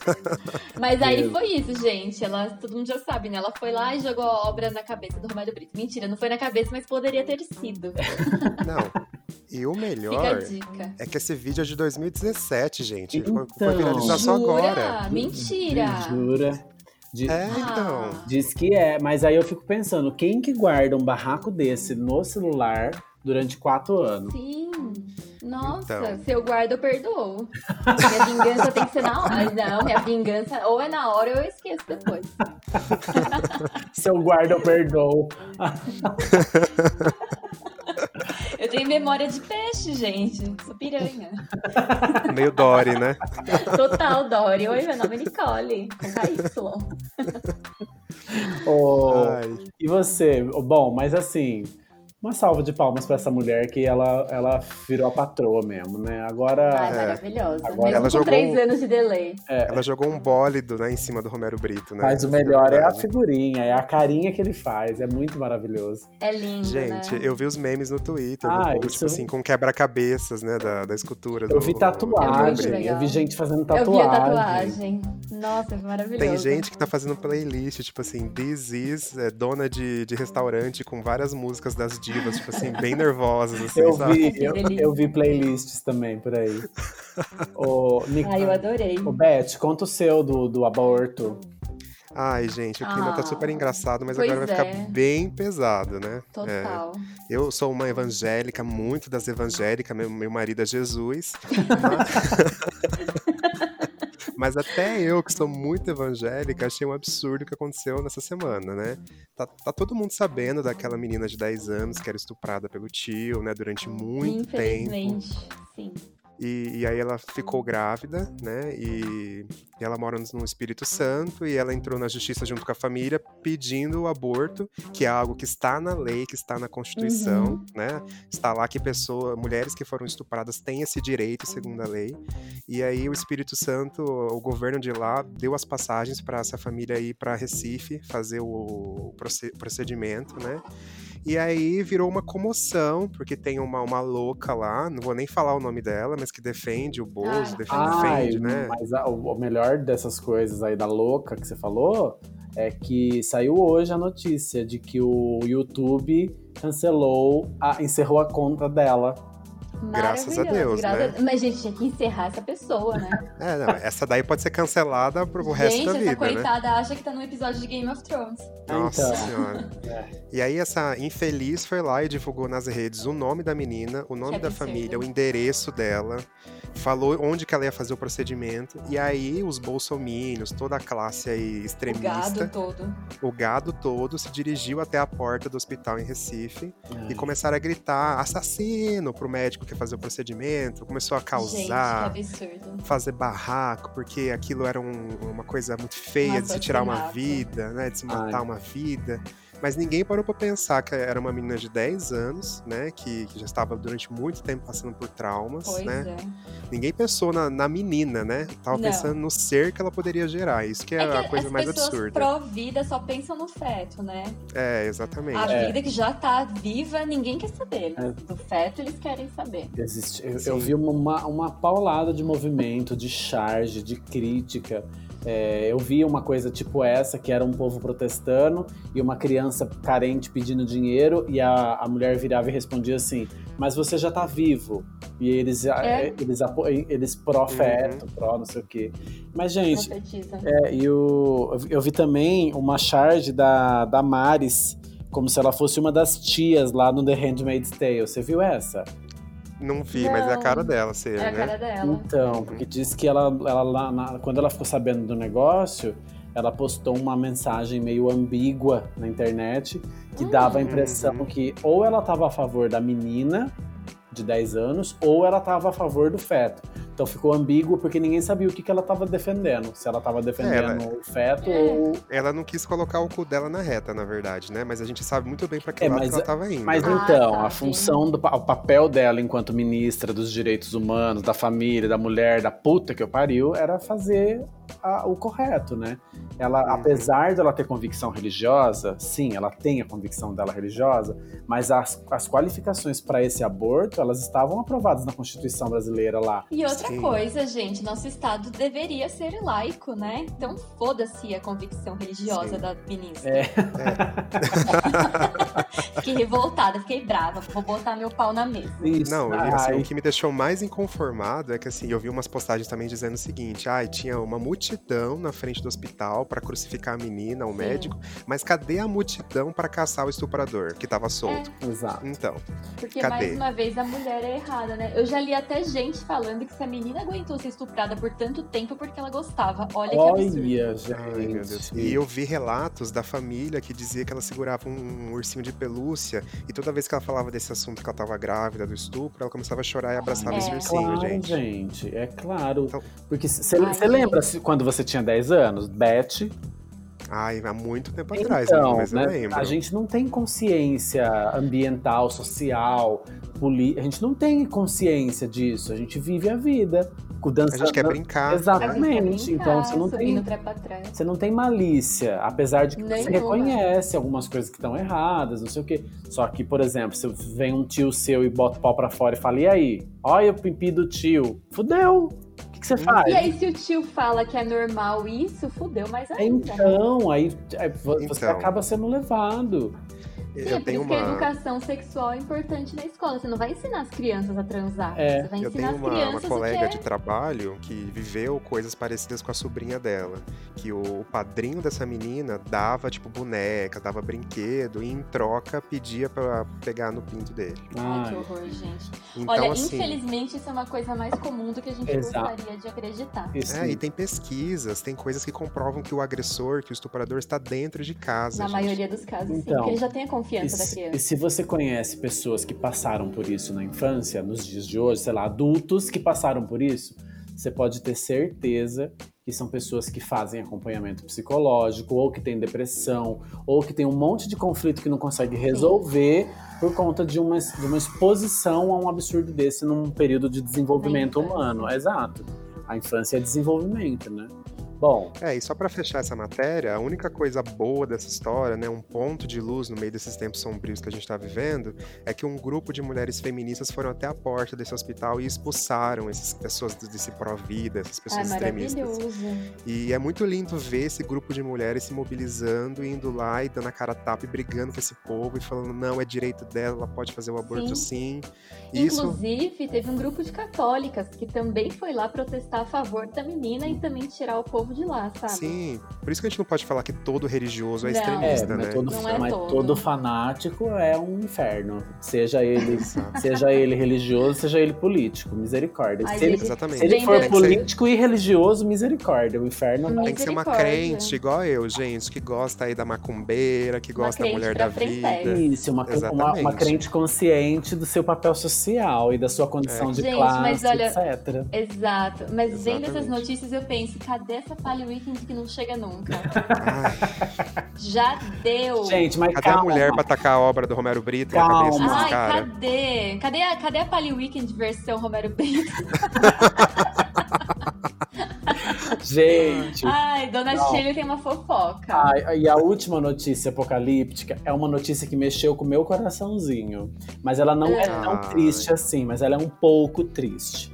[SPEAKER 4] Mas aí
[SPEAKER 2] Beleza.
[SPEAKER 4] foi isso, gente. Ela, todo mundo já sabe, né? Ela foi lá e jogou a obra na cabeça do Romário Brito. Mentira, não foi na cabeça, mas poderia ter sido.
[SPEAKER 3] É Não. E o
[SPEAKER 4] Fica a
[SPEAKER 3] melhor
[SPEAKER 4] dica.
[SPEAKER 3] é que esse vídeo é de 2017, gente. Foi- foi
[SPEAKER 2] Então.
[SPEAKER 3] viralizar tá só agora.
[SPEAKER 4] Jura? Mentira!
[SPEAKER 2] Jura? Di-
[SPEAKER 3] É, então.
[SPEAKER 4] Ah.
[SPEAKER 2] Diz que é, mas aí eu fico pensando, quem que guarda um barraco desse no celular durante quatro anos?
[SPEAKER 4] Sim. Nossa,
[SPEAKER 3] Então.
[SPEAKER 4] se eu guardo, eu perdoo. Minha vingança tem que ser na hora. Não, minha vingança ou é na hora ou eu esqueço depois.
[SPEAKER 2] Se eu guardo, eu perdoo.
[SPEAKER 4] Eu tenho memória de peixe, gente. Sou piranha.
[SPEAKER 3] Meio Dory, né?
[SPEAKER 4] Total, Dori. Oi, meu nome é Nicole. Com KY.
[SPEAKER 2] Ô,
[SPEAKER 3] Ai.
[SPEAKER 2] E você? Bom, mas assim, uma salva de palmas pra essa mulher que ela, ela virou a patroa mesmo, né?
[SPEAKER 4] Ah, é
[SPEAKER 2] Agora,
[SPEAKER 4] maravilhosa.
[SPEAKER 2] Agora
[SPEAKER 4] Mesmo
[SPEAKER 3] ela
[SPEAKER 4] com
[SPEAKER 3] jogou
[SPEAKER 4] três
[SPEAKER 3] um-
[SPEAKER 4] anos de delay.
[SPEAKER 3] Ela jogou um bólido né, em cima do Romero Brito, né?
[SPEAKER 2] é. mas o melhor é a
[SPEAKER 3] Verdade.
[SPEAKER 2] figurinha, é a carinha que ele faz, é muito maravilhoso.
[SPEAKER 4] É lindo,
[SPEAKER 3] Gente,
[SPEAKER 4] né?
[SPEAKER 3] eu vi os memes no Twitter,
[SPEAKER 2] Ah,
[SPEAKER 3] no post,
[SPEAKER 2] isso-
[SPEAKER 3] tipo assim, com quebra-cabeças, né, da, da escultura.
[SPEAKER 2] Eu
[SPEAKER 3] do-
[SPEAKER 2] vi
[SPEAKER 3] do Romero Brito.
[SPEAKER 4] É muito
[SPEAKER 2] tatuagem,
[SPEAKER 4] legal.
[SPEAKER 2] eu vi gente fazendo
[SPEAKER 4] Eu vi a
[SPEAKER 2] tatuagem.
[SPEAKER 4] tatuagem. Nossa, é maravilhoso.
[SPEAKER 3] Tem gente que tá fazendo playlist, tipo assim, This Is, é, dona de, de restaurante, com várias músicas das divas, tipo assim, bem nervosas, assim,
[SPEAKER 2] Eu
[SPEAKER 3] sabe?
[SPEAKER 2] vi,
[SPEAKER 4] Que
[SPEAKER 2] eu,
[SPEAKER 4] delícia.
[SPEAKER 2] eu vi playlists também por aí. Ô, Nic...
[SPEAKER 4] Ai, eu adorei.
[SPEAKER 2] Ô, Beth, conta o seu do, do aborto.
[SPEAKER 3] Ai, gente, o clima tá
[SPEAKER 4] Ah,
[SPEAKER 3] super engraçado, mas
[SPEAKER 4] pois
[SPEAKER 3] agora vai
[SPEAKER 4] é.
[SPEAKER 3] ficar bem pesado, né? É,
[SPEAKER 4] Total.
[SPEAKER 3] Eu sou uma evangélica, muito das evangélicas, meu, meu marido é Jesus. Mas... mas até eu, que sou muito evangélica, achei um absurdo o que aconteceu nessa semana, né? Tá, tá todo mundo sabendo daquela menina de 10 anos que era estuprada pelo tio, né, durante muito tempo.
[SPEAKER 4] Infelizmente. Sim.
[SPEAKER 3] E, e aí ela ficou grávida, né? E, e ela mora no Espírito Santo e ela entrou na justiça junto com a família pedindo o aborto, que é algo que está na lei, que está na Constituição,
[SPEAKER 4] Uhum.
[SPEAKER 3] né? Está lá que pessoa, mulheres que foram estupradas têm esse direito segundo a lei. E aí o Espírito Santo, o governo de lá deu as passagens para essa família ir para Recife fazer o proce- procedimento, né? E aí virou uma comoção, porque tem uma, uma louca lá, não vou nem falar o nome dela, mas que defende o Bozo,
[SPEAKER 4] Ai.
[SPEAKER 3] defende,
[SPEAKER 2] Ai,
[SPEAKER 3] defende, né?
[SPEAKER 2] Ah, mas a- o o melhor dessas coisas aí da louca que você falou é que saiu hoje a notícia de que o YouTube cancelou, a- encerrou a conta dela.
[SPEAKER 3] Graças a Deus,
[SPEAKER 4] Maravilhoso, graças
[SPEAKER 3] né?
[SPEAKER 4] a- Mas, gente, tinha que encerrar essa pessoa, né?
[SPEAKER 3] É, não, essa daí pode ser cancelada pro resto
[SPEAKER 4] gente,
[SPEAKER 3] da
[SPEAKER 4] essa
[SPEAKER 3] vida, né?
[SPEAKER 4] coitada acha que tá num episódio de Game of Thrones.
[SPEAKER 3] Nossa
[SPEAKER 2] Então.
[SPEAKER 3] senhora. E aí essa infeliz foi lá e divulgou nas redes o nome da menina, o nome
[SPEAKER 4] Que
[SPEAKER 3] da
[SPEAKER 4] absurdo.
[SPEAKER 3] família, o endereço dela, falou onde que ela ia fazer o procedimento. E aí os bolsomínios, toda a classe aí
[SPEAKER 4] O gado
[SPEAKER 3] extremista,
[SPEAKER 4] todo.
[SPEAKER 3] o gado, todo se dirigiu até a porta do hospital em Recife
[SPEAKER 2] Hum.
[SPEAKER 3] e começaram a gritar assassino pro médico que ia fazer o procedimento, começou a causar
[SPEAKER 4] Gente, que absurdo.
[SPEAKER 3] fazer barraco, porque aquilo era um- uma coisa muito feia
[SPEAKER 4] Um
[SPEAKER 3] de se tirar uma
[SPEAKER 4] assassinato.
[SPEAKER 3] vida, né? De se matar
[SPEAKER 2] Ai.
[SPEAKER 3] uma vida. Mas ninguém parou pra pensar que era uma menina de 10 anos, né? Que, que já estava durante muito tempo passando por traumas,
[SPEAKER 4] Pois
[SPEAKER 3] né?
[SPEAKER 4] é.
[SPEAKER 3] Ninguém pensou na, na menina, né? Tava
[SPEAKER 4] Não.
[SPEAKER 3] pensando no ser que ela poderia gerar. Isso que é,
[SPEAKER 4] que
[SPEAKER 3] a coisa
[SPEAKER 4] as
[SPEAKER 3] mais
[SPEAKER 4] pessoas
[SPEAKER 3] absurda.
[SPEAKER 4] pró-vida só pensam no feto, né?
[SPEAKER 3] É, exatamente.
[SPEAKER 4] A
[SPEAKER 2] É.
[SPEAKER 4] vida que já tá viva, ninguém quer saber. né?
[SPEAKER 2] É.
[SPEAKER 4] Do feto, eles querem saber.
[SPEAKER 2] Existe- eu-
[SPEAKER 3] Sim.
[SPEAKER 2] Eu vi uma, uma paulada de movimento, de charge, de crítica. É, eu vi uma coisa tipo essa, que era um povo protestando e uma criança carente pedindo dinheiro, e a, a mulher virava e respondia assim: Mas você já tá vivo. E eles, a-
[SPEAKER 4] É.
[SPEAKER 2] eles, apo- eles pró-feto, pró não sei o quê. Mas, gente,
[SPEAKER 4] Profetiza.
[SPEAKER 2] é, e o, eu vi também uma charge da, da Maris, como se ela fosse uma das tias lá no The Handmaid's Tale. Você viu essa?
[SPEAKER 3] Não vi, mas é a
[SPEAKER 4] Não.
[SPEAKER 3] cara dela ser,
[SPEAKER 4] É a
[SPEAKER 3] né?
[SPEAKER 4] cara dela.
[SPEAKER 2] Então, porque diz que ela, ela lá na- quando ela ficou sabendo do negócio, ela postou uma mensagem meio ambígua na internet
[SPEAKER 4] Hum.
[SPEAKER 2] que
[SPEAKER 4] Ah.
[SPEAKER 2] dava a impressão
[SPEAKER 3] Uhum.
[SPEAKER 2] que ou ela estava a favor da menina de 10 anos ou ela estava a favor do feto. Então ficou ambíguo porque ninguém sabia o que, que ela estava defendendo. Se ela estava defendendo o feto
[SPEAKER 4] É.
[SPEAKER 2] ou.
[SPEAKER 3] Ela não quis colocar o cu dela na reta, na verdade, né? Mas a gente sabe muito bem pra que
[SPEAKER 2] É,
[SPEAKER 3] lado
[SPEAKER 2] mas
[SPEAKER 3] que ela
[SPEAKER 2] a-
[SPEAKER 3] tava indo.
[SPEAKER 2] Mas
[SPEAKER 3] né?
[SPEAKER 4] Ah,
[SPEAKER 2] então,
[SPEAKER 4] tá,
[SPEAKER 2] a função do pa- o papel dela enquanto ministra dos direitos humanos, da família, da mulher, da puta que eu pariu, era fazer a- o correto, né? Ela,
[SPEAKER 4] É.
[SPEAKER 3] Uhum.
[SPEAKER 2] apesar dela ter convicção religiosa, sim, ela tem a convicção dela religiosa, mas as, as qualificações para esse aborto, elas estavam aprovadas na Constituição brasileira lá.
[SPEAKER 4] E outra
[SPEAKER 3] Sim.
[SPEAKER 4] coisa, gente, nosso Estado deveria ser laico, né? Então foda-se a convicção religiosa
[SPEAKER 3] Sim.
[SPEAKER 4] da ministra.
[SPEAKER 2] É.
[SPEAKER 4] fiquei revoltada, fiquei brava. Vou botar meu pau na mesa.
[SPEAKER 2] Isso,
[SPEAKER 3] Não, e, assim,
[SPEAKER 2] ai,
[SPEAKER 3] o que me deixou mais inconformado é que assim, eu vi umas postagens também dizendo o seguinte: ai, tinha uma multidão na frente do hospital pra crucificar a menina, o médico, mas cadê a multidão pra caçar o estuprador que tava solto?
[SPEAKER 4] É.
[SPEAKER 2] exato.
[SPEAKER 3] Então,
[SPEAKER 4] Porque
[SPEAKER 3] Cadê?
[SPEAKER 4] mais uma vez a mulher é errada, né? Eu já li até gente falando que se a menina aguentou ser estuprada por tanto tempo porque ela gostava. Olha que absurdo.
[SPEAKER 2] Olha, gente.
[SPEAKER 3] ai, meu Deus. E eu vi relatos da família que dizia que ela segurava um, um ursinho de pelúcia e toda vez que ela falava desse assunto que ela tava grávida, do estupro, ela começava a chorar e abraçava
[SPEAKER 4] É.
[SPEAKER 3] esse ursinho,
[SPEAKER 2] claro,
[SPEAKER 3] gente.
[SPEAKER 2] É claro.
[SPEAKER 3] Então-
[SPEAKER 2] Porque
[SPEAKER 4] Ai,
[SPEAKER 2] você
[SPEAKER 4] gente.
[SPEAKER 2] lembra se- quando você tinha 10 anos? Beth.
[SPEAKER 3] Ai, há muito tempo atrás,
[SPEAKER 2] então,
[SPEAKER 3] mas
[SPEAKER 2] né,
[SPEAKER 3] eu lembro.
[SPEAKER 2] a gente não tem consciência ambiental, social, política. A gente não tem consciência disso. A gente vive a vida. Com dança, né?
[SPEAKER 3] A gente quer brincar.
[SPEAKER 4] Ela
[SPEAKER 2] Exatamente.
[SPEAKER 4] fica
[SPEAKER 2] Então, você não tem-
[SPEAKER 4] Tá subindo pra- pra trás.
[SPEAKER 2] Você não tem malícia, apesar de que você
[SPEAKER 4] Nenhuma.
[SPEAKER 2] reconhece algumas coisas que estão erradas, não sei o quê. Só que, por exemplo, se vem um tio seu e bota o pau pra fora e fala, e aí? Olha o pipi do tio. Fudeu! O que,
[SPEAKER 3] Hum.
[SPEAKER 2] que você faz?
[SPEAKER 4] E aí, se o tio fala que é normal isso, fudeu mais ainda. né?
[SPEAKER 2] Então, aí, aí vo- você
[SPEAKER 3] Então.
[SPEAKER 2] acaba sendo levado.
[SPEAKER 4] Sim,
[SPEAKER 3] Eu
[SPEAKER 4] é por
[SPEAKER 3] tenho
[SPEAKER 4] isso que a
[SPEAKER 3] uma.
[SPEAKER 4] educação sexual é importante na escola. Você não vai ensinar as crianças a transar.
[SPEAKER 2] É.
[SPEAKER 4] Você vai
[SPEAKER 3] Eu
[SPEAKER 4] ensinar
[SPEAKER 3] tenho
[SPEAKER 4] as
[SPEAKER 3] uma, uma
[SPEAKER 4] crianças
[SPEAKER 3] colega
[SPEAKER 4] o que é.
[SPEAKER 3] de trabalho que viveu coisas parecidas com a sobrinha dela. Que o padrinho dessa menina dava, tipo, boneca, dava brinquedo e em troca pedia pra pegar no pinto dele.
[SPEAKER 4] é... Ai,
[SPEAKER 2] Ai.
[SPEAKER 4] que horror, gente.
[SPEAKER 3] Então,
[SPEAKER 4] Olha,
[SPEAKER 3] assim.
[SPEAKER 4] infelizmente, isso é uma coisa mais comum do que a gente
[SPEAKER 2] Exato.
[SPEAKER 4] gostaria de acreditar.
[SPEAKER 2] Isso.
[SPEAKER 3] É, e tem pesquisas, tem coisas que comprovam que o agressor, que o estuprador está dentro de casa.
[SPEAKER 4] Na
[SPEAKER 3] gente.
[SPEAKER 4] maioria dos casos, sim.
[SPEAKER 2] Então.
[SPEAKER 4] Porque ele já tem a
[SPEAKER 2] E
[SPEAKER 4] confiança da
[SPEAKER 2] se, e
[SPEAKER 4] criança.
[SPEAKER 2] se você conhece pessoas que passaram por isso na infância, nos dias de hoje, sei lá, adultos que passaram por isso, você pode ter certeza que são pessoas que fazem acompanhamento psicológico, ou que têm depressão, ou que tem um monte de conflito que não consegue resolver por conta de uma, de uma exposição a um absurdo desse num período de desenvolvimento
[SPEAKER 4] Na infância.
[SPEAKER 2] humano. Exato. A infância é desenvolvimento, né? Bom,
[SPEAKER 3] É, e só pra fechar essa matéria, a única coisa boa dessa história, né, um ponto de luz no meio desses tempos sombrios que a gente tá vivendo, é que um grupo de mulheres feministas foram até a porta desse hospital e expulsaram essas pessoas desse pró-vida, essas
[SPEAKER 4] Ah,
[SPEAKER 3] pessoas extremistas.
[SPEAKER 4] maravilhoso.
[SPEAKER 3] E é muito lindo ver esse grupo de mulheres se mobilizando, indo lá e dando a cara a tapa e brigando com esse povo e falando, não, é direito dela, ela pode fazer o aborto sim. E Isso
[SPEAKER 4] Inclusive, teve um grupo de católicas que também foi lá protestar a favor da menina e também tirar o povo de lá, sabe?
[SPEAKER 3] Sim, por isso que a gente não pode falar que todo religioso é
[SPEAKER 4] Não.
[SPEAKER 2] É,
[SPEAKER 3] extremista,
[SPEAKER 2] mas,
[SPEAKER 3] né?
[SPEAKER 2] todo,
[SPEAKER 4] Não é
[SPEAKER 2] mas
[SPEAKER 4] todo.
[SPEAKER 2] todo fanático é um inferno. Seja ele,
[SPEAKER 3] Exato.
[SPEAKER 2] seja ele religioso, seja ele político. Misericórdia.
[SPEAKER 4] Ai,
[SPEAKER 2] se ele,
[SPEAKER 4] gente,
[SPEAKER 3] Exatamente.
[SPEAKER 2] se ele
[SPEAKER 4] Vem
[SPEAKER 2] for
[SPEAKER 4] desse-
[SPEAKER 2] político e religioso, misericórdia. O inferno vai.
[SPEAKER 3] Tem que ser uma
[SPEAKER 4] Misericórdia.
[SPEAKER 3] crente igual eu, gente, que gosta aí da macumbeira, que
[SPEAKER 4] Uma
[SPEAKER 3] gosta da
[SPEAKER 4] crente
[SPEAKER 3] mulher
[SPEAKER 4] pra
[SPEAKER 3] da
[SPEAKER 4] frentec.
[SPEAKER 3] vida.
[SPEAKER 2] Isso, uma, uma, uma
[SPEAKER 3] Exatamente. É.
[SPEAKER 2] crente consciente do seu papel social e da sua condição de
[SPEAKER 4] Gente,
[SPEAKER 2] classe,
[SPEAKER 4] mas olha-
[SPEAKER 2] etc.
[SPEAKER 4] Exato. Mas vendo essas
[SPEAKER 3] Exatamente.
[SPEAKER 4] notícias, eu penso, cadê essa Palio Weekend que não chega nunca?
[SPEAKER 3] Ai,
[SPEAKER 4] Já deu!
[SPEAKER 2] Gente, mas
[SPEAKER 3] cadê
[SPEAKER 2] calma.
[SPEAKER 3] a mulher pra atacar a obra do Romero Brito na
[SPEAKER 2] Calma.
[SPEAKER 3] cabeça desse
[SPEAKER 4] Ai,
[SPEAKER 3] cara?
[SPEAKER 4] cadê? Cadê a, cadê a Palio Weekend versão Romero Brito?
[SPEAKER 2] Gente.
[SPEAKER 4] Ai, Dona
[SPEAKER 2] Não.
[SPEAKER 4] Shirley tem uma fofoca.
[SPEAKER 2] ai, e a última notícia apocalíptica é uma notícia que mexeu com o meu coraçãozinho. Mas ela não é tão
[SPEAKER 3] Ai.
[SPEAKER 2] triste assim, mas ela é um pouco triste.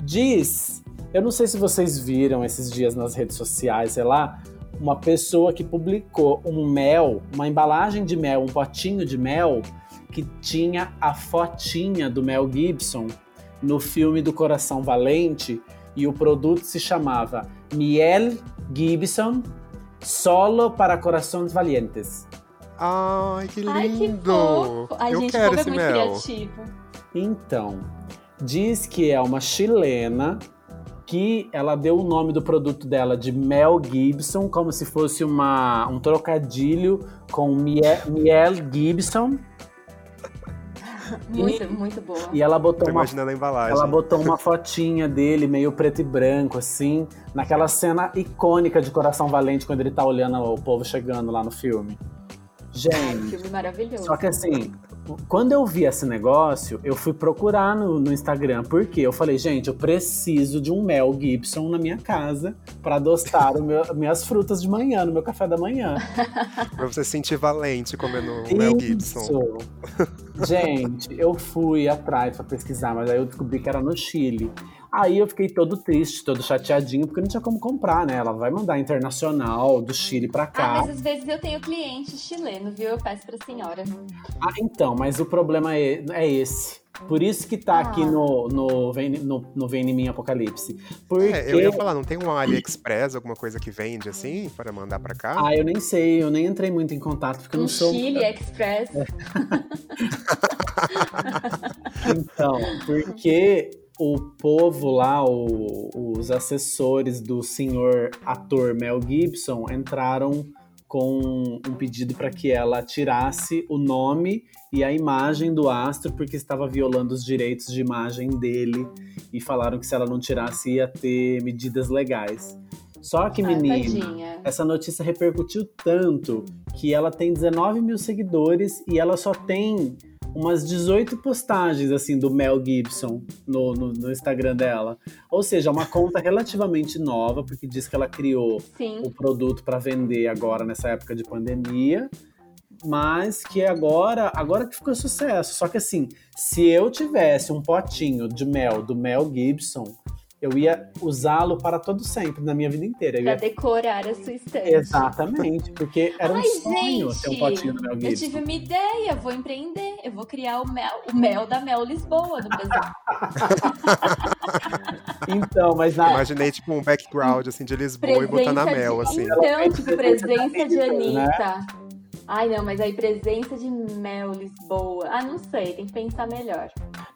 [SPEAKER 2] Diz, eu não sei se vocês viram esses dias nas redes sociais, sei lá, uma pessoa que publicou um mel, uma embalagem de mel, um potinho de mel, que tinha a fotinha do Mel Gibson no filme do Coração Valente e o produto se chamava Miel Gibson Solo para Corações Valientes.
[SPEAKER 3] Ai, que
[SPEAKER 4] Ai, que
[SPEAKER 3] lindo!
[SPEAKER 4] fofo! Ai,
[SPEAKER 3] eu
[SPEAKER 4] gente, o
[SPEAKER 3] quero
[SPEAKER 4] povo é
[SPEAKER 3] esse
[SPEAKER 4] muito
[SPEAKER 3] mel.
[SPEAKER 4] criativo.
[SPEAKER 2] Então, diz que é uma chilena que ela deu o nome do produto dela de Mel Gibson, como se fosse uma, um trocadilho com Miel, Miel Gibson.
[SPEAKER 4] Muito, muito boa.
[SPEAKER 2] E ela botou
[SPEAKER 3] Tô
[SPEAKER 2] uma
[SPEAKER 3] imaginando a embalagem.
[SPEAKER 2] Ela botou uma fotinha dele, meio preto e branco, assim, naquela cena icônica de Coração Valente, quando ele tá olhando o povo chegando lá no filme.
[SPEAKER 4] Ai,
[SPEAKER 2] Gente,
[SPEAKER 4] filme maravilhoso.
[SPEAKER 2] só que assim, quando eu vi esse negócio, eu fui procurar no, no Instagram, porque eu falei, gente, eu preciso de um Mel Gibson na minha casa pra adoçar o meu- minhas frutas de manhã, no meu café da manhã.
[SPEAKER 3] Pra você se sentir valente comendo um Mel Gibson.
[SPEAKER 2] Isso. Gente, eu fui atrás pra pesquisar, mas aí eu descobri que era no Chile. Aí eu fiquei todo triste, todo chateadinho, porque não tinha como comprar, né? Ela vai mandar internacional do Chile pra
[SPEAKER 4] Ah,
[SPEAKER 2] cá.
[SPEAKER 4] mas às vezes eu tenho cliente chileno, viu? Eu peço pra senhora.
[SPEAKER 2] Ah, então, mas o problema é, é esse. Por isso que tá
[SPEAKER 4] Ah.
[SPEAKER 2] aqui no, no, Vem, no, no Vem em Mim Apocalipse. Porque.
[SPEAKER 3] É, eu ia falar, não tem um AliExpress, alguma coisa que vende assim, para mandar pra cá?
[SPEAKER 2] Ah, eu nem sei, eu nem entrei muito em contato, porque eu não
[SPEAKER 4] Um
[SPEAKER 2] sou. é
[SPEAKER 4] Chile Express.
[SPEAKER 2] Então, porque o povo lá, o- os assessores do senhor ator Mel Gibson entraram com um pedido para que ela tirasse o nome e a imagem do astro, porque estava violando os direitos de imagem dele. E falaram que se ela não tirasse, ia ter medidas legais. Só que,
[SPEAKER 4] Ai,
[SPEAKER 2] menino,
[SPEAKER 4] Ah, tadinha.
[SPEAKER 2] essa notícia repercutiu tanto que ela tem 19 mil seguidores e ela só tem umas 18 postagens assim do Mel Gibson no, no- no Instagram dela. Ou seja, é uma conta relativamente nova, porque diz que ela criou
[SPEAKER 4] Sim.
[SPEAKER 2] o produto para vender agora nessa época de pandemia, mas que agora, agora que ficou sucesso. Só que assim, se eu tivesse um potinho de mel do Mel Gibson, eu ia usá-lo para todo sempre na minha vida inteira. Eu
[SPEAKER 4] Pra
[SPEAKER 2] ia
[SPEAKER 4] decorar a sua estante.
[SPEAKER 2] Exatamente, porque era um
[SPEAKER 4] Ai,
[SPEAKER 2] sonho
[SPEAKER 4] gente!
[SPEAKER 2] ter um potinho do Mel
[SPEAKER 4] Eu
[SPEAKER 2] Gibson.
[SPEAKER 4] tive uma ideia, vou empreender. Eu vou criar o mel, o mel da Mel Lisboa no Brasil.
[SPEAKER 2] Então, mas na
[SPEAKER 3] Imaginei, tipo, um background, assim, de Lisboa e botar na mel,
[SPEAKER 4] de...
[SPEAKER 3] assim.
[SPEAKER 2] Ela
[SPEAKER 4] Então,
[SPEAKER 2] fez
[SPEAKER 4] tipo,
[SPEAKER 2] presença
[SPEAKER 4] presença de
[SPEAKER 2] de
[SPEAKER 4] Anitta.
[SPEAKER 2] né?
[SPEAKER 4] Ai, não, mas aí presença de Mel Lisboa. Ah, não sei, tem que pensar melhor.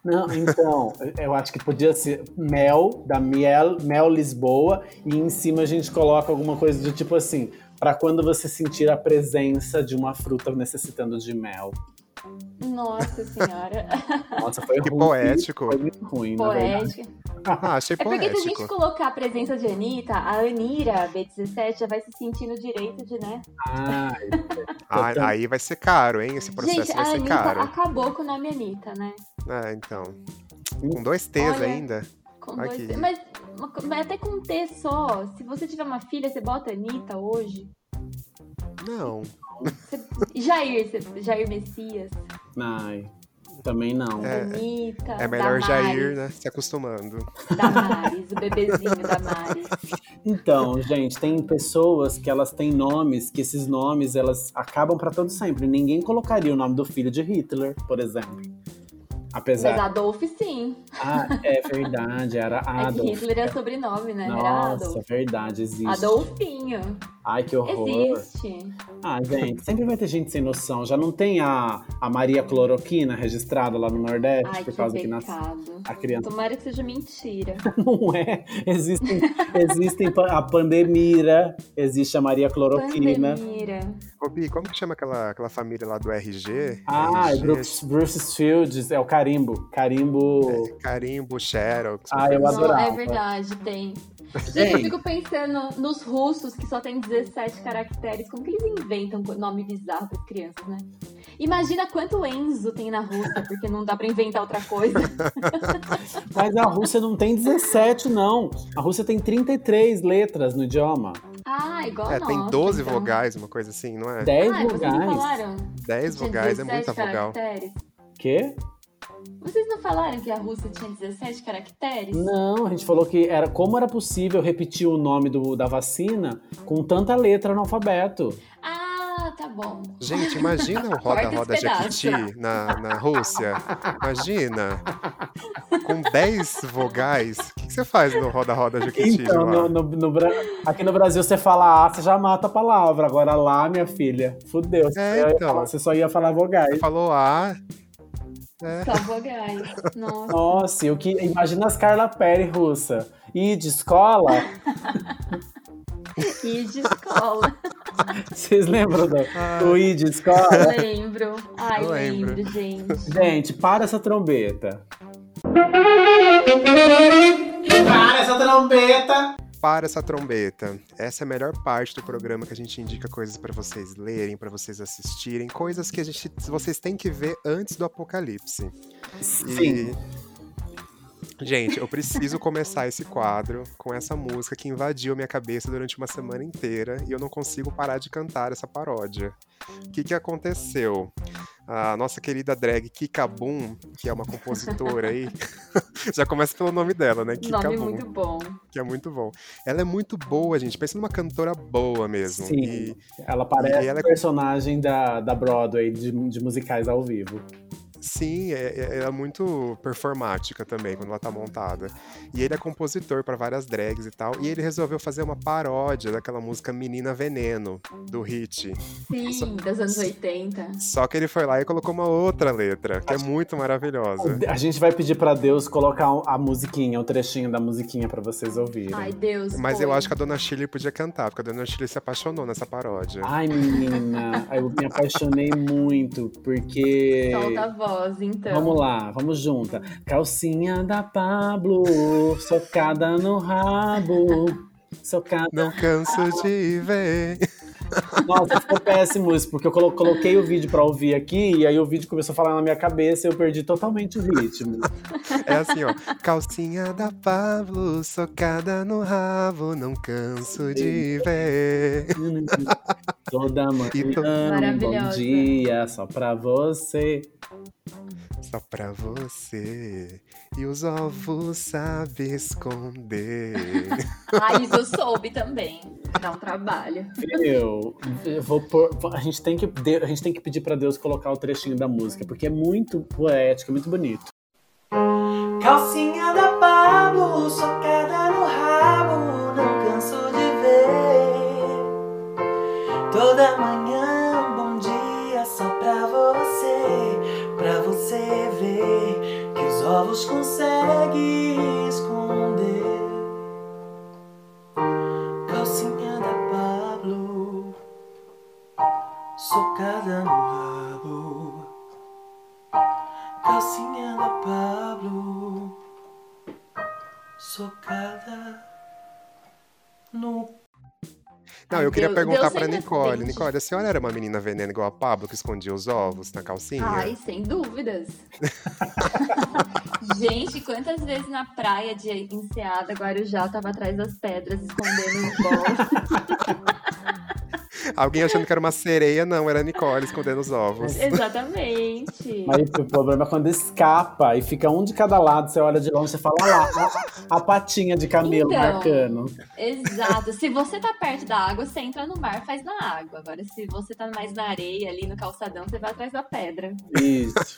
[SPEAKER 2] Não, então, eu acho que podia ser mel, da Miel, Mel Lisboa, e em cima a gente coloca alguma coisa do tipo assim, para quando você sentir a presença de uma fruta necessitando de mel.
[SPEAKER 4] Nossa senhora.
[SPEAKER 2] Nossa, foi
[SPEAKER 3] Que
[SPEAKER 2] ruim.
[SPEAKER 3] poético.
[SPEAKER 2] Foi muito ruim, na verdade.
[SPEAKER 4] Poética.
[SPEAKER 3] Ah, achei
[SPEAKER 4] É porque se a gente
[SPEAKER 3] poético.
[SPEAKER 4] colocar a presença de Anitta, a Anira B17 já vai se sentindo direito de, né?
[SPEAKER 2] Ai,
[SPEAKER 3] Ah, aí vai ser caro, hein? Esse processo
[SPEAKER 4] Gente, tá
[SPEAKER 3] vai
[SPEAKER 4] a
[SPEAKER 3] ser
[SPEAKER 4] Anitta
[SPEAKER 3] caro.
[SPEAKER 4] acabou com o nome Anitta, né?
[SPEAKER 3] Ah, então. Com dois T's
[SPEAKER 4] Olha.
[SPEAKER 3] ainda.
[SPEAKER 4] Com
[SPEAKER 3] Aqui.
[SPEAKER 4] dois... mas, mas até com um T só, se você tiver uma filha, você bota Anitta hoje.
[SPEAKER 3] Não.
[SPEAKER 4] Então Você... Jair, você- Jair Messias,
[SPEAKER 2] ai, também não.
[SPEAKER 3] É,
[SPEAKER 4] Anitta,
[SPEAKER 3] É melhor
[SPEAKER 4] Damares,
[SPEAKER 3] Jair, né? Se acostumando.
[SPEAKER 4] Damares, o bebezinho Damares.
[SPEAKER 2] Então, gente, tem pessoas que elas têm nomes, que esses nomes elas acabam pra todo sempre. Ninguém colocaria o nome do filho de Hitler, por exemplo.
[SPEAKER 4] Mas
[SPEAKER 2] Apesar.
[SPEAKER 4] Adolf sim.
[SPEAKER 2] Ah, é verdade, era
[SPEAKER 4] É que
[SPEAKER 2] Adolf.
[SPEAKER 4] Hitler é sobrenome, né? Era
[SPEAKER 2] Nossa,
[SPEAKER 4] Adolf.
[SPEAKER 2] verdade, existe.
[SPEAKER 4] Adolfinho.
[SPEAKER 2] Ai, que horror.
[SPEAKER 4] Existe.
[SPEAKER 2] Ah, gente, sempre vai ter gente sem noção. Já não tem a, a Maria Cloroquina registrada lá no Nordeste
[SPEAKER 4] Ai, que
[SPEAKER 2] É por causa que, nasce
[SPEAKER 4] pecado.
[SPEAKER 2] a criança
[SPEAKER 4] Tomara que seja mentira.
[SPEAKER 2] não é. Existem, existem pa- a pandemia, existe a Maria Cloroquina.
[SPEAKER 4] Pandemira.
[SPEAKER 3] Ô, Bi, como que chama aquela, aquela família lá do RG?
[SPEAKER 2] Ah,
[SPEAKER 3] RG,
[SPEAKER 2] Bruce, Bruce Fields, é o carimbo.
[SPEAKER 3] É.
[SPEAKER 2] Carimbo.
[SPEAKER 3] Carimbo, Xerox. assim.
[SPEAKER 2] Ah, eu
[SPEAKER 4] Não,
[SPEAKER 2] adorava.
[SPEAKER 4] é verdade, tem. Gente, eu fico pensando nos russos que só tem 17 caracteres. Como que eles inventam nome bizarro para crianças, né? Imagina quanto Enzo tem na Rússia, porque não dá pra inventar outra coisa.
[SPEAKER 2] Mas a Rússia não tem 17, não. A Rússia tem 33 letras no idioma.
[SPEAKER 4] Ah, igual
[SPEAKER 3] É,
[SPEAKER 4] a
[SPEAKER 3] tem
[SPEAKER 4] nossa,
[SPEAKER 3] 12
[SPEAKER 4] então.
[SPEAKER 3] vogais, uma coisa assim, não é?
[SPEAKER 2] 10
[SPEAKER 4] Ah, vocês não
[SPEAKER 2] vogais.
[SPEAKER 4] falaram?
[SPEAKER 3] 10
[SPEAKER 4] Tinha
[SPEAKER 3] vogais, é
[SPEAKER 4] 17
[SPEAKER 3] muita vogal.
[SPEAKER 4] caracteres.
[SPEAKER 2] Quê?
[SPEAKER 4] Vocês não falaram que a Rússia tinha 17 caracteres?
[SPEAKER 2] Não, a gente falou que era como era possível repetir o nome do- da vacina com tanta letra no alfabeto.
[SPEAKER 4] Ah, tá bom.
[SPEAKER 3] Gente, imagina o
[SPEAKER 4] Corta esse
[SPEAKER 3] roda-roda
[SPEAKER 4] pedaço.
[SPEAKER 3] Jequiti na, na Rússia. Imagina. Com 10 vogais. O que, que você faz no roda-roda Jequiti
[SPEAKER 2] Então,
[SPEAKER 3] lá?
[SPEAKER 2] no- no- no Bra- aqui no Brasil você fala A, você já mata a palavra. Agora lá, minha filha, fudeu. Você,
[SPEAKER 3] É,
[SPEAKER 2] ia
[SPEAKER 3] então.
[SPEAKER 2] falar- você só ia falar vogais.
[SPEAKER 3] Falou "Ah, A. É.
[SPEAKER 4] Só vogais. Nossa.
[SPEAKER 2] Nossa, eu que. Imagina as Carla Pérez russa. E de escola,
[SPEAKER 4] E de escola.
[SPEAKER 2] vocês lembram do,
[SPEAKER 3] Ah,
[SPEAKER 2] do I de escola?
[SPEAKER 4] lembro. Ai,
[SPEAKER 3] Eu lembro.
[SPEAKER 4] lembro. gente.
[SPEAKER 2] Gente, para essa trombeta. Para essa trombeta!
[SPEAKER 3] para essa trombeta. Essa é a melhor parte do programa que a gente indica coisas pra vocês lerem, pra vocês assistirem, coisas que a gente, vocês têm que ver antes do apocalipse.
[SPEAKER 2] Sim.
[SPEAKER 3] E- Gente, eu preciso começar esse quadro com essa música que invadiu minha cabeça durante uma semana inteira e eu não consigo parar de cantar essa paródia. O que, que aconteceu? A nossa querida drag Kika Boom, que é uma compositora aí, já começa pelo nome dela, né? Kika
[SPEAKER 4] Nome
[SPEAKER 3] Boom
[SPEAKER 4] muito bom.
[SPEAKER 3] que é muito bom. Ela é muito boa, gente. Pensa numa cantora boa mesmo.
[SPEAKER 2] Sim.
[SPEAKER 3] E-
[SPEAKER 2] Ela parece um
[SPEAKER 3] E ela é-
[SPEAKER 2] personagem da, da Broadway de, de musicais ao vivo.
[SPEAKER 3] sim, é, é- ela é muito performática também quando ela tá montada. E ele é compositor pra várias drags e tal. E ele resolveu fazer uma paródia daquela música Menina Veneno, do Hit.
[SPEAKER 4] Sim, das anos 80.
[SPEAKER 3] Só que ele foi lá e colocou uma outra letra, que é muito maravilhosa.
[SPEAKER 2] A gente vai pedir pra Deus colocar um, a musiquinha, o trechinho da musiquinha pra vocês ouvirem.
[SPEAKER 4] Ai,
[SPEAKER 2] Ai,
[SPEAKER 4] Deus.
[SPEAKER 3] Mas
[SPEAKER 4] foi.
[SPEAKER 3] eu acho que a Dona Chile podia cantar, porque a Dona Chile se apaixonou nessa paródia.
[SPEAKER 2] menina, eu me apaixonei muito, porque.
[SPEAKER 4] Solta a voz, então.
[SPEAKER 2] Vamos lá, vamos junta. Calcinha da Pablo, socada no rabo. Socada.
[SPEAKER 3] Não canso de ver.
[SPEAKER 2] Nossa, ficou péssimo isso, porque eu colo- coloquei o vídeo pra ouvir aqui, e aí o vídeo começou a falar na minha cabeça e eu perdi totalmente o ritmo.
[SPEAKER 3] É assim, ó. Calcinha da Pablo, socada no rabo, não canso de ver.
[SPEAKER 2] Toda manhã,
[SPEAKER 3] E to-
[SPEAKER 2] um bom
[SPEAKER 4] Maravilhosa.
[SPEAKER 2] dia, só pra você.
[SPEAKER 3] Só pra você. E os ovos sabe esconder.
[SPEAKER 4] Ah, isso eu soube também. Dá um trabalho.
[SPEAKER 2] Eu, eu vou pôr, a, gente tem que, de- a gente tem que pedir pra Deus colocar o trechinho da música, porque é muito poético, é muito bonito.
[SPEAKER 1] Calcinha da Pablo, socada no rabo, não canso de ver. Toda manhã, um bom dia só pra você, pra você ver que os ovos. socada no rabo, calcinha da Pablo, socada no
[SPEAKER 3] Não, eu queria
[SPEAKER 4] Deus-
[SPEAKER 3] perguntar
[SPEAKER 4] Deus
[SPEAKER 3] pra
[SPEAKER 4] ainda
[SPEAKER 3] Nicole.
[SPEAKER 4] tem.
[SPEAKER 3] Nicole, a senhora era uma menina veneno igual a Pablo que escondia os ovos na calcinha?
[SPEAKER 4] Ai, sem dúvidas. Gente, quantas vezes na praia de Enseada, Guarujá, eu tava atrás das pedras, escondendo os bolos.
[SPEAKER 3] Alguém achando que era uma sereia, não, era a Nicole escondendo os ovos.
[SPEAKER 4] É. Exatamente.
[SPEAKER 2] Mas o problema é quando escapa e fica um de cada lado, você olha de longe e fala, olha lá, a, a patinha de Camilo
[SPEAKER 4] Então.
[SPEAKER 2] marcando.
[SPEAKER 4] Exato. Se você tá perto da água, você entra no mar, faz na água. Agora, se você tá mais na areia, ali no calçadão, você vai atrás da pedra.
[SPEAKER 2] Isso.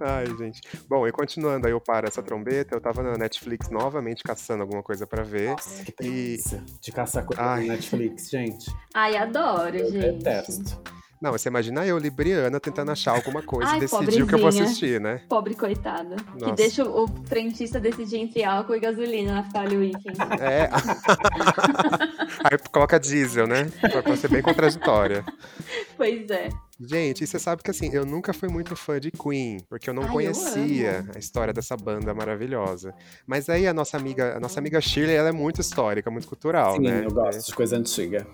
[SPEAKER 3] Ai, gente. Bom, e continuando, aí eu paro essa trombeta, eu tava na Netflix novamente caçando alguma coisa pra ver.
[SPEAKER 2] Nossa, que delícia. De caçar coisa
[SPEAKER 3] Ai.
[SPEAKER 2] no Netflix, gente.
[SPEAKER 4] Ai, adoro,
[SPEAKER 2] Eu
[SPEAKER 4] gente.
[SPEAKER 2] detesto.
[SPEAKER 3] Não, você imagina eu, Libriana, tentando achar alguma coisa
[SPEAKER 4] Ai,
[SPEAKER 3] e decidir o que eu vou
[SPEAKER 4] pobrezinha.
[SPEAKER 3] assistir, né?
[SPEAKER 4] Pobre coitada. Que
[SPEAKER 3] Nossa.
[SPEAKER 4] deixa o o frentista decidir entre álcool e gasolina na Falha Weekend.
[SPEAKER 3] É. aí coloca diesel, né? Pra, pra ser bem contraditória.
[SPEAKER 4] pois é.
[SPEAKER 3] Gente, e você sabe que assim, eu nunca fui muito fã de Queen, porque eu não
[SPEAKER 4] Ai, eu
[SPEAKER 3] conhecia a história dessa banda maravilhosa. Mas aí a nossa amiga, a nossa amiga Shirley, ela é muito histórica, muito cultural,
[SPEAKER 2] Sim,
[SPEAKER 3] né?
[SPEAKER 2] eu gosto de coisa antiga.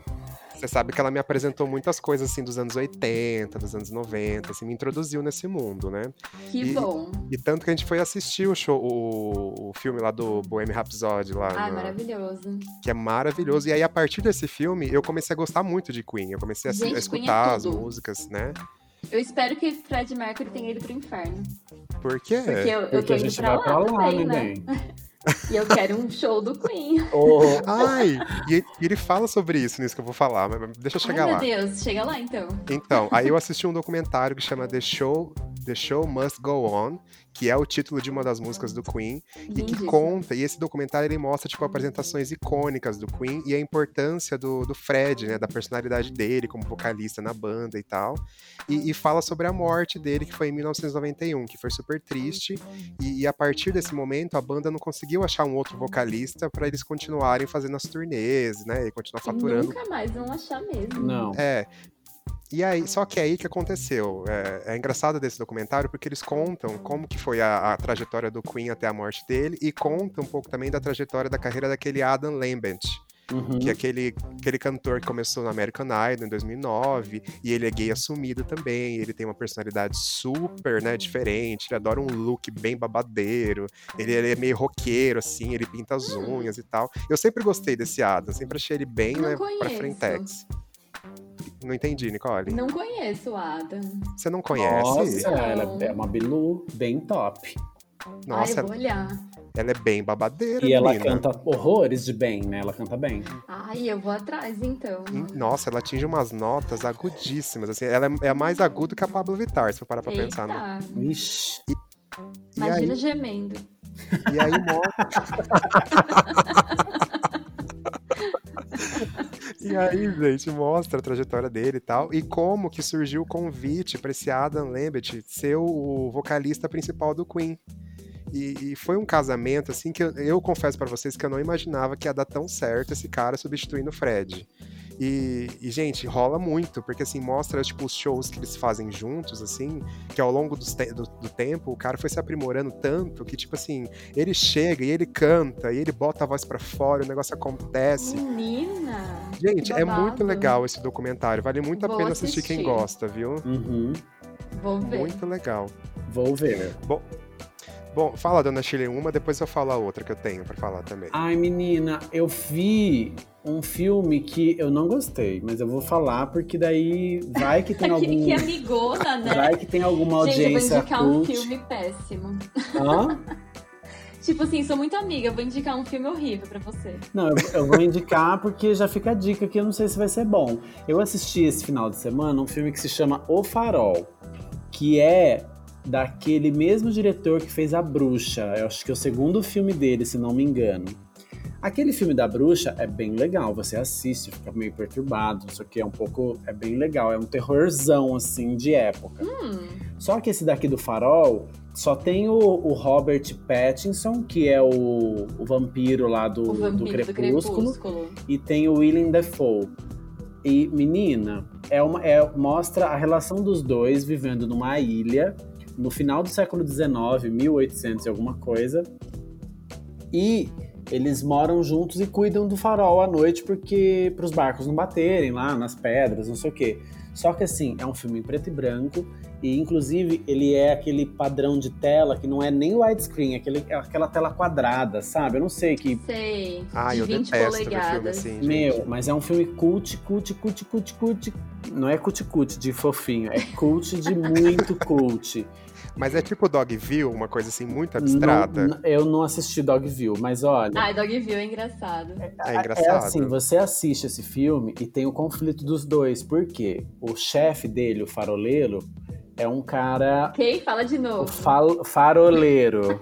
[SPEAKER 3] Você sabe que ela me apresentou muitas coisas assim dos anos 80, dos anos 90, assim, me introduziu nesse mundo, né?
[SPEAKER 4] Que
[SPEAKER 3] E-
[SPEAKER 4] bom.
[SPEAKER 3] E tanto que a gente foi assistir o show, o, o filme lá do Bohemian Rhapsody lá,
[SPEAKER 4] Ai,
[SPEAKER 3] na-
[SPEAKER 4] Ah, maravilhoso.
[SPEAKER 3] que é maravilhoso. E aí a partir desse filme eu comecei a gostar muito de Queen, eu comecei a,
[SPEAKER 4] Gente,
[SPEAKER 3] a
[SPEAKER 4] Queen é
[SPEAKER 3] escutar as
[SPEAKER 4] tudo.
[SPEAKER 3] músicas, né?
[SPEAKER 4] Eu espero que Fred Mercury tenha ido pro inferno.
[SPEAKER 3] É, Porque
[SPEAKER 4] Porque é eu, eu
[SPEAKER 2] Porque
[SPEAKER 4] tô
[SPEAKER 2] a
[SPEAKER 4] indo
[SPEAKER 2] gente
[SPEAKER 4] pra
[SPEAKER 2] vai
[SPEAKER 4] lá,
[SPEAKER 2] pra lá,
[SPEAKER 4] também,
[SPEAKER 2] né,
[SPEAKER 4] né?
[SPEAKER 2] bem?
[SPEAKER 4] E eu quero um show do Queen.
[SPEAKER 2] Oh,
[SPEAKER 3] Ai, e ele- ele fala sobre isso nisso que eu vou falar, mas mas deixa eu chegar
[SPEAKER 4] Ai,
[SPEAKER 3] lá.
[SPEAKER 4] meu Deus, chega lá então.
[SPEAKER 3] Então, aí eu assisti um documentário que chama The Show, The Show Must Go On, que é o título de uma das músicas do Queen. E que
[SPEAKER 4] Lindíssimo.
[SPEAKER 3] conta, e esse documentário ele mostra, tipo, apresentações icônicas do Queen e a importância do, do Fred, né? Da personalidade dele como vocalista na banda e tal. E, e fala sobre a morte dele, que foi em 1991, que foi super triste. E, e a partir desse momento, a banda não conseguiu achar um outro vocalista pra eles continuarem fazendo as turnês, né? E continuar
[SPEAKER 4] E
[SPEAKER 3] faturando
[SPEAKER 4] Nunca mais vão achar mesmo.
[SPEAKER 2] não.
[SPEAKER 3] é. E aí, só que aí que aconteceu. É, é engraçado desse documentário porque eles contam como que foi a, a trajetória do Queen até a morte dele e conta um pouco também da trajetória da carreira daquele Adam Lambert,
[SPEAKER 2] Uhum.
[SPEAKER 3] que é aquele, aquele cantor que começou no American Idol em 2009 e ele é gay assumido também. Ele tem uma personalidade super, né, diferente. Ele adora um look bem babadeiro. Ele, ele é meio roqueiro assim. Ele pinta as unhas e tal. Eu sempre gostei desse Adam, sempre achei ele bem,
[SPEAKER 4] Hum. Não
[SPEAKER 3] né, para
[SPEAKER 4] conheço.
[SPEAKER 3] frentex. Não entendi, Nicole.
[SPEAKER 4] Não conheço o Adam.
[SPEAKER 3] Você não
[SPEAKER 2] Nossa,
[SPEAKER 3] conhece?
[SPEAKER 2] ela é uma Bilu bem top.
[SPEAKER 3] Nossa,
[SPEAKER 4] Ai, eu vou olhar.
[SPEAKER 3] ela é bem babadeira,
[SPEAKER 2] E ela
[SPEAKER 3] menina.
[SPEAKER 2] canta horrores de bem, né? Ela canta bem.
[SPEAKER 4] Ai, eu vou atrás então.
[SPEAKER 3] E, Nossa, ela atinge umas notas agudíssimas, assim, ela é- é mais aguda que a Pablo Vittar, se for parar pra pensar. né?
[SPEAKER 4] Eita,
[SPEAKER 2] Ixi.
[SPEAKER 3] E aí-
[SPEAKER 4] imagina gemendo.
[SPEAKER 3] E aí mostra. e aí, gente, mostra a trajetória dele e tal. E como que surgiu o convite pra esse Adam Lambert ser o vocalista principal do Queen. E, e foi um casamento, assim, que eu, eu confesso pra vocês que eu não imaginava que ia dar tão certo esse cara substituindo o Fred. E, e, gente, rola muito, porque assim, mostra, tipo, os shows que eles fazem juntos, assim, que ao longo dos te- do, do tempo, o cara foi se aprimorando tanto que, tipo assim, ele chega e ele canta, e ele bota a voz pra fora, o negócio acontece.
[SPEAKER 4] Menina.
[SPEAKER 3] Gente, é
[SPEAKER 4] babado.
[SPEAKER 3] muito legal esse documentário. Vale muito a
[SPEAKER 4] Vou
[SPEAKER 3] pena assistir quem
[SPEAKER 4] assistir.
[SPEAKER 3] gosta, viu?
[SPEAKER 2] Uhum.
[SPEAKER 4] Vou ver.
[SPEAKER 3] Muito legal.
[SPEAKER 2] Vou ver.
[SPEAKER 3] Bom, fala, dona Shirley, uma, depois eu falo a outra que eu tenho pra falar também.
[SPEAKER 2] Ai, menina, eu vi um filme que eu não gostei, mas eu vou falar porque daí vai que tem
[SPEAKER 4] Que,
[SPEAKER 2] algum.
[SPEAKER 4] Tá que é amigona, né?
[SPEAKER 2] Vai que tem alguma
[SPEAKER 4] Gente, eu vou
[SPEAKER 2] audiência
[SPEAKER 4] indicar um
[SPEAKER 2] cult.
[SPEAKER 4] filme péssimo.
[SPEAKER 2] Hã?
[SPEAKER 4] Tipo assim, sou muito amiga, vou indicar um filme horrível pra você.
[SPEAKER 2] Não, eu, eu vou indicar porque já fica a dica que eu não sei se vai ser bom. Eu assisti esse final de semana um filme que se chama O Farol, que é daquele mesmo diretor que fez A Bruxa. Eu acho que é o segundo filme dele, se não me engano. Aquele filme da bruxa é bem legal, você assiste, fica meio perturbado, não sei o que, é um pouco. É bem legal, é um terrorzão, assim, de época.
[SPEAKER 4] Hum,
[SPEAKER 2] Só que esse daqui do farol só tem o, o Robert Pattinson, que é o, o vampiro lá do,
[SPEAKER 4] o
[SPEAKER 2] do
[SPEAKER 4] vampiro
[SPEAKER 2] Crepúsculo,
[SPEAKER 4] do crepúsculo.
[SPEAKER 2] e tem o Willem Dafoe. E, menina, é uma, é, mostra a relação dos dois vivendo numa ilha no final do século XIX, 1800 e alguma coisa. E eles moram juntos e cuidam do farol à noite porque para os barcos não baterem lá nas pedras, não sei o quê. Só que assim, é um filme em preto e branco e inclusive ele é aquele padrão de tela que não é nem widescreen, é, aquele, é aquela tela quadrada, sabe? Eu não sei que
[SPEAKER 4] Sei.
[SPEAKER 3] Ah,
[SPEAKER 4] de
[SPEAKER 3] eu
[SPEAKER 4] 20
[SPEAKER 3] detesto ver filme
[SPEAKER 4] polegadas.
[SPEAKER 3] assim, gente.
[SPEAKER 2] meu, mas é um filme cult, cult, cult, cult, cult. Não é cult, cult de fofinho, é cult de muito cult.
[SPEAKER 3] Mas é tipo Dogville, uma coisa assim muito
[SPEAKER 2] Não-
[SPEAKER 3] abstrata.
[SPEAKER 2] n- eu não assisti Dogville, mas olha.
[SPEAKER 4] Ai, Dogville é engraçado.
[SPEAKER 3] é
[SPEAKER 2] É
[SPEAKER 3] engraçado.
[SPEAKER 2] assim, você assiste esse filme e tem o conflito dos dois, porque o chefe dele, o faroleiro, é um cara
[SPEAKER 4] Ok, fala de
[SPEAKER 2] o
[SPEAKER 4] novo.
[SPEAKER 2] fal- faroleiro.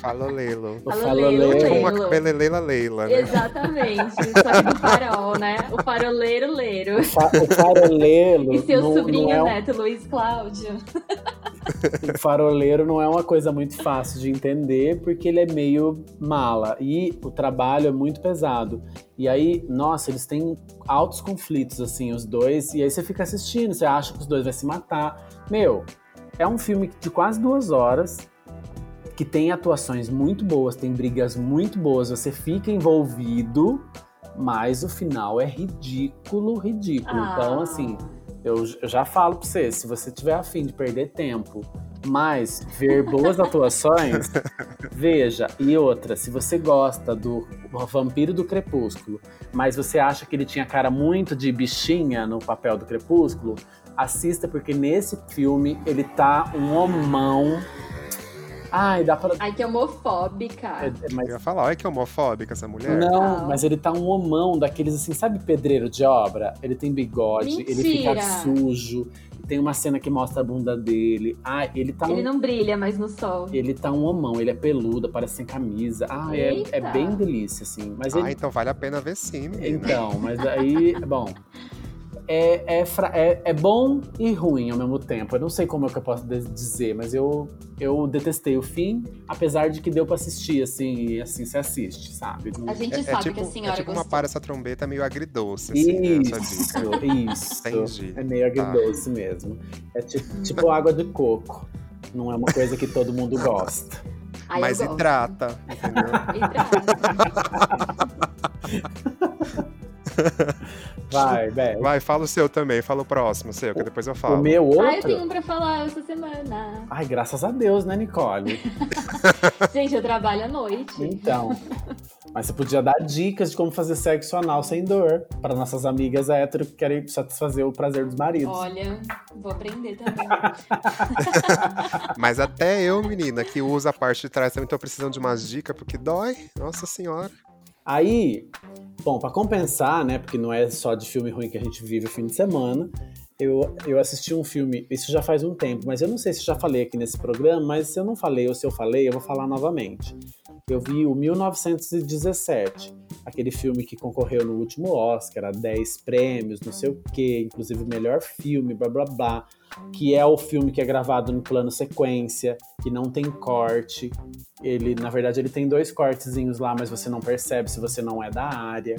[SPEAKER 3] Fala Leilo.
[SPEAKER 2] O
[SPEAKER 4] Faroleiro,
[SPEAKER 3] Tipo
[SPEAKER 2] faroleiro.
[SPEAKER 3] uma
[SPEAKER 4] Leilo.
[SPEAKER 3] Belelela Leila, né?
[SPEAKER 4] Exatamente. Só que do farol, né? O faroleiro leiro.
[SPEAKER 2] O fa- o faroleiro
[SPEAKER 4] E seu
[SPEAKER 2] não,
[SPEAKER 4] sobrinho
[SPEAKER 2] não é, um-
[SPEAKER 4] neto, Luiz Cláudio.
[SPEAKER 2] o faroleiro não é uma coisa muito fácil de entender, porque ele é meio mala e o trabalho é muito pesado. E aí, nossa, eles têm altos conflitos, assim, os dois. E aí você fica assistindo, você acha que os dois vão se matar. Meu, é um filme de quase duas horas. Que tem atuações muito boas, tem brigas muito boas, você fica envolvido, mas o final é ridículo, ridículo. Então,
[SPEAKER 4] Ah.
[SPEAKER 2] assim, eu, eu já falo pra você, se você tiver afim de perder tempo, mas ver boas atuações, veja. E outra, se você gosta do Vampiro do Crepúsculo, mas você acha que ele tinha cara muito de bichinha no papel do Crepúsculo, assista, porque nesse filme ele tá um homão. Ai, dá pra.
[SPEAKER 4] Ai, que homofóbica.
[SPEAKER 2] é- é- mas-
[SPEAKER 3] Eu ia falar, olha que homofóbica essa mulher.
[SPEAKER 2] não,
[SPEAKER 4] Não.
[SPEAKER 2] mas ele tá um homão daqueles assim, sabe pedreiro de obra? Ele tem bigode, ele fica
[SPEAKER 4] Mentira.
[SPEAKER 2] sujo, tem uma cena que mostra a bunda dele. Ah, ele tá
[SPEAKER 4] Ele
[SPEAKER 2] um.
[SPEAKER 4] não brilha mais no sol.
[SPEAKER 2] Ele tá um homão, ele é peludo, parece sem camisa. Ah, é, é
[SPEAKER 4] Eita.
[SPEAKER 2] bem delícia, assim. Mas
[SPEAKER 3] Ah,
[SPEAKER 2] ele-
[SPEAKER 3] então vale a pena ver sim, menina.
[SPEAKER 2] Então, mas aí, bom. É, é, fra- é, é bom e ruim ao mesmo tempo. Eu não sei como é que eu posso de- dizer, mas eu, eu detestei o fim, apesar de que deu pra assistir, assim, e assim se assiste, sabe? Não-
[SPEAKER 4] A gente
[SPEAKER 3] é, é
[SPEAKER 4] sabe
[SPEAKER 3] tipo,
[SPEAKER 4] que a
[SPEAKER 3] é
[SPEAKER 4] senhora
[SPEAKER 3] tipo uma
[SPEAKER 4] gostou.
[SPEAKER 3] para essa trombeta meio agridoce, assim, né, essa
[SPEAKER 2] Isso,
[SPEAKER 3] dica.
[SPEAKER 2] isso.
[SPEAKER 3] Entendi.
[SPEAKER 2] É meio agridoce mesmo. É tipo, tipo água de coco. Não é uma coisa que todo mundo gosta.
[SPEAKER 4] Ai, eu
[SPEAKER 3] Mas
[SPEAKER 4] gosto.
[SPEAKER 3] hidrata, entendeu?
[SPEAKER 4] Hidrata.
[SPEAKER 2] Vai, Beth.
[SPEAKER 3] Vai, fala o seu também, fala o próximo, seu, que depois eu
[SPEAKER 2] O
[SPEAKER 3] falo.
[SPEAKER 2] meu outro.
[SPEAKER 4] Ah, eu tenho um pra falar essa semana.
[SPEAKER 2] Ai, graças a Deus, né, Nicole?
[SPEAKER 4] Gente, eu trabalho à noite.
[SPEAKER 2] Então. Mas você podia dar dicas de como fazer sexo anal sem dor para nossas amigas hétero que querem satisfazer o prazer dos maridos.
[SPEAKER 4] Olha, vou aprender também.
[SPEAKER 3] Mas até eu, menina, que usa a parte de trás também, tô precisando de umas dicas, porque dói. Nossa senhora.
[SPEAKER 2] Aí, bom, pra compensar, né, porque não é só de filme ruim que a gente vive o fim de semana, eu, eu assisti um filme, isso já faz um tempo, mas eu não sei se já falei aqui nesse programa, mas se eu não falei ou se eu falei, eu vou falar novamente. Eu vi o 1917, aquele filme que concorreu no último Oscar, a 10 prêmios, não sei o quê, inclusive o melhor filme, blá blá blá, que é o filme que é gravado no plano sequência, que não tem corte, ele, na verdade, ele tem dois cortezinhos lá, mas você não percebe se você não é da área.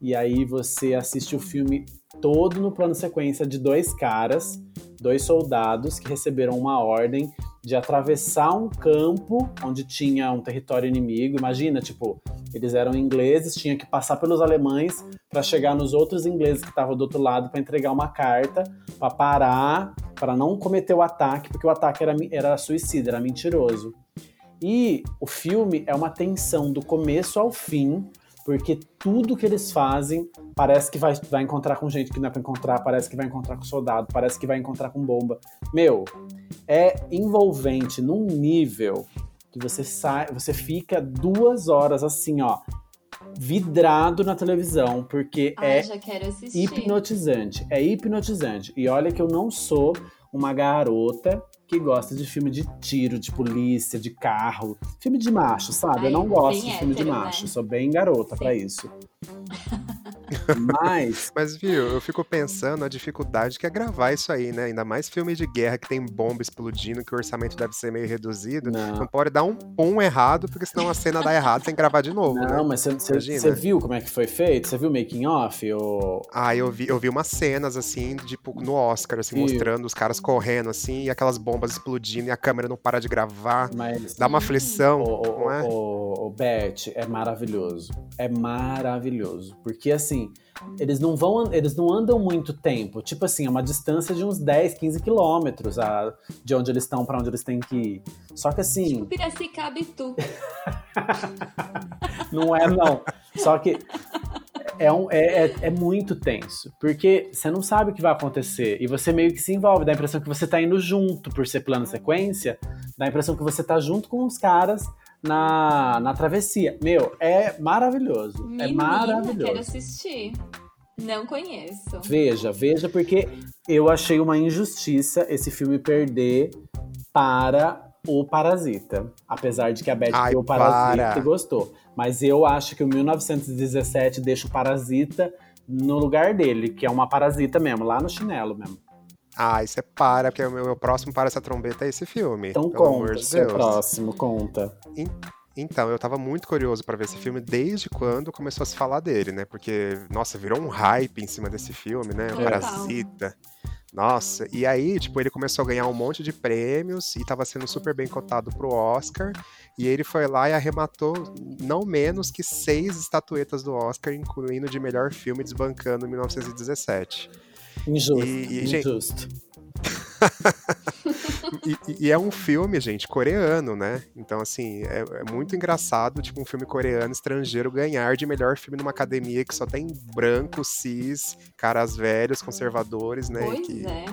[SPEAKER 2] E aí você assiste o filme todo no plano sequência de dois caras, dois soldados que receberam uma ordem de atravessar um campo onde tinha um território inimigo. Imagina, tipo, eles eram ingleses, tinha que passar pelos alemães para chegar nos outros ingleses que estavam do outro lado para entregar uma carta para parar, para não cometer o ataque, porque o ataque era, mi- era suicida, era mentiroso. E o filme é uma tensão do começo ao fim, porque tudo que eles fazem parece que vai, vai encontrar com gente que não é pra encontrar, parece que vai encontrar com soldado, parece que vai encontrar com bomba. Meu, é envolvente num nível que você sai, você fica duas horas assim, ó, vidrado na televisão, porque
[SPEAKER 4] Ai,
[SPEAKER 2] é
[SPEAKER 4] já quero assistir.
[SPEAKER 2] hipnotizante. É hipnotizante. E olha que eu não sou uma garota que gosta de filme de tiro, de polícia, de carro. Filme de macho, sabe?
[SPEAKER 4] Ai,
[SPEAKER 2] eu não gosto de
[SPEAKER 4] bem né?
[SPEAKER 2] filme de
[SPEAKER 4] hétero,
[SPEAKER 2] macho.
[SPEAKER 4] né?
[SPEAKER 2] Sou bem garota pra isso. Mas
[SPEAKER 3] Mas, viu, eu fico pensando a dificuldade que é gravar isso aí, né? Ainda mais filme de guerra que tem bomba explodindo, que o orçamento deve ser meio reduzido.
[SPEAKER 2] Não.
[SPEAKER 3] Não pode dar um pum errado, porque senão a cena dá errado sem gravar de novo, né?
[SPEAKER 2] Não, mas
[SPEAKER 3] Imagina.
[SPEAKER 2] você viu como é que foi feito? Você viu o making off? O...
[SPEAKER 3] Ah, eu vi, eu vi umas cenas, assim, tipo, no Oscar, assim,
[SPEAKER 2] Viu?
[SPEAKER 3] mostrando os caras correndo, assim, e aquelas bombas explodindo, e a câmera não para de gravar.
[SPEAKER 2] Mas
[SPEAKER 3] Dá uma
[SPEAKER 4] Sim.
[SPEAKER 2] o,
[SPEAKER 3] aflição,
[SPEAKER 2] o,
[SPEAKER 3] não é?
[SPEAKER 2] o- o Bert é maravilhoso. É maravilhoso. Porque assim, eles não vão, an- eles não andam muito tempo. Tipo assim, é uma distância de uns 10, 15 quilômetros a- de onde eles estão pra onde eles têm que ir. Só que assim.
[SPEAKER 4] Tipo Piracicaba e tu.
[SPEAKER 2] É Não é, não. Só que é, um- é- é- é muito tenso. Porque você não sabe o que vai acontecer. E você meio que se envolve. Dá a impressão que você tá indo junto por ser plano sequência. Dá a impressão que você tá junto com os caras na, na travessia. Meu, é maravilhoso. é
[SPEAKER 4] quero
[SPEAKER 2] maravilhoso.
[SPEAKER 4] assistir. Não conheço.
[SPEAKER 2] Veja, veja, porque eu achei uma injustiça esse filme perder para o Parasita. Apesar de que a Beth
[SPEAKER 3] Ai,
[SPEAKER 2] viu o Parasita
[SPEAKER 3] para.
[SPEAKER 2] e gostou. Mas eu acho que o 1917 deixa o Parasita no lugar dele, que é uma parasita mesmo, lá no chinelo mesmo.
[SPEAKER 3] Ah, isso é para, porque o meu, meu próximo para essa trombeta é esse filme.
[SPEAKER 2] Então
[SPEAKER 3] pelo
[SPEAKER 2] conta,
[SPEAKER 3] amor de
[SPEAKER 2] seu
[SPEAKER 3] Deus.
[SPEAKER 2] próximo, conta.
[SPEAKER 3] Então, eu tava muito curioso pra ver esse filme desde quando começou a se falar dele, né? Porque, nossa, virou um hype em cima desse filme, né?
[SPEAKER 4] Total.
[SPEAKER 3] Parasita. Nossa, e aí, tipo, ele começou a ganhar um monte de prêmios e tava sendo super bem cotado pro Oscar. E ele foi lá e arrematou não menos que seis estatuetas do Oscar, incluindo de melhor filme desbancando 1917.
[SPEAKER 2] Injusto,
[SPEAKER 3] E- e, gente-
[SPEAKER 2] injusto.
[SPEAKER 3] E- E, e é um filme, gente, coreano, né? Então, assim, é, é muito engraçado, tipo, um filme coreano estrangeiro ganhar de melhor filme numa academia que só tem brancos, cis, caras velhos, conservadores, né? E
[SPEAKER 4] Pois
[SPEAKER 3] que-
[SPEAKER 4] é.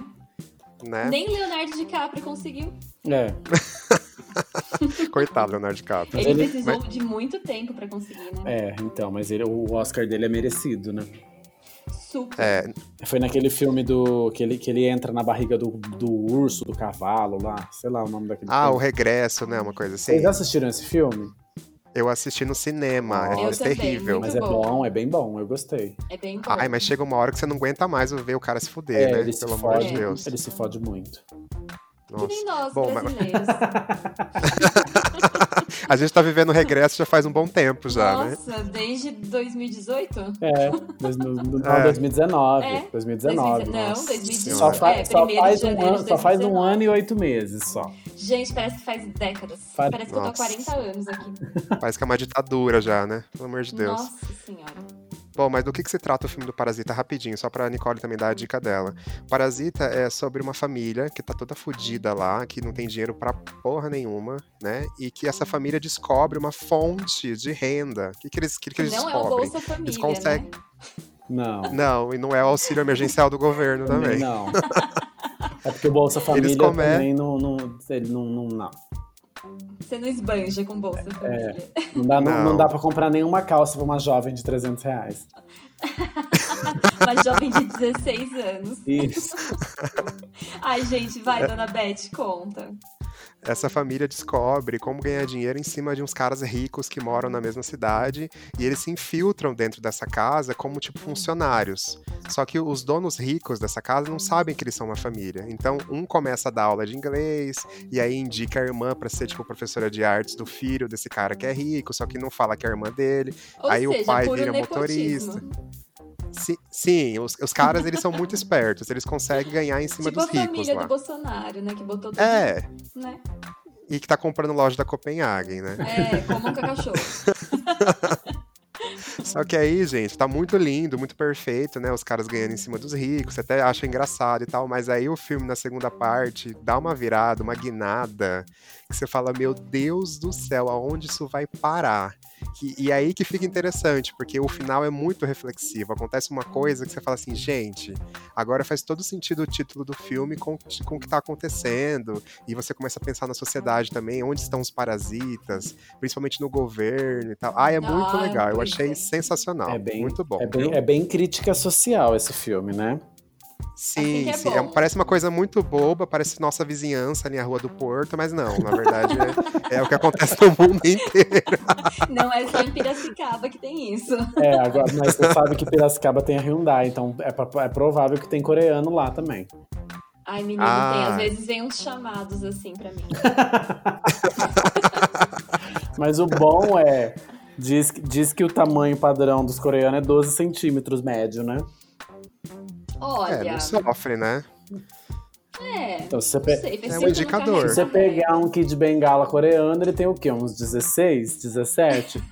[SPEAKER 3] né?
[SPEAKER 4] Nem Leonardo DiCaprio conseguiu.
[SPEAKER 2] É,
[SPEAKER 3] Coitado, né, Leonardo DiCaprio.
[SPEAKER 4] Ele,
[SPEAKER 2] ele-
[SPEAKER 4] precisou de muito tempo pra conseguir, né?
[SPEAKER 2] é, então, mas ele- o Oscar dele é merecido, né?
[SPEAKER 4] Super.
[SPEAKER 3] É,
[SPEAKER 2] Foi naquele filme do que ele, que ele entra na barriga do, do urso, do cavalo lá, sei lá o nome daquele
[SPEAKER 3] ah, o
[SPEAKER 2] filme.
[SPEAKER 3] regresso, né? Uma coisa assim.
[SPEAKER 2] Vocês assistiram esse filme?
[SPEAKER 3] Eu assisti no cinema,
[SPEAKER 2] Eu
[SPEAKER 3] é
[SPEAKER 4] também,
[SPEAKER 3] terrível.
[SPEAKER 4] muito
[SPEAKER 2] Mas é
[SPEAKER 4] bom.
[SPEAKER 2] bom, é bem bom, eu gostei.
[SPEAKER 4] É bem bom.
[SPEAKER 3] Ai, mas chega uma hora que você não aguenta mais ver o cara se fuder,
[SPEAKER 2] É,
[SPEAKER 3] né?
[SPEAKER 2] ele se
[SPEAKER 3] Pelo amor
[SPEAKER 2] fode,
[SPEAKER 3] de Deus.
[SPEAKER 2] ele se fode muito.
[SPEAKER 4] Que
[SPEAKER 3] Nossa.
[SPEAKER 4] nem nós,
[SPEAKER 3] Bom, mas-
[SPEAKER 4] brasileiros.
[SPEAKER 3] A gente tá vivendo o regresso já faz um bom tempo já, né?
[SPEAKER 4] Nossa, desde 2018?
[SPEAKER 2] É, dois- no, no, não,
[SPEAKER 3] É.
[SPEAKER 2] 2019,
[SPEAKER 4] É,
[SPEAKER 2] 2019.
[SPEAKER 4] 2019,
[SPEAKER 2] nossa.
[SPEAKER 4] não, 2019,
[SPEAKER 2] Só, fa-
[SPEAKER 4] é,
[SPEAKER 2] só
[SPEAKER 4] primeiro
[SPEAKER 2] faz
[SPEAKER 4] de
[SPEAKER 2] um
[SPEAKER 4] janeiro
[SPEAKER 2] ano,
[SPEAKER 4] de
[SPEAKER 2] só faz um
[SPEAKER 4] 2019.
[SPEAKER 2] ano e oito meses só.
[SPEAKER 4] Gente, parece que faz décadas.
[SPEAKER 2] Faz-
[SPEAKER 4] Parece que eu tô há
[SPEAKER 3] Nossa.
[SPEAKER 4] 40 anos aqui.
[SPEAKER 3] Parece que é uma ditadura já, né? Pelo amor de Deus.
[SPEAKER 4] Nossa senhora.
[SPEAKER 3] Bom, mas do que, que se trata o filme do Parasita? Rapidinho, só pra Nicole também dar a dica dela. Parasita é sobre uma família que tá toda fodida lá, que não tem dinheiro pra porra nenhuma, né? E que essa família descobre uma fonte de renda. O que, que eles, que que eles
[SPEAKER 4] não é o
[SPEAKER 3] descobrem?
[SPEAKER 4] Bolsa Família,
[SPEAKER 3] Eles conseguem-
[SPEAKER 4] né?
[SPEAKER 2] Não,
[SPEAKER 3] Não, e não é o auxílio emergencial do governo também.
[SPEAKER 2] não. É porque o Bolsa Família
[SPEAKER 3] come-
[SPEAKER 2] também não, não, ele não, não, não.
[SPEAKER 4] Você não esbanja com
[SPEAKER 2] É.
[SPEAKER 4] Bolsa Família.
[SPEAKER 2] Não dá, não.
[SPEAKER 3] Não.
[SPEAKER 2] não dá pra comprar nenhuma calça pra uma jovem de 300 reais.
[SPEAKER 4] Uma jovem de 16 anos.
[SPEAKER 2] Isso.
[SPEAKER 4] Ai, gente,
[SPEAKER 3] É.
[SPEAKER 4] vai, dona Beth, conta.
[SPEAKER 3] Essa família descobre como ganhar dinheiro em cima de uns caras ricos que moram na mesma cidade e eles se infiltram dentro dessa casa como tipo funcionários. Só que os donos ricos dessa casa não sabem que eles são uma família. Então um começa a dar aula de inglês e aí indica a irmã pra ser tipo professora de artes do filho desse cara que é rico, só que não fala que é a irmã dele.
[SPEAKER 4] Ou
[SPEAKER 3] Aí o
[SPEAKER 4] seja,
[SPEAKER 3] pai
[SPEAKER 4] puro
[SPEAKER 3] vira
[SPEAKER 4] nepotismo.
[SPEAKER 3] motorista. Si- sim, os, os caras eles são muito espertos, eles conseguem ganhar em cima
[SPEAKER 4] Tipo a
[SPEAKER 3] dos ricos
[SPEAKER 4] família
[SPEAKER 3] lá.
[SPEAKER 4] do Bolsonaro, né? Que botou tudo,
[SPEAKER 3] É,
[SPEAKER 4] né?
[SPEAKER 3] e que tá comprando loja da Copenhagen, né?
[SPEAKER 4] É, como um cachorro.
[SPEAKER 3] Só que aí, gente, tá muito lindo, muito perfeito, né? Os caras ganhando em cima dos ricos, você até acha engraçado e tal, mas aí o filme na segunda parte dá uma virada, uma guinada, que você fala, meu Deus do céu, aonde isso vai parar? Que- e aí que fica interessante, porque o final é muito reflexivo. Acontece uma coisa que você fala assim, gente, agora faz todo sentido o título do filme com, com o que tá acontecendo. E você começa a pensar na sociedade também, onde estão os parasitas, principalmente no governo e tal. Ah, é muito
[SPEAKER 4] Ah,
[SPEAKER 3] legal. Eu
[SPEAKER 4] pois
[SPEAKER 3] achei
[SPEAKER 4] é.
[SPEAKER 3] sensacional.
[SPEAKER 2] É bem-
[SPEAKER 3] muito bom.
[SPEAKER 2] É bem,
[SPEAKER 3] viu?
[SPEAKER 2] é bem crítica social esse filme, né?
[SPEAKER 3] Sim,
[SPEAKER 4] que é
[SPEAKER 3] sim.
[SPEAKER 4] bom.
[SPEAKER 3] É- parece uma coisa muito boba, parece nossa vizinhança ali na Rua do Porto, mas não, na verdade é, é o que acontece no mundo inteiro.
[SPEAKER 4] Não é só em Piracicaba que tem isso.
[SPEAKER 2] É, agora, mas você sabe que Piracicaba tem a Hyundai, então é, pra- é provável que tem coreano lá também.
[SPEAKER 4] Ai, menino,
[SPEAKER 3] Ah.
[SPEAKER 4] tem. Às vezes vem uns chamados assim pra mim.
[SPEAKER 2] Mas o bom é. Diz, que- diz que o tamanho padrão dos coreanos é 12 centímetros médio, né?
[SPEAKER 4] Olha.
[SPEAKER 3] É, não sofre, né?
[SPEAKER 4] é.
[SPEAKER 2] Então, se você,
[SPEAKER 4] Não
[SPEAKER 2] pe-
[SPEAKER 4] sei, faz
[SPEAKER 3] É um
[SPEAKER 4] tempo que eu não
[SPEAKER 3] indicador.
[SPEAKER 4] carrego
[SPEAKER 2] se você
[SPEAKER 4] também.
[SPEAKER 2] pegar um Kid Bengala coreano, ele tem o quê? Uns 16, 17?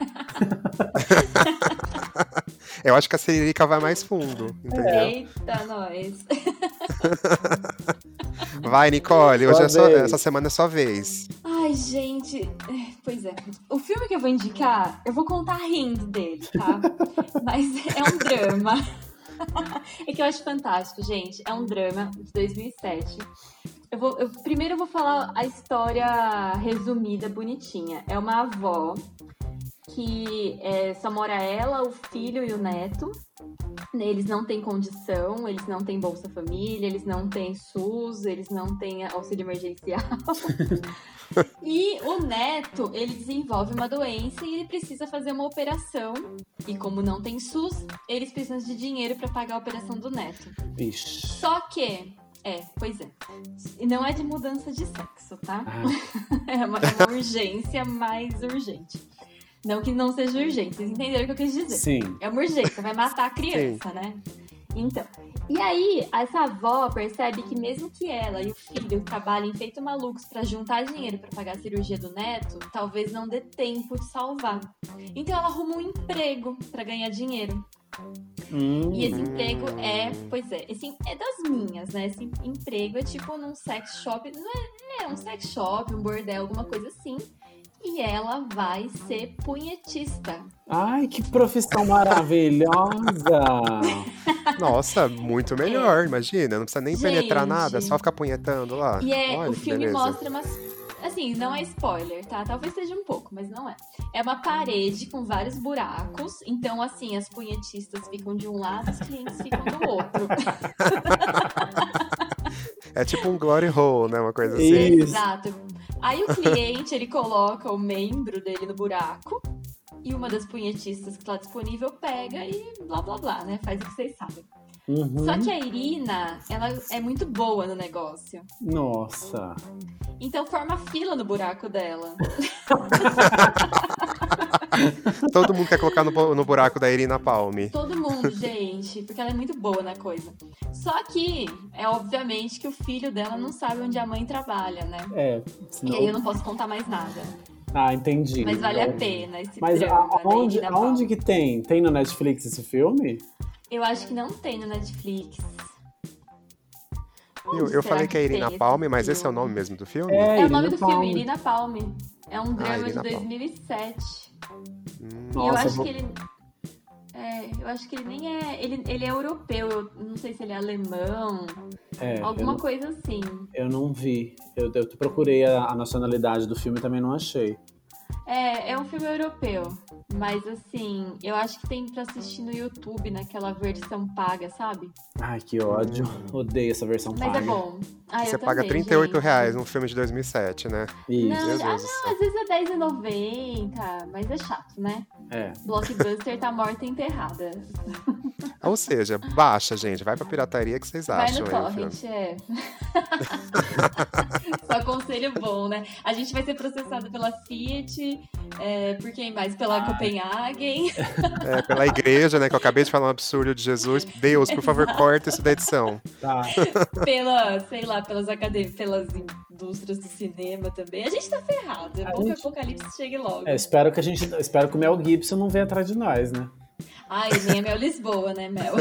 [SPEAKER 3] Eu acho que a Siririca vai mais fundo,
[SPEAKER 2] é.
[SPEAKER 3] entendeu?
[SPEAKER 4] É. Eita, nós.
[SPEAKER 3] Vai, Nicole, hoje
[SPEAKER 2] Sua
[SPEAKER 3] é sua-
[SPEAKER 2] vez.
[SPEAKER 3] essa semana é sua vez.
[SPEAKER 4] Ai, gente. é, Pois é. O filme que eu vou indicar, eu vou contar rindo dele, tá? Mas é um drama. É que eu acho fantástico, gente. É um drama de 2007. Eu vou, eu- primeiro eu vou falar a história resumida, bonitinha. É uma avó que é, só mora ela, o filho e o neto. Eles não têm condição, eles não têm Bolsa Família, eles não têm SUS, eles não têm auxílio emergencial. E o neto, ele desenvolve uma doença e ele precisa fazer uma operação. E como não tem SUS, eles precisam de dinheiro para pagar a operação do neto.
[SPEAKER 2] Ixi.
[SPEAKER 4] Só que, é, pois é. E não é de mudança de sexo, tá?
[SPEAKER 2] Ah,
[SPEAKER 4] É uma, é uma urgência mais urgente. Não que não seja urgente, vocês entenderam o que eu quis dizer.
[SPEAKER 2] sim.
[SPEAKER 4] É uma urgência, vai matar a criança, né? Então. E aí, essa avó percebe que mesmo que ela e o filho trabalhem feito malucos pra juntar dinheiro pra pagar a cirurgia do neto, talvez não dê tempo de salvar. Então ela arruma um emprego pra ganhar dinheiro.
[SPEAKER 2] Hum,
[SPEAKER 4] E esse
[SPEAKER 3] Hum.
[SPEAKER 4] emprego é, pois é, esse é das minhas, né? Esse emprego é tipo num sex shop, não é, é um sex shop, um bordel, alguma coisa assim. E ela vai ser punhetista.
[SPEAKER 2] Ai, que profissão maravilhosa!
[SPEAKER 3] Nossa, muito melhor, imagina. Não precisa nem penetrar
[SPEAKER 4] Gente.
[SPEAKER 3] nada, é só ficar punhetando lá.
[SPEAKER 4] E é,
[SPEAKER 3] Ah, Olha
[SPEAKER 4] o
[SPEAKER 3] que
[SPEAKER 4] filme
[SPEAKER 3] beleza.
[SPEAKER 4] mostra umas. Assim, não é spoiler, tá? Talvez seja um pouco, mas não é. É uma parede com vários buracos. Então, assim, as punhetistas ficam de um lado, os clientes ficam do outro.
[SPEAKER 3] É tipo um glory hole, né? Uma coisa assim.
[SPEAKER 2] Isso.
[SPEAKER 4] Exato. Aí o cliente, ele coloca o membro dele no buraco. E uma das punhetistas que tá disponível pega e blá blá blá, né? Faz o que vocês sabem.
[SPEAKER 2] Uhum.
[SPEAKER 4] Só que a Irina, ela é muito boa no negócio.
[SPEAKER 2] Nossa.
[SPEAKER 4] Então forma fila no buraco dela.
[SPEAKER 3] Todo mundo quer colocar no, bu- no buraco da Irina Palme.
[SPEAKER 4] Todo mundo, gente, porque ela é muito boa na coisa. Só que é obviamente que o filho dela não sabe onde a mãe trabalha, né?
[SPEAKER 2] É.
[SPEAKER 4] E aí eu
[SPEAKER 2] Senão...
[SPEAKER 4] não posso contar mais nada.
[SPEAKER 2] Ah, entendi.
[SPEAKER 4] Mas vale a
[SPEAKER 2] Eu-
[SPEAKER 4] pena esse tá
[SPEAKER 2] Mas
[SPEAKER 4] drama da
[SPEAKER 2] aonde,
[SPEAKER 4] Irina Paula.
[SPEAKER 2] aonde que tem? Tem no Netflix esse filme?
[SPEAKER 4] Eu acho que não tem no Netflix.
[SPEAKER 3] Eu,
[SPEAKER 4] Onde
[SPEAKER 3] eu
[SPEAKER 4] será
[SPEAKER 3] falei que é
[SPEAKER 4] tem
[SPEAKER 3] Irina Palme, mas esse é o
[SPEAKER 4] filme?
[SPEAKER 3] nome mesmo do filme?
[SPEAKER 2] É,
[SPEAKER 4] É o nome do
[SPEAKER 2] Palmer.
[SPEAKER 4] filme, Irina Palme. É um drama de
[SPEAKER 3] Ah, Irina Palme.
[SPEAKER 4] 2007.
[SPEAKER 3] Hum,
[SPEAKER 4] E eu
[SPEAKER 2] Nossa,
[SPEAKER 4] acho
[SPEAKER 2] vou-
[SPEAKER 4] que ele. É, eu acho que ele nem é. Ele, ele é europeu, eu não sei se ele é alemão,
[SPEAKER 2] É, eu,
[SPEAKER 4] alguma
[SPEAKER 2] não-
[SPEAKER 4] coisa assim.
[SPEAKER 2] eu não vi. Eu, eu procurei a, a nacionalidade do filme e também não achei.
[SPEAKER 4] É, é um filme europeu. Mas assim, eu acho que tem pra assistir no YouTube, naquela versão paga, sabe?
[SPEAKER 2] Ai, que ódio. Odeio essa versão
[SPEAKER 4] Mas
[SPEAKER 2] paga.
[SPEAKER 4] é bom. Ah,
[SPEAKER 3] Você
[SPEAKER 4] eu
[SPEAKER 3] paga
[SPEAKER 4] também,
[SPEAKER 3] 38
[SPEAKER 4] gente.
[SPEAKER 3] reais num filme de 2007, né?
[SPEAKER 2] Isso,
[SPEAKER 4] Não,
[SPEAKER 3] Meu
[SPEAKER 4] ah,
[SPEAKER 3] Deus do
[SPEAKER 4] não,
[SPEAKER 3] céu.
[SPEAKER 4] às vezes é R$10,90, mas é chato, né?
[SPEAKER 2] é.
[SPEAKER 4] Blockbuster tá morta e enterrada.
[SPEAKER 3] Ou seja, baixa, gente. Vai pra pirataria Tá, que vocês
[SPEAKER 4] Vai
[SPEAKER 3] acham
[SPEAKER 4] no
[SPEAKER 3] aí o filme.
[SPEAKER 4] torrent, é. Só conselho bom, né? A gente vai ser processado pela Fiat, é, por quem mais? Pela Copenhagen.
[SPEAKER 3] É, pela igreja, né? Que eu acabei de falar um absurdo de Jesus. Deus, por favor, corta isso da edição.
[SPEAKER 2] Tá.
[SPEAKER 4] pela, sei lá, pelas academias, pelas indústrias do cinema também. A gente tá ferrado. É
[SPEAKER 2] A
[SPEAKER 4] bom que o
[SPEAKER 2] gente-
[SPEAKER 4] apocalipse chegue logo.
[SPEAKER 2] É, espero que a gente. Espero que o Mel Gibson não venha atrás de nós, né?
[SPEAKER 4] Ai, nem é Mel Lisboa, né, Mel?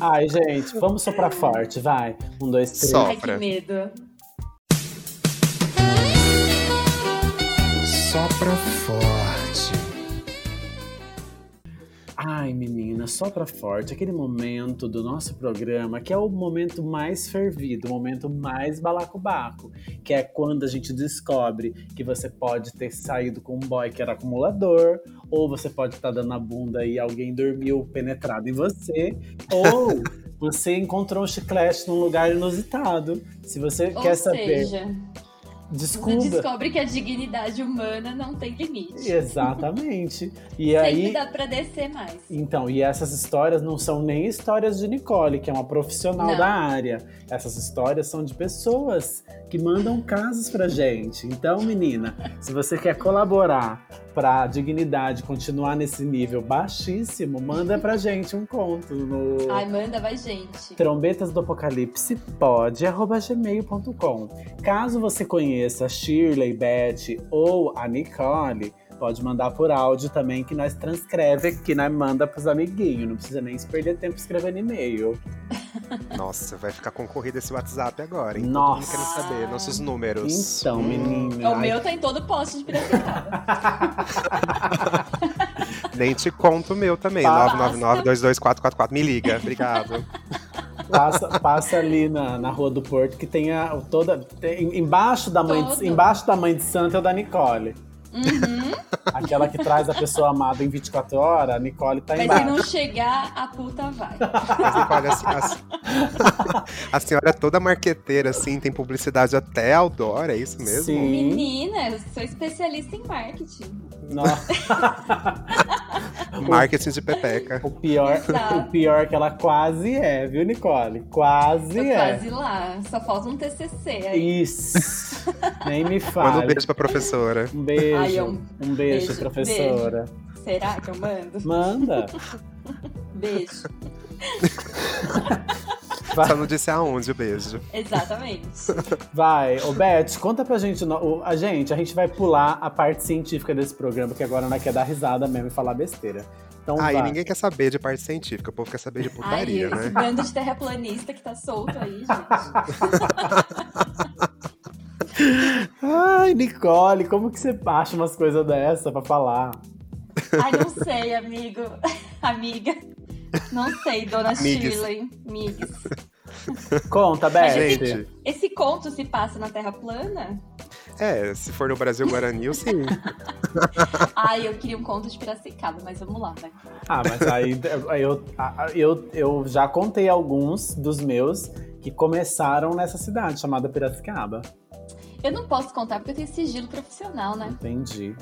[SPEAKER 2] Ai, gente, vamos soprar forte, vai. Um, dois, três.
[SPEAKER 3] Só.
[SPEAKER 4] Ai, que medo.
[SPEAKER 3] Sopra forte.
[SPEAKER 2] Ai, menina, só pra forte, aquele momento do nosso programa que é o momento mais fervido, o momento mais balacobaco, que é quando a gente descobre que você pode ter saído com um boy que era acumulador, ou você pode estar dando a bunda e alguém dormiu penetrado em você, ou você encontrou um chiclete num lugar inusitado. Se você
[SPEAKER 4] Ou
[SPEAKER 2] quer saber,
[SPEAKER 4] seja, você
[SPEAKER 2] descubra.
[SPEAKER 4] descobre que a dignidade humana não tem limite.
[SPEAKER 2] Exatamente. E
[SPEAKER 4] Sempre
[SPEAKER 2] aí.
[SPEAKER 4] dá pra descer mais.
[SPEAKER 2] Então, e essas histórias não são nem histórias de Nicole, que é uma profissional
[SPEAKER 4] Não.
[SPEAKER 2] da área. Essas histórias são de pessoas que mandam casos pra gente. Então, menina, se você quer colaborar pra dignidade continuar nesse nível baixíssimo, manda pra gente um conto no
[SPEAKER 4] Ai, manda, vai, gente.
[SPEAKER 2] trombetas do apocalipse pode arroba gmail.com. Caso você conheça a Shirley, Beth ou a Nicole, pode mandar por áudio também que nós transcreve aqui, né? Manda pros amiguinhos, não precisa nem se perder tempo escrevendo e-mail.
[SPEAKER 3] Nossa, vai ficar concorrido esse WhatsApp agora, hein? Todo
[SPEAKER 2] Nossa.
[SPEAKER 3] mundo querendo saber nossos números.
[SPEAKER 2] Então, menina.
[SPEAKER 4] O
[SPEAKER 2] ai,
[SPEAKER 4] meu tá em todo poste de Piracicaba.
[SPEAKER 3] Nem te conto o meu também,
[SPEAKER 2] Basta.
[SPEAKER 3] 999-22444. Me liga, obrigado.
[SPEAKER 2] Passa, passa ali na, na Rua do Porto, que tem a, o toda. tem- embaixo, da mãe
[SPEAKER 4] Todo.
[SPEAKER 2] de, embaixo da mãe de Santa é o da Nicole.
[SPEAKER 4] Uhum.
[SPEAKER 2] Aquela que traz a pessoa amada em 24 horas, a Nicole tá
[SPEAKER 4] Mas se
[SPEAKER 2] embaixo.
[SPEAKER 4] não chegar, a puta vai.
[SPEAKER 3] Mas, Nicole, a, a- assim. a senhora é toda marqueteira, assim, tem publicidade até outdoor, é isso mesmo?
[SPEAKER 2] Sim.
[SPEAKER 4] Menina, eu sou especialista em marketing.
[SPEAKER 2] Nossa.
[SPEAKER 3] Marketing de pepeca.
[SPEAKER 2] O pior,
[SPEAKER 4] Exato.
[SPEAKER 2] o pior é que ela quase é, viu, Nicole? Quase
[SPEAKER 4] Tô
[SPEAKER 2] é.
[SPEAKER 4] quase lá. Só falta um TCC aí.
[SPEAKER 2] Isso. Nem me
[SPEAKER 3] Manda um
[SPEAKER 2] fale.
[SPEAKER 3] beijo pra professora.
[SPEAKER 2] Um beijo.
[SPEAKER 4] Ai, é um
[SPEAKER 2] um... beijo,
[SPEAKER 4] beijo,
[SPEAKER 2] professora.
[SPEAKER 4] Será que eu mando?
[SPEAKER 2] Manda.
[SPEAKER 4] Beijo.
[SPEAKER 3] Só não disse aonde o beijo.
[SPEAKER 4] Exatamente.
[SPEAKER 2] Vai, ô Beth, conta pra gente. no- o- A gente, a gente vai pular a parte científica desse programa, que agora não quer dar risada mesmo e falar besteira. Então
[SPEAKER 3] Aí
[SPEAKER 2] vai.
[SPEAKER 3] ninguém quer saber de parte científica, o povo quer saber de
[SPEAKER 4] Ai,
[SPEAKER 3] putaria,
[SPEAKER 4] esse
[SPEAKER 3] né?
[SPEAKER 4] bando de terraplanista que tá solto aí, gente.
[SPEAKER 2] Ai, Nicole, como que você acha umas coisas dessa pra falar?
[SPEAKER 4] Ai, não sei, amigo. Amiga. Não sei, dona
[SPEAKER 3] Amigues.
[SPEAKER 4] Shirley. Migs.
[SPEAKER 2] Conta, Beth.
[SPEAKER 3] Gente,
[SPEAKER 4] Esse conto se passa na Terra plana?
[SPEAKER 3] é, se for no Brasil Guarani, sim.
[SPEAKER 4] Ai, eu queria um conto de Piracicaba, mas vamos lá, né?
[SPEAKER 2] Ah, mas aí aí eu, a- a- eu, eu já contei alguns dos meus que começaram nessa cidade chamada Piracicaba.
[SPEAKER 4] Eu não posso contar porque eu tenho sigilo profissional, né?
[SPEAKER 2] Entendi.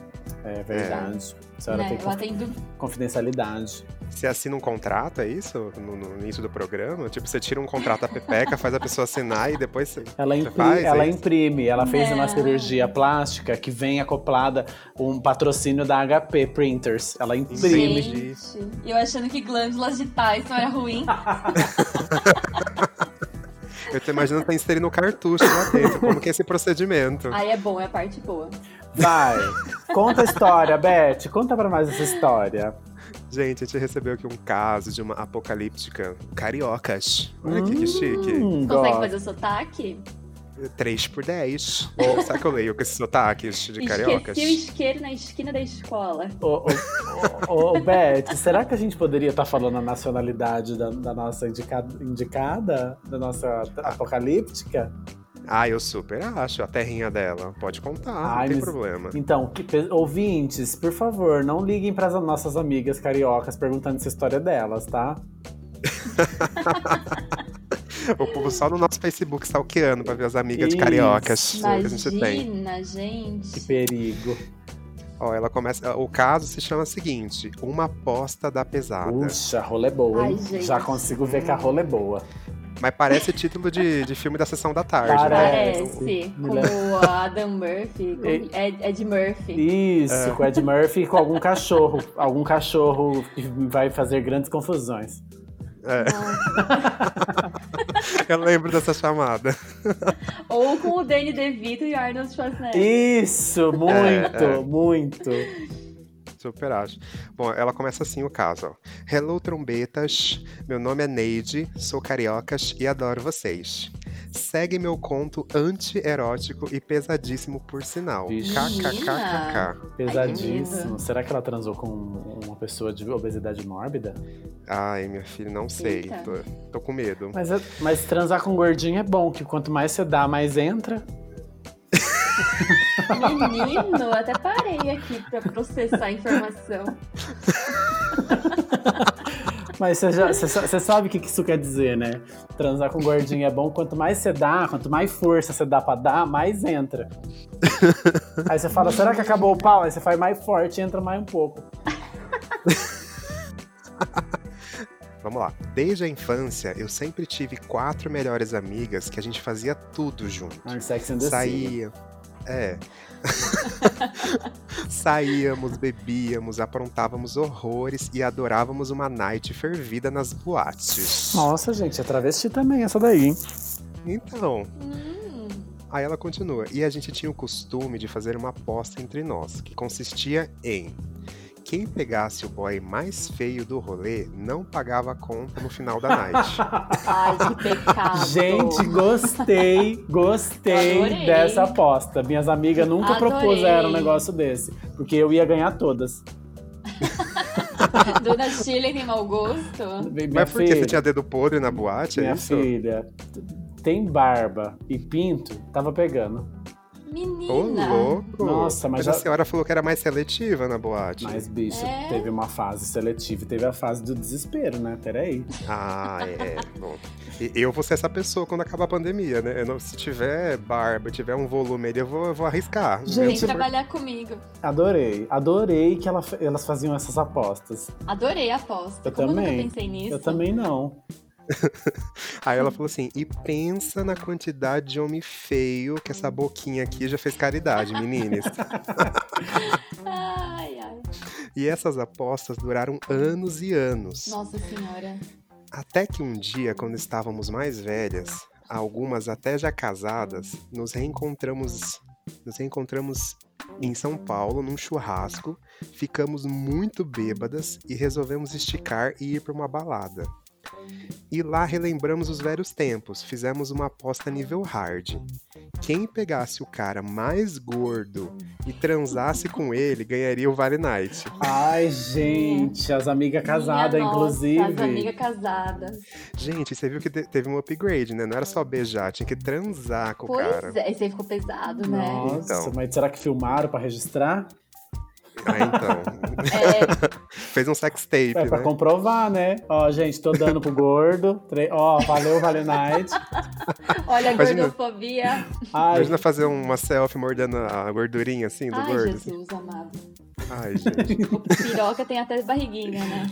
[SPEAKER 2] É verdade. A senhora
[SPEAKER 4] né?
[SPEAKER 2] Então tem
[SPEAKER 4] Eu atendo
[SPEAKER 2] conf- confidencialidade.
[SPEAKER 3] Você assina um contrato, é isso? No, no início do programa? Tipo, você tira um contrato da Pepeca, faz a pessoa assinar e depois você.
[SPEAKER 2] Ela,
[SPEAKER 3] Você
[SPEAKER 2] impri-
[SPEAKER 3] faz,
[SPEAKER 2] ela
[SPEAKER 3] hein?
[SPEAKER 2] imprime, ela fez uma
[SPEAKER 4] Não.
[SPEAKER 2] cirurgia plástica que vem acoplada um patrocínio da HP Printers. Ela imprime.
[SPEAKER 3] Entendi.
[SPEAKER 4] Gente, e eu achando que glândulas de Tyson era ruim.
[SPEAKER 3] Eu tô imaginando tá inserindo cartucho lá dentro. Como que é esse procedimento?
[SPEAKER 4] Aí é bom, é a parte boa.
[SPEAKER 2] Vai! Conta a história, Beth. Conta pra nós essa história.
[SPEAKER 3] Gente, a gente recebeu aqui um caso de uma apocalíptica cariocas. Olha que,
[SPEAKER 2] Hum,
[SPEAKER 3] que chique.
[SPEAKER 4] Consegue
[SPEAKER 2] gosto.
[SPEAKER 4] fazer o sotaque?
[SPEAKER 3] 3 por 10. Será que eu leio com esse sotaque de cariocas?
[SPEAKER 4] Esqueci o isqueiro na esquina da escola.
[SPEAKER 2] Ô, ô, ô, ô, Beth, será que a gente poderia estar falando a nacionalidade da, da nossa indica- indicada? Da nossa t- apocalíptica?
[SPEAKER 3] Ah, eu super acho. A terrinha dela. Pode contar,
[SPEAKER 2] Ai,
[SPEAKER 3] não tem
[SPEAKER 2] mas-
[SPEAKER 3] problema.
[SPEAKER 2] Então, que pe- ouvintes, por favor, não liguem para as nossas amigas cariocas perguntando essa história delas, tá?
[SPEAKER 3] O povo só no nosso Facebook stalkeando pra ver as amigas de
[SPEAKER 2] Isso.
[SPEAKER 3] cariocas que a gente tem.
[SPEAKER 4] Imagina,
[SPEAKER 2] Que
[SPEAKER 4] gente.
[SPEAKER 2] perigo.
[SPEAKER 3] Ó, ela começa. O caso se chama o seguinte: uma aposta da pesada.
[SPEAKER 2] Puxa, a rola é boa, hein?
[SPEAKER 4] Ai, gente.
[SPEAKER 2] Já consigo ver que a rola é boa.
[SPEAKER 3] Mas parece título de, de filme da sessão da tarde.
[SPEAKER 2] Parece.
[SPEAKER 3] Né?
[SPEAKER 4] Parece
[SPEAKER 2] Me
[SPEAKER 4] como a Adam Murphy, com
[SPEAKER 2] E-
[SPEAKER 4] Ed, Ed Murphy.
[SPEAKER 2] Isso, com Ed Murphy e com algum cachorro. Algum cachorro que vai fazer grandes confusões.
[SPEAKER 4] Nossa.
[SPEAKER 3] Eu lembro dessa chamada.
[SPEAKER 4] Ou com o Danny DeVito e Arnold Schwarzenegger.
[SPEAKER 2] Isso, muito,
[SPEAKER 3] é.
[SPEAKER 2] muito.
[SPEAKER 3] Super acho. Bom, ela começa assim o caso, ó. Hello, trombetas. Meu nome é Neide, sou cariocas e adoro vocês. Segue meu conto anti-erótico e pesadíssimo, por sinal.
[SPEAKER 2] Vixe.
[SPEAKER 3] KKKKK.
[SPEAKER 4] Ai, que
[SPEAKER 2] Pesadíssimo.
[SPEAKER 4] medo.
[SPEAKER 2] Será que ela transou com uma pessoa de obesidade mórbida?
[SPEAKER 3] Ai, minha filha, não sei.
[SPEAKER 4] Eita.
[SPEAKER 3] Tô, tô com medo.
[SPEAKER 2] Mas, é- mas transar com gordinho é bom, que quanto mais você dá, mais entra.
[SPEAKER 4] Menino, até parei aqui pra processar a informação.
[SPEAKER 2] Mas você, já, você, sa- você sabe o que que isso quer dizer, né? Transar com gordinho é bom, quanto mais você dá, quanto mais força você dá pra dar, mais entra. Aí você fala, será que acabou o pau? Aí você faz mais forte e entra mais um pouco.
[SPEAKER 3] Vamos lá. Desde a infância, eu sempre tive quatro melhores amigas que a gente fazia tudo junto.
[SPEAKER 2] Ah, Sex and the City.
[SPEAKER 3] Saía. É. Saíamos, bebíamos, aprontávamos horrores e adorávamos uma night fervida nas boates.
[SPEAKER 2] Nossa, gente, é travesti também essa daí, hein?
[SPEAKER 3] Então,
[SPEAKER 4] Hum,
[SPEAKER 3] Aí ela continua. E a gente tinha o costume de fazer uma aposta entre nós, que consistia em quem pegasse o boy mais feio do rolê não pagava a conta no final da night.
[SPEAKER 4] ai, que pecado.
[SPEAKER 2] Gente, gostei, gostei
[SPEAKER 4] Adorei.
[SPEAKER 2] dessa aposta. Minhas amigas nunca
[SPEAKER 4] Adorei.
[SPEAKER 2] propuseram um negócio desse, porque eu ia ganhar todas.
[SPEAKER 4] Dona Chile tem mau gosto.
[SPEAKER 2] Minha
[SPEAKER 3] Mas por que
[SPEAKER 2] filha-
[SPEAKER 3] você tinha dedo podre na boate?
[SPEAKER 2] Minha
[SPEAKER 3] é isso?
[SPEAKER 2] filha, tem barba e pinto, tava pegando.
[SPEAKER 4] Menina.
[SPEAKER 3] Ô, louco!
[SPEAKER 2] Nossa, mas
[SPEAKER 3] a
[SPEAKER 2] já-
[SPEAKER 3] senhora falou que era mais seletiva na boate.
[SPEAKER 2] Mas, bicho,
[SPEAKER 4] É.
[SPEAKER 2] teve uma fase seletiva e teve a fase do desespero, né? Peraí.
[SPEAKER 3] Ah, é. Bom, e- eu vou ser essa pessoa quando acabar a pandemia, né? Eu não- se tiver barba, tiver um volume ali, eu vou, eu vou arriscar. né?
[SPEAKER 4] Vem
[SPEAKER 2] Gente,
[SPEAKER 4] trabalhar comigo.
[SPEAKER 2] Adorei. Adorei que ela- elas faziam essas apostas.
[SPEAKER 4] Adorei a aposta.
[SPEAKER 2] Eu
[SPEAKER 4] Como eu
[SPEAKER 2] também.
[SPEAKER 4] nunca pensei nisso?
[SPEAKER 2] Eu também não.
[SPEAKER 3] Aí ela falou assim: e pensa na quantidade de homem feio que essa boquinha aqui já fez caridade, meninas.
[SPEAKER 4] Ai, ai.
[SPEAKER 3] e essas apostas duraram anos e anos.
[SPEAKER 4] Nossa senhora.
[SPEAKER 3] Até que um dia, quando estávamos mais velhas, algumas até já casadas, nos reencontramos. Nos reencontramos em São Paulo, num churrasco, ficamos muito bêbadas e resolvemos esticar e ir para uma balada. E lá relembramos os velhos tempos, fizemos uma aposta nível hard. Quem pegasse o cara mais gordo e transasse com ele ganharia o Vale Night.
[SPEAKER 2] Ai, gente, as amigas casadas,
[SPEAKER 4] Minha nossa,
[SPEAKER 2] inclusive.
[SPEAKER 4] As amigas casadas.
[SPEAKER 3] Gente, você viu que te- teve um upgrade, né? Não era só beijar, tinha que transar com o cara.
[SPEAKER 4] Pois é, esse aí ficou pesado, né?
[SPEAKER 2] Nossa,
[SPEAKER 3] Então.
[SPEAKER 2] mas será que filmaram pra registrar?
[SPEAKER 3] Ah, então.
[SPEAKER 4] É,
[SPEAKER 3] Fez um sex tape,
[SPEAKER 2] É pra
[SPEAKER 3] né?
[SPEAKER 2] comprovar, né? Ó, gente, tô dando pro gordo. Tre- Ó, valeu, valeu, Night.
[SPEAKER 4] olha a
[SPEAKER 3] Imagina.
[SPEAKER 4] gordofobia.
[SPEAKER 2] Ai,
[SPEAKER 3] Imagina fazer uma selfie mordendo a gordurinha assim do
[SPEAKER 4] Ai,
[SPEAKER 3] gordo. assim.
[SPEAKER 4] Jesus amado.
[SPEAKER 3] Ai, gente.
[SPEAKER 4] Piroca tem até barriguinha, né?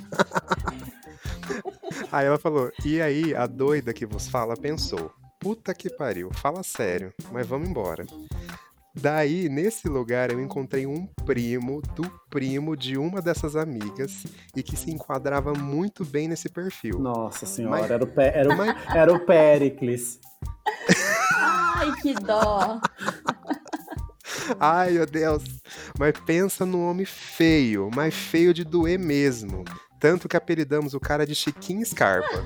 [SPEAKER 3] aí ela falou: e aí, a doida que vos fala pensou: puta que pariu, fala sério, mas vamos embora. Daí, nesse lugar, eu encontrei um primo do primo de uma dessas amigas e que se enquadrava muito bem nesse perfil.
[SPEAKER 2] nossa senhora,
[SPEAKER 3] Mas-
[SPEAKER 2] era, o pé, era, o,
[SPEAKER 3] Mas
[SPEAKER 2] era o Péricles.
[SPEAKER 4] Ai, que dó.
[SPEAKER 3] Ai, meu Deus. Mas pensa num homem feio, mas feio de doer mesmo. Tanto que apelidamos o cara de Chiquinho Scarpa.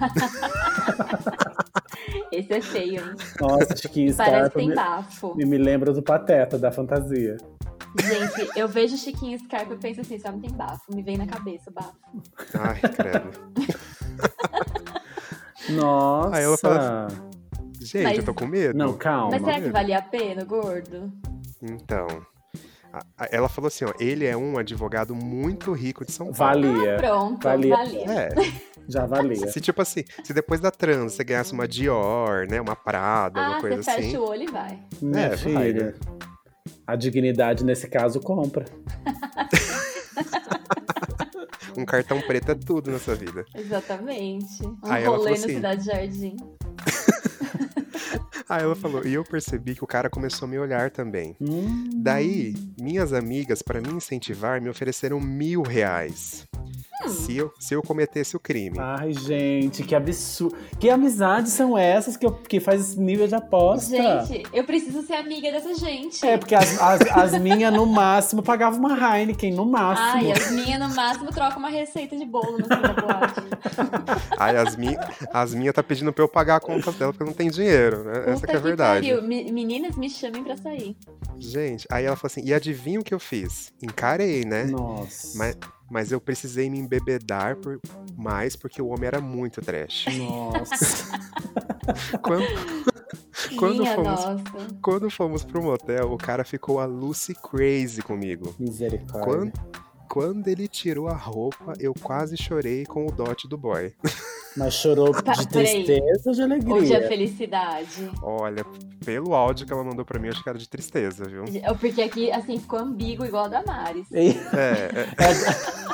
[SPEAKER 4] Esse é feio. hein?
[SPEAKER 2] Nossa, Chiquinho
[SPEAKER 4] Parece que
[SPEAKER 2] Scarpa
[SPEAKER 4] tem
[SPEAKER 2] tá- me,
[SPEAKER 4] bafo.
[SPEAKER 2] me- me lembra do Pateta, da fantasia.
[SPEAKER 4] Gente, eu vejo Chiquinho Scarpa e penso assim, só não tem bafo. Me vem na cabeça, bafo.
[SPEAKER 3] Ai, credo.
[SPEAKER 2] Nossa.
[SPEAKER 3] Aí ela fala assim, Gente,
[SPEAKER 4] Mas-
[SPEAKER 3] eu tô com medo.
[SPEAKER 2] Não, calma.
[SPEAKER 4] Mas será que
[SPEAKER 3] mesmo.
[SPEAKER 4] valia a pena, o gordo?
[SPEAKER 3] Então. a- a- Ela falou assim, ó, ele é um advogado muito rico de São Paulo.
[SPEAKER 2] Valia,
[SPEAKER 4] Pronto,
[SPEAKER 2] Valia.
[SPEAKER 4] valia.
[SPEAKER 3] É,
[SPEAKER 2] já valia.
[SPEAKER 3] se tipo assim, se depois da trans você ganhasse uma Dior, né, uma Prada,
[SPEAKER 4] Ah,
[SPEAKER 3] uma
[SPEAKER 4] você
[SPEAKER 3] coisa
[SPEAKER 4] fecha
[SPEAKER 3] assim.
[SPEAKER 4] o olho e vai.
[SPEAKER 2] Minha
[SPEAKER 3] vai,
[SPEAKER 2] filha,
[SPEAKER 3] né?
[SPEAKER 2] a dignidade nesse caso compra.
[SPEAKER 3] Um cartão preto é tudo nessa vida.
[SPEAKER 4] Exatamente. Um
[SPEAKER 3] Aí ela
[SPEAKER 4] rolê
[SPEAKER 3] falou
[SPEAKER 4] no
[SPEAKER 3] assim-
[SPEAKER 4] Cidade Jardim.
[SPEAKER 3] Aí ela falou, e eu percebi que o cara começou a me olhar também.
[SPEAKER 2] Hum,
[SPEAKER 3] Daí, minhas amigas, para me incentivar, me ofereceram mil reais.
[SPEAKER 4] Hum.
[SPEAKER 3] Se eu, se eu cometesse o crime.
[SPEAKER 4] Ah.
[SPEAKER 2] Ai, gente, que absurdo. Que amizades são essas que, eu- que faz esse nível de aposta?
[SPEAKER 4] Gente, eu preciso ser amiga dessa gente.
[SPEAKER 2] É, porque as, as, as minhas, no máximo, pagavam uma Heineken, no máximo.
[SPEAKER 4] Ai, as minhas no máximo trocam uma receita de bolo no fim da boate.
[SPEAKER 3] A Yasmin, a Yasmin tá pedindo pra eu pagar a conta dela porque eu não tenho dinheiro, né? Essa
[SPEAKER 4] Puta
[SPEAKER 3] que é a verdade.
[SPEAKER 4] pariu. Me- Meninas, me chamem pra sair.
[SPEAKER 3] Gente, aí ela falou assim: e adivinha o que eu fiz? Encarei, né?
[SPEAKER 2] Nossa.
[SPEAKER 3] Mas, mas eu precisei me embebedar por mais porque o homem era muito trash.
[SPEAKER 2] Nossa.
[SPEAKER 3] Quando, Quando
[SPEAKER 4] Minha
[SPEAKER 3] fomos-
[SPEAKER 4] nossa.
[SPEAKER 3] quando fomos pro motel, o cara ficou a Lucy crazy comigo.
[SPEAKER 2] Misericórdia.
[SPEAKER 3] Quando, quando ele tirou a roupa, eu quase chorei com o dote do boy.
[SPEAKER 2] Mas chorou
[SPEAKER 4] Pa-
[SPEAKER 2] de
[SPEAKER 4] peraí.
[SPEAKER 2] tristeza ou de
[SPEAKER 4] Hoje
[SPEAKER 2] alegria?
[SPEAKER 4] é felicidade.
[SPEAKER 3] Olha, pelo áudio que ela mandou pra mim, eu acho que era de tristeza, viu?
[SPEAKER 4] Porque aqui, assim, ficou ambíguo igual a da Maris.
[SPEAKER 2] E-
[SPEAKER 3] É, é,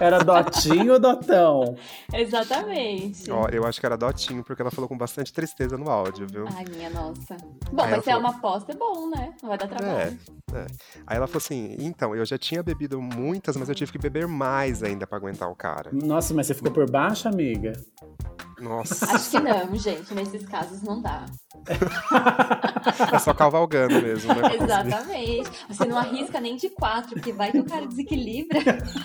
[SPEAKER 2] Era dotinho ou dotão?
[SPEAKER 4] Exatamente.
[SPEAKER 3] ó, eu acho que era dotinho, porque ela falou com bastante tristeza no áudio, viu?
[SPEAKER 4] Ai, minha nossa. Bom,
[SPEAKER 3] Aí
[SPEAKER 4] mas
[SPEAKER 3] ela
[SPEAKER 4] se é
[SPEAKER 3] falou-
[SPEAKER 4] uma aposta, é bom, né? Não vai dar trabalho.
[SPEAKER 3] É, é. Aí ela falou assim: então, eu já tinha bebido muitas, mas eu tive que beber mais ainda pra aguentar o cara.
[SPEAKER 2] Nossa, mas você ficou por baixo, amiga?
[SPEAKER 3] Nossa,
[SPEAKER 4] Acho que não, gente. Nesses casos não dá.
[SPEAKER 3] é só cavalgando mesmo, né? pra conseguir.
[SPEAKER 4] Exatamente. Você não arrisca nem de quatro, porque vai que o cara desequilibra.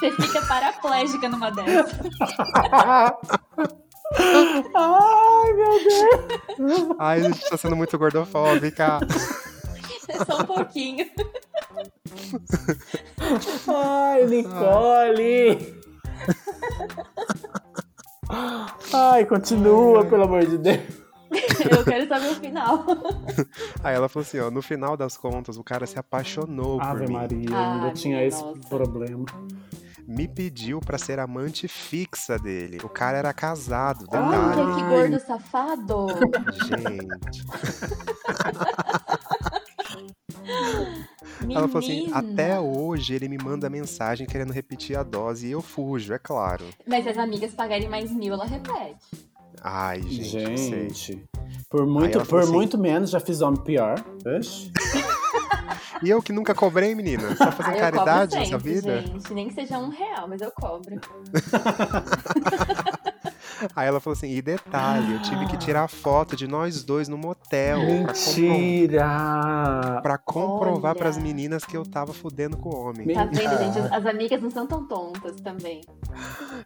[SPEAKER 4] Você fica paraplégica numa dessas.
[SPEAKER 2] Ai, meu Deus!
[SPEAKER 3] Ai, a gente tá sendo muito gordofóbica.
[SPEAKER 4] Só um pouquinho.
[SPEAKER 2] Ai, Nicole! Ai, continua, pelo amor de Deus.
[SPEAKER 4] Eu quero saber o final.
[SPEAKER 3] Aí ela falou assim: ó, no final das contas, o cara se apaixonou
[SPEAKER 2] Ave
[SPEAKER 3] por mim.
[SPEAKER 2] Maria, eu
[SPEAKER 4] Ah,
[SPEAKER 2] ainda tinha
[SPEAKER 4] minha
[SPEAKER 2] esse
[SPEAKER 4] nossa.
[SPEAKER 2] problema.
[SPEAKER 3] Me pediu pra ser amante fixa dele. O cara era casado, detalhe.
[SPEAKER 4] Olha que gordo safado.
[SPEAKER 3] Gente.
[SPEAKER 4] Menino.
[SPEAKER 3] Ela falou assim: até hoje ele me manda mensagem querendo repetir a dose e eu fujo, é claro.
[SPEAKER 4] Mas se as amigas pagarem mais mil, ela repete.
[SPEAKER 3] Ai, gente, não sei.
[SPEAKER 2] Gente, por
[SPEAKER 3] Aí
[SPEAKER 2] muito,
[SPEAKER 3] ela falou
[SPEAKER 2] por
[SPEAKER 3] assim-
[SPEAKER 2] muito menos já fiz homem pior. Oxe.
[SPEAKER 3] E eu que nunca cobrei, menina? Você tá fazendo
[SPEAKER 4] eu
[SPEAKER 3] caridade
[SPEAKER 4] cobro
[SPEAKER 3] nessa
[SPEAKER 4] sempre,
[SPEAKER 3] vida?
[SPEAKER 4] gente. Nem que seja um real, mas eu cobro. Tá
[SPEAKER 3] Aí ela falou assim: e detalhe, eu tive
[SPEAKER 4] Ah.
[SPEAKER 3] que tirar foto de nós dois no motel pra, compro-
[SPEAKER 2] Mentira!
[SPEAKER 3] pra comprovar
[SPEAKER 4] Olha.
[SPEAKER 3] pras meninas que eu tava fudendo com o homem.
[SPEAKER 2] Me-
[SPEAKER 4] Tá vendo,
[SPEAKER 2] Ah.
[SPEAKER 4] gente? As, as amigas não são tão tontas também.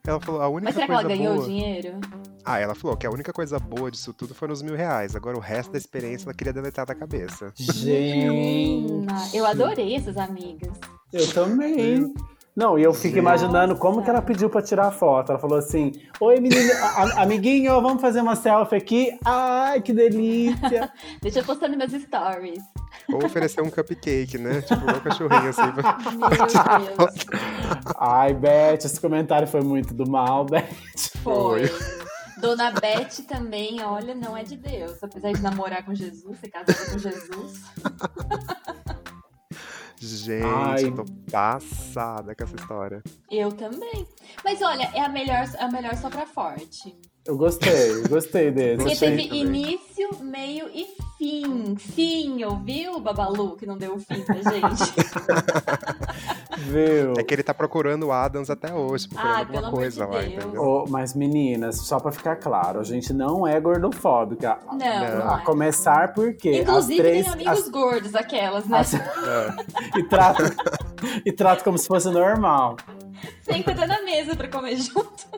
[SPEAKER 3] Ela falou: a única
[SPEAKER 4] Mas será que
[SPEAKER 3] coisa
[SPEAKER 4] ela ganhou
[SPEAKER 3] boa.
[SPEAKER 4] dinheiro?
[SPEAKER 3] Ah, ela falou que a única coisa boa disso tudo foram os mil reais. Agora o resto da experiência ela queria deletar da cabeça.
[SPEAKER 2] Gente!
[SPEAKER 4] Menina, eu adorei essas amigas.
[SPEAKER 2] Eu também. Não, e eu fico
[SPEAKER 3] Nossa.
[SPEAKER 2] imaginando como que ela pediu pra tirar a foto. Ela falou assim: Oi, menino, a- a- amiguinho, vamos fazer uma selfie aqui. Ai, que delícia!
[SPEAKER 4] Deixa eu postar nos meus stories.
[SPEAKER 3] Ou oferecer um cupcake, né? Tipo, um cachorrinho assim. pra-
[SPEAKER 4] Meu Deus.
[SPEAKER 2] Ai, Beth, esse comentário foi muito do mal, Beth.
[SPEAKER 4] Foi. Dona Beth também, olha, não é de Deus. Apesar de namorar com Jesus, ser casada com Jesus.
[SPEAKER 3] Gente,
[SPEAKER 2] Ai.
[SPEAKER 3] eu tô passada com essa história.
[SPEAKER 4] Eu também. Mas olha, é a melhor, é a melhor só pra forte.
[SPEAKER 2] Eu gostei, eu gostei desse.
[SPEAKER 4] Porque
[SPEAKER 3] Gostei
[SPEAKER 4] teve
[SPEAKER 3] também.
[SPEAKER 4] início, meio e fim. Fim, ouviu, Babalu, que não deu o fim pra gente?
[SPEAKER 2] Viu?
[SPEAKER 3] É que ele tá procurando o Adams até hoje, procurando
[SPEAKER 4] Ai, Ah, pelo
[SPEAKER 3] alguma
[SPEAKER 4] amor
[SPEAKER 3] coisa
[SPEAKER 4] de
[SPEAKER 3] lá,
[SPEAKER 4] Deus.
[SPEAKER 3] entendeu?
[SPEAKER 2] Ô, mas meninas, só pra ficar claro, a gente não é gordofóbica.
[SPEAKER 4] Não, não
[SPEAKER 2] A
[SPEAKER 4] é.
[SPEAKER 2] começar porque as
[SPEAKER 4] Inclusive,
[SPEAKER 2] três
[SPEAKER 4] tem amigos
[SPEAKER 2] as-
[SPEAKER 4] gordos, aquelas, né?
[SPEAKER 2] as- e trato e trato como se fosse normal.
[SPEAKER 4] Sempre tá na mesa pra comer junto.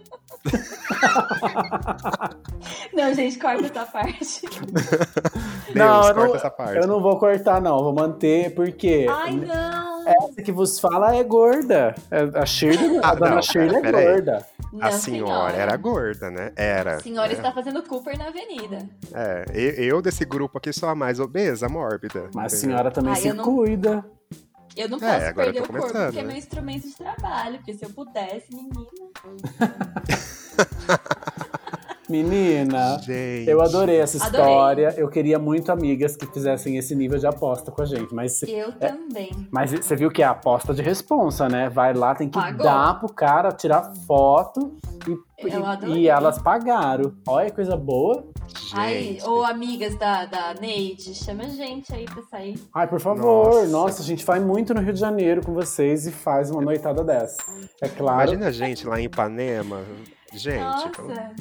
[SPEAKER 4] não, gente, corta essa parte.
[SPEAKER 3] Deus,
[SPEAKER 2] Não, eu
[SPEAKER 3] corta
[SPEAKER 2] não-
[SPEAKER 3] essa parte.
[SPEAKER 2] Eu não vou cortar não, vou manter porque
[SPEAKER 4] Ai, não.
[SPEAKER 2] essa que vos fala é gorda. É, A Shirley, a
[SPEAKER 3] Ah,
[SPEAKER 2] dona
[SPEAKER 3] não,
[SPEAKER 2] Shirley
[SPEAKER 3] pera-
[SPEAKER 2] é
[SPEAKER 3] peraí.
[SPEAKER 2] gorda.
[SPEAKER 4] Não,
[SPEAKER 3] A senhora era gorda, né? Era.
[SPEAKER 4] A senhora
[SPEAKER 3] né?
[SPEAKER 4] está fazendo Cooper na avenida.
[SPEAKER 3] É, e- eu desse grupo aqui sou a mais obesa, mórbida.
[SPEAKER 2] Mas a
[SPEAKER 3] entendeu?
[SPEAKER 2] senhora também
[SPEAKER 4] Ai,
[SPEAKER 2] se
[SPEAKER 4] eu não-
[SPEAKER 2] cuida.
[SPEAKER 4] Eu não
[SPEAKER 3] É,
[SPEAKER 4] posso
[SPEAKER 3] agora eu
[SPEAKER 4] perder
[SPEAKER 3] tô
[SPEAKER 4] o corpo,
[SPEAKER 3] começando,
[SPEAKER 4] porque é
[SPEAKER 3] né?
[SPEAKER 4] meu instrumento de trabalho. Porque se eu pudesse, menina.
[SPEAKER 2] Menina,
[SPEAKER 3] Gente.
[SPEAKER 2] eu adorei essa
[SPEAKER 4] Adorei.
[SPEAKER 2] história. Eu queria muito amigas que fizessem esse nível de aposta com a gente, mas
[SPEAKER 3] É,
[SPEAKER 4] Eu também.
[SPEAKER 2] Mas você viu que é aposta de responsa, né? Vai lá, tem que
[SPEAKER 4] Pagou.
[SPEAKER 2] dar pro cara, tirar foto E, e-
[SPEAKER 4] Eu adorei.
[SPEAKER 2] e elas pagaram. Olha que coisa boa.
[SPEAKER 4] Ai,
[SPEAKER 3] Gente,
[SPEAKER 4] ô amigas da, da Neide, chama a gente aí pra sair.
[SPEAKER 2] Ai, por favor. Nossa.
[SPEAKER 3] Nossa.
[SPEAKER 2] a gente vai muito no Rio de Janeiro com vocês e faz uma noitada dessa. É claro.
[SPEAKER 3] imagina a gente lá em Ipanema. Gente, pelo-
[SPEAKER 4] Nossa.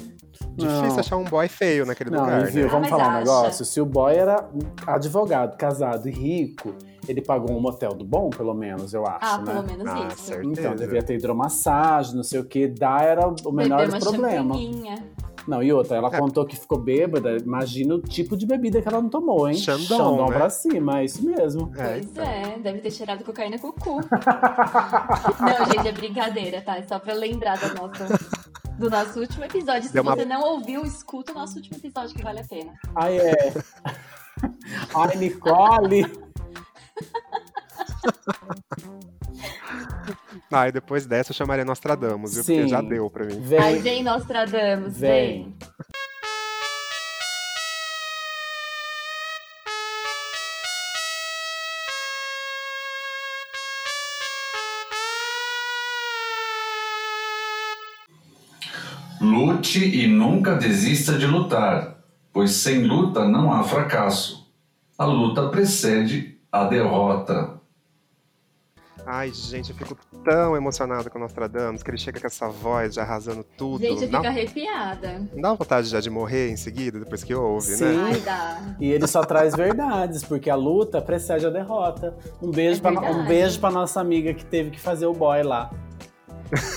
[SPEAKER 3] difícil
[SPEAKER 2] Não.
[SPEAKER 3] achar um boy feio naquele
[SPEAKER 2] Não,
[SPEAKER 3] lugar,
[SPEAKER 2] e viu,
[SPEAKER 3] né?
[SPEAKER 2] vamos
[SPEAKER 4] Ah, mas
[SPEAKER 2] falar um
[SPEAKER 4] acha.
[SPEAKER 2] negócio. Se o boy era um advogado, casado e rico, ele pagou um motel do bom, pelo menos, eu acho,
[SPEAKER 4] Ah,
[SPEAKER 2] né?
[SPEAKER 4] pelo menos
[SPEAKER 3] Ah,
[SPEAKER 4] isso.
[SPEAKER 3] certo.
[SPEAKER 2] Então,
[SPEAKER 3] Certeza.
[SPEAKER 2] devia ter hidromassagem, não sei o que. Dar era o menor
[SPEAKER 4] Beber uma
[SPEAKER 2] problema.
[SPEAKER 4] champanhinha.
[SPEAKER 2] Não, e outra, ela
[SPEAKER 3] É.
[SPEAKER 2] contou que ficou bêbada. Imagina o tipo de bebida que ela não tomou, hein?
[SPEAKER 3] Xandão, né?
[SPEAKER 2] pra cima, é isso mesmo.
[SPEAKER 3] É,
[SPEAKER 4] pois
[SPEAKER 3] então.
[SPEAKER 4] é, deve ter cheirado cocaína com o cu. não, gente, é brincadeira, tá? É só pra lembrar do nosso, do nosso último episódio. Se
[SPEAKER 3] Deu uma-
[SPEAKER 4] você não ouviu, escuta o nosso último episódio que vale a pena.
[SPEAKER 2] Ai, é. Ai, Nicole!
[SPEAKER 3] Ah, e depois dessa eu chamaria Nostradamus, viu?
[SPEAKER 2] Sim.
[SPEAKER 3] Porque já deu pra mim.
[SPEAKER 2] Vem.
[SPEAKER 4] Aí vem Nostradamus,
[SPEAKER 2] Vem.
[SPEAKER 4] vem.
[SPEAKER 5] Lute e nunca desista de lutar, pois sem luta não há fracasso. A luta precede a derrota.
[SPEAKER 3] Ai, gente, eu fico tão emocionado com o Nostradamus, que ele chega com essa voz já arrasando tudo.
[SPEAKER 4] Gente, eu fico
[SPEAKER 3] Não-
[SPEAKER 4] arrepiada.
[SPEAKER 3] Não dá vontade já de morrer em seguida, depois que ouve,
[SPEAKER 2] Sim.
[SPEAKER 3] né?
[SPEAKER 4] Ai, dá.
[SPEAKER 2] E ele só traz verdades, porque a luta precede a derrota. Um beijo,
[SPEAKER 4] É
[SPEAKER 2] pra, um
[SPEAKER 4] verdade.
[SPEAKER 2] beijo pra nossa amiga que teve que fazer o boy lá.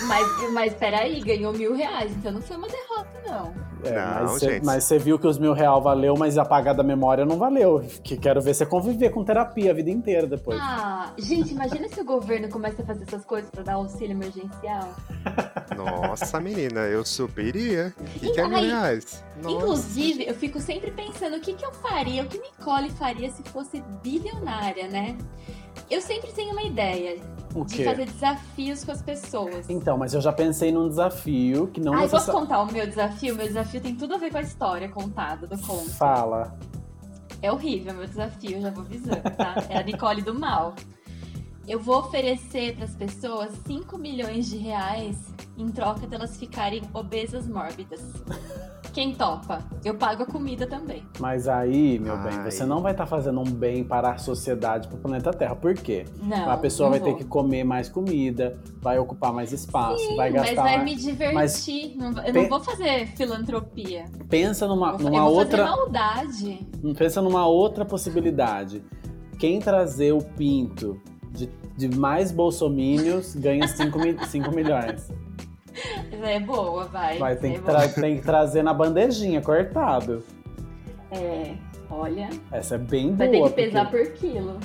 [SPEAKER 4] Mas, mas peraí, ganhou mil reais, então não foi uma derrota, não.
[SPEAKER 2] É,
[SPEAKER 3] Não,
[SPEAKER 2] mas cê-
[SPEAKER 3] gente.
[SPEAKER 2] mas você viu que os mil real valeu, mas apagar da memória não valeu. Que quero ver você conviver com terapia a vida inteira depois.
[SPEAKER 4] Ah, gente, imagina se o governo começa a fazer essas coisas pra dar auxílio emergencial.
[SPEAKER 3] Nossa, menina, eu super iria. O que, que é
[SPEAKER 4] Ai,
[SPEAKER 3] mil reais? Nossa.
[SPEAKER 4] Então, Inclusive, eu fico sempre pensando o que, que eu faria, o que Nicole faria se fosse bilionária, né? Eu sempre tenho uma ideia
[SPEAKER 2] o
[SPEAKER 4] Ah, de
[SPEAKER 2] quê?
[SPEAKER 4] fazer desafios com as pessoas.
[SPEAKER 2] Então, mas eu já pensei num desafio que não
[SPEAKER 4] Ai, posso
[SPEAKER 2] necessariamente.
[SPEAKER 4] contar o meu desafio? Meu desafio tem tudo a ver com a história contada do conto.
[SPEAKER 2] Fala.
[SPEAKER 4] É horrível meu desafio, já vou avisando, tá? É a Nicole do mal. Eu vou oferecer pras pessoas 5 milhões de reais em troca delas ficarem obesas mórbidas. Quem topa? Eu pago a comida também.
[SPEAKER 2] Mas aí, meu bem,
[SPEAKER 3] Ai.
[SPEAKER 2] você não vai estar fazendo um bem para a sociedade, para o planeta Terra. Por quê?
[SPEAKER 4] Não.
[SPEAKER 2] a pessoa
[SPEAKER 4] não
[SPEAKER 2] vai
[SPEAKER 4] vou.
[SPEAKER 2] ter que comer mais comida, vai ocupar mais espaço, vai gastar.
[SPEAKER 4] Mas vai
[SPEAKER 2] mais-
[SPEAKER 4] me divertir. Não vai- eu
[SPEAKER 2] Pe-
[SPEAKER 4] não vou fazer filantropia.
[SPEAKER 2] Pensa numa,
[SPEAKER 4] Eu vou-
[SPEAKER 2] numa
[SPEAKER 4] eu vou
[SPEAKER 2] outra, hum,
[SPEAKER 4] fazer maldade.
[SPEAKER 2] pensa numa outra possibilidade. Quem trazer o pinto de, de mais bolsomínios ganha 5 milhões.
[SPEAKER 4] É boa, vai.
[SPEAKER 2] Vai, tem
[SPEAKER 4] é
[SPEAKER 2] que,
[SPEAKER 4] boa.
[SPEAKER 2] tra- tem que trazer na bandejinha, cortado.
[SPEAKER 4] É, olha.
[SPEAKER 2] Essa é bem
[SPEAKER 4] Vai
[SPEAKER 2] boa.
[SPEAKER 4] ter que pesar
[SPEAKER 2] porque-
[SPEAKER 4] por quilo.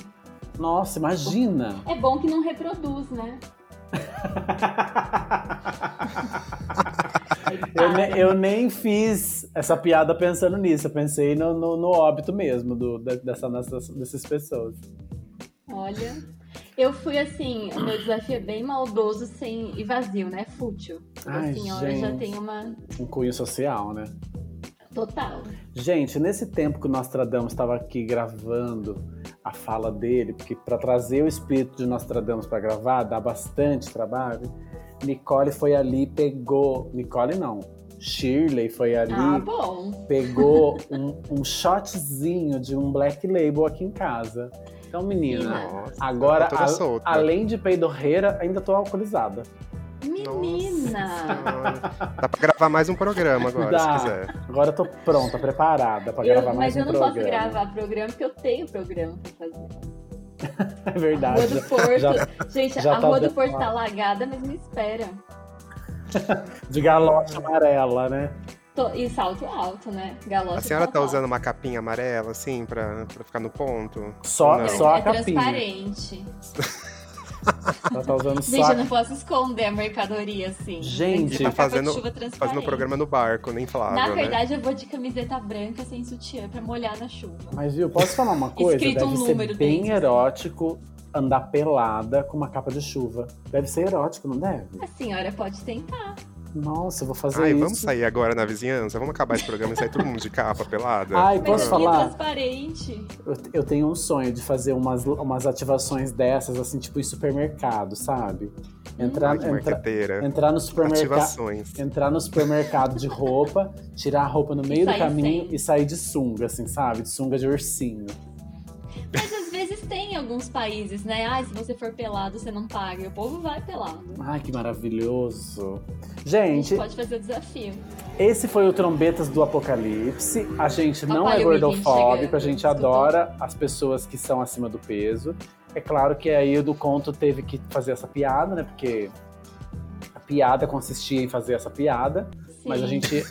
[SPEAKER 2] Nossa, imagina!
[SPEAKER 4] É bom que não reproduz, né?
[SPEAKER 2] Eu, ne- eu nem fiz essa piada pensando nisso. Eu pensei no, no, no óbito mesmo do, da- dessa, dessas, dessas pessoas.
[SPEAKER 4] Olha. Eu fui assim, o meu desafio é bem maldoso sem, e vazio, né? Fútil.
[SPEAKER 2] Ai,
[SPEAKER 4] a senhora já
[SPEAKER 2] gente.
[SPEAKER 4] tem uma
[SPEAKER 2] Um cunho social, né?
[SPEAKER 4] total.
[SPEAKER 2] Gente, nesse tempo que o Nostradamus estava aqui gravando a fala dele, porque para trazer o espírito de Nostradamus para gravar dá bastante trabalho, Nicole foi ali e pegou. Nicole não. Shirley foi ali,
[SPEAKER 4] Ah, bom.
[SPEAKER 2] pegou um, um shotzinho de um black label aqui em casa. Então, menina,
[SPEAKER 3] Nossa,
[SPEAKER 2] agora,
[SPEAKER 3] tá toda
[SPEAKER 2] a-
[SPEAKER 3] solta.
[SPEAKER 2] além de peidorreira, ainda tô alcoolizada.
[SPEAKER 4] Menina!
[SPEAKER 3] Nossa Senhora. Dá pra gravar mais um programa agora,
[SPEAKER 2] Dá.
[SPEAKER 3] se quiser.
[SPEAKER 2] Agora eu tô pronta, preparada para
[SPEAKER 4] Eu-
[SPEAKER 2] gravar mais
[SPEAKER 4] mas
[SPEAKER 2] um
[SPEAKER 4] eu não
[SPEAKER 2] programa.
[SPEAKER 4] posso gravar programa porque eu tenho programa pra fazer.
[SPEAKER 2] É
[SPEAKER 4] A
[SPEAKER 2] verdade.
[SPEAKER 4] Rua do Porto.
[SPEAKER 2] já-
[SPEAKER 4] Gente,
[SPEAKER 2] já
[SPEAKER 4] a
[SPEAKER 2] tá
[SPEAKER 4] Rua do
[SPEAKER 2] dando
[SPEAKER 4] Porto
[SPEAKER 2] uma-
[SPEAKER 4] tá alagada, mas me espera.
[SPEAKER 2] De galote amarela, né?
[SPEAKER 4] Tô- E salto alto, né? Galote.
[SPEAKER 3] A senhora
[SPEAKER 4] salto
[SPEAKER 3] tá
[SPEAKER 4] alto.
[SPEAKER 3] usando uma capinha amarela, assim, pra, pra ficar no ponto?
[SPEAKER 2] Só,
[SPEAKER 3] Não.
[SPEAKER 2] só a
[SPEAKER 4] é
[SPEAKER 2] capinha.
[SPEAKER 4] transparente.
[SPEAKER 2] Ela tá usando
[SPEAKER 4] Gente,
[SPEAKER 2] só.
[SPEAKER 4] eu não posso esconder a mercadoria assim.
[SPEAKER 2] Gente,
[SPEAKER 4] Tem que
[SPEAKER 2] tá
[SPEAKER 4] ser uma capa de
[SPEAKER 3] fazendo-
[SPEAKER 4] chuva
[SPEAKER 3] Fazendo
[SPEAKER 4] transparente.
[SPEAKER 3] o programa no barco, nem
[SPEAKER 4] Na
[SPEAKER 3] inflável, né?
[SPEAKER 4] verdade, eu vou de camiseta branca sem sutiã pra molhar na chuva.
[SPEAKER 2] Mas viu, posso falar uma coisa?
[SPEAKER 4] Escrito
[SPEAKER 2] Deve
[SPEAKER 4] um
[SPEAKER 2] ser
[SPEAKER 4] número
[SPEAKER 2] bem
[SPEAKER 4] dentro.
[SPEAKER 2] erótico andar pelada com uma capa de chuva. Deve ser erótico, não deve?
[SPEAKER 4] A senhora pode tentar.
[SPEAKER 2] Nossa, eu vou fazer
[SPEAKER 3] Ai,
[SPEAKER 2] isso.
[SPEAKER 3] vamos sair agora na vizinhança? Vamos acabar esse programa e sair todo mundo de capa, pelada?
[SPEAKER 2] Ai,
[SPEAKER 4] Mas
[SPEAKER 2] posso
[SPEAKER 4] aqui é
[SPEAKER 2] falar?
[SPEAKER 4] transparente.
[SPEAKER 2] Eu, eu tenho um sonho de fazer umas, umas ativações dessas, assim, tipo em supermercado, sabe? Entrar,
[SPEAKER 3] Ai, que
[SPEAKER 2] entra-
[SPEAKER 3] marqueteira.
[SPEAKER 2] entrar no supermercado.
[SPEAKER 3] Ativações.
[SPEAKER 2] Entrar no supermercado de roupa, tirar a roupa no meio do
[SPEAKER 4] sair
[SPEAKER 2] caminho
[SPEAKER 4] sem.
[SPEAKER 2] e sair de sunga, assim, sabe? De sunga de ursinho.
[SPEAKER 4] Mas às vezes tem em alguns países, né? Ah, se você for pelado, você não paga. E o povo vai pelado.
[SPEAKER 2] Ai, que maravilhoso.
[SPEAKER 4] A gente
[SPEAKER 2] Gente,
[SPEAKER 4] pode fazer o desafio.
[SPEAKER 2] esse foi o Trombetas do Apocalipse. A gente não
[SPEAKER 4] Olha
[SPEAKER 2] é
[SPEAKER 4] o menino
[SPEAKER 2] gordofóbico, a
[SPEAKER 4] chegando,
[SPEAKER 2] gente
[SPEAKER 4] escutou?
[SPEAKER 2] adora as pessoas que são acima do peso. É claro que aí o do conto teve que fazer essa piada, né? Porque a piada consistia em fazer essa piada.
[SPEAKER 4] Sim.
[SPEAKER 2] Mas a gente,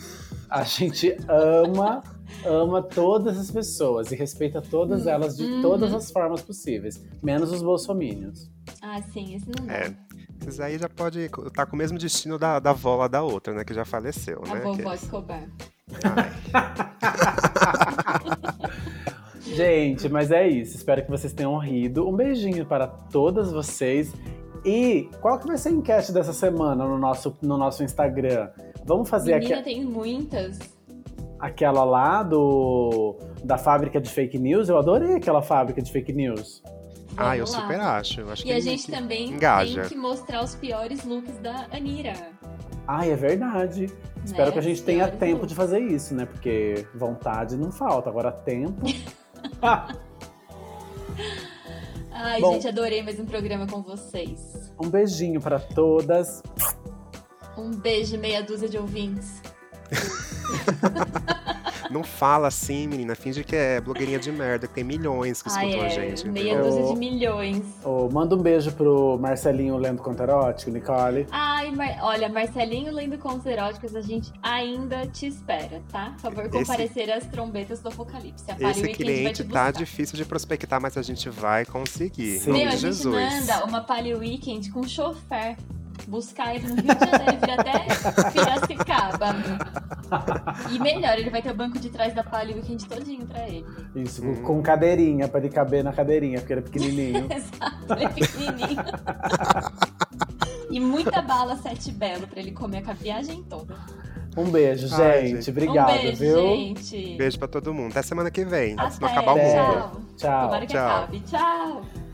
[SPEAKER 2] a gente ama, ama todas as pessoas e respeita todas elas de
[SPEAKER 4] Uhum.
[SPEAKER 2] todas as formas possíveis, menos os bolsomínios.
[SPEAKER 4] Ah, sim, esse não dá.
[SPEAKER 3] É, Mas aí já pode tá com o mesmo destino da, da avó lá da outra, né? Que já faleceu,
[SPEAKER 4] a
[SPEAKER 3] né?
[SPEAKER 4] vovó
[SPEAKER 3] que...
[SPEAKER 4] Escobar.
[SPEAKER 3] Ai,
[SPEAKER 2] Gente, mas é isso. Espero que vocês tenham rido. Um beijinho para todas vocês. E qual que vai ser a enquete dessa semana no nosso, no nosso Instagram? Vamos fazer aque-
[SPEAKER 4] Menina, tem muitas.
[SPEAKER 2] aquela lá do da fábrica de fake news? Eu adorei aquela fábrica de fake news.
[SPEAKER 3] Ah, eu
[SPEAKER 4] Vamos lá.
[SPEAKER 3] super acho. eu acho
[SPEAKER 4] E
[SPEAKER 3] que
[SPEAKER 4] a gente
[SPEAKER 3] que-
[SPEAKER 4] também
[SPEAKER 3] engaja.
[SPEAKER 4] tem que mostrar os piores looks da Anira.
[SPEAKER 2] Ai, é verdade. Espero
[SPEAKER 4] né?
[SPEAKER 2] que a gente
[SPEAKER 4] Os
[SPEAKER 2] tenha
[SPEAKER 4] piores
[SPEAKER 2] tempo
[SPEAKER 4] looks.
[SPEAKER 2] de fazer isso, né? Porque vontade não falta, agora tempo. Ah,
[SPEAKER 4] Ai,
[SPEAKER 2] Bom.
[SPEAKER 4] gente, adorei mais um programa com vocês.
[SPEAKER 2] um beijinho pra todas.
[SPEAKER 4] Um beijo e meia dúzia de ouvintes.
[SPEAKER 3] Não fala assim, menina. Finge que é blogueirinha de merda, que tem milhões que
[SPEAKER 4] Ai,
[SPEAKER 3] escutam
[SPEAKER 4] é,
[SPEAKER 3] a gente.
[SPEAKER 4] meia
[SPEAKER 3] entendeu?
[SPEAKER 4] dúzia
[SPEAKER 2] Eu-
[SPEAKER 4] de milhões.
[SPEAKER 2] Oh, manda um beijo pro Marcelinho Lento Contarotti, o Nicole.
[SPEAKER 4] Ai, Mar- olha, Marcelinho lendo contos eróticos, a gente ainda te espera, tá? Por favor,
[SPEAKER 3] Esse-
[SPEAKER 4] comparecer às trombetas do Apocalipse. A Party
[SPEAKER 3] Esse
[SPEAKER 4] Weekend vai te
[SPEAKER 3] cliente tá
[SPEAKER 4] buscar.
[SPEAKER 3] difícil de prospectar, mas a gente vai conseguir.
[SPEAKER 2] Sim.
[SPEAKER 3] Em
[SPEAKER 4] Meu,
[SPEAKER 3] nome
[SPEAKER 4] a
[SPEAKER 3] de
[SPEAKER 4] gente
[SPEAKER 3] Jesus.
[SPEAKER 4] manda uma Palio Weekend com chofer. Buscar ele no Rio de Janeiro, ele vira até Piracicaba. E melhor, ele vai ter o banco de trás da Palio Weekend todinho pra ele.
[SPEAKER 2] Isso,
[SPEAKER 3] Hum.
[SPEAKER 2] com cadeirinha, pra ele caber na cadeirinha, porque ele é pequenininho.
[SPEAKER 4] Exato, ele é pequenininho. E muita bala sete belo pra ele comer com a viagem toda.
[SPEAKER 2] Um beijo, gente.
[SPEAKER 3] Ai, gente.
[SPEAKER 2] Obrigado,
[SPEAKER 4] um beijo,
[SPEAKER 2] viu?
[SPEAKER 4] gente.
[SPEAKER 3] Beijo pra todo mundo. Até semana que vem. tá? Se
[SPEAKER 4] Até,
[SPEAKER 3] não acabar o mundo.
[SPEAKER 4] tchau.
[SPEAKER 2] Tchau.
[SPEAKER 4] Tomara que
[SPEAKER 3] Tchau.
[SPEAKER 4] acabe. Tchau.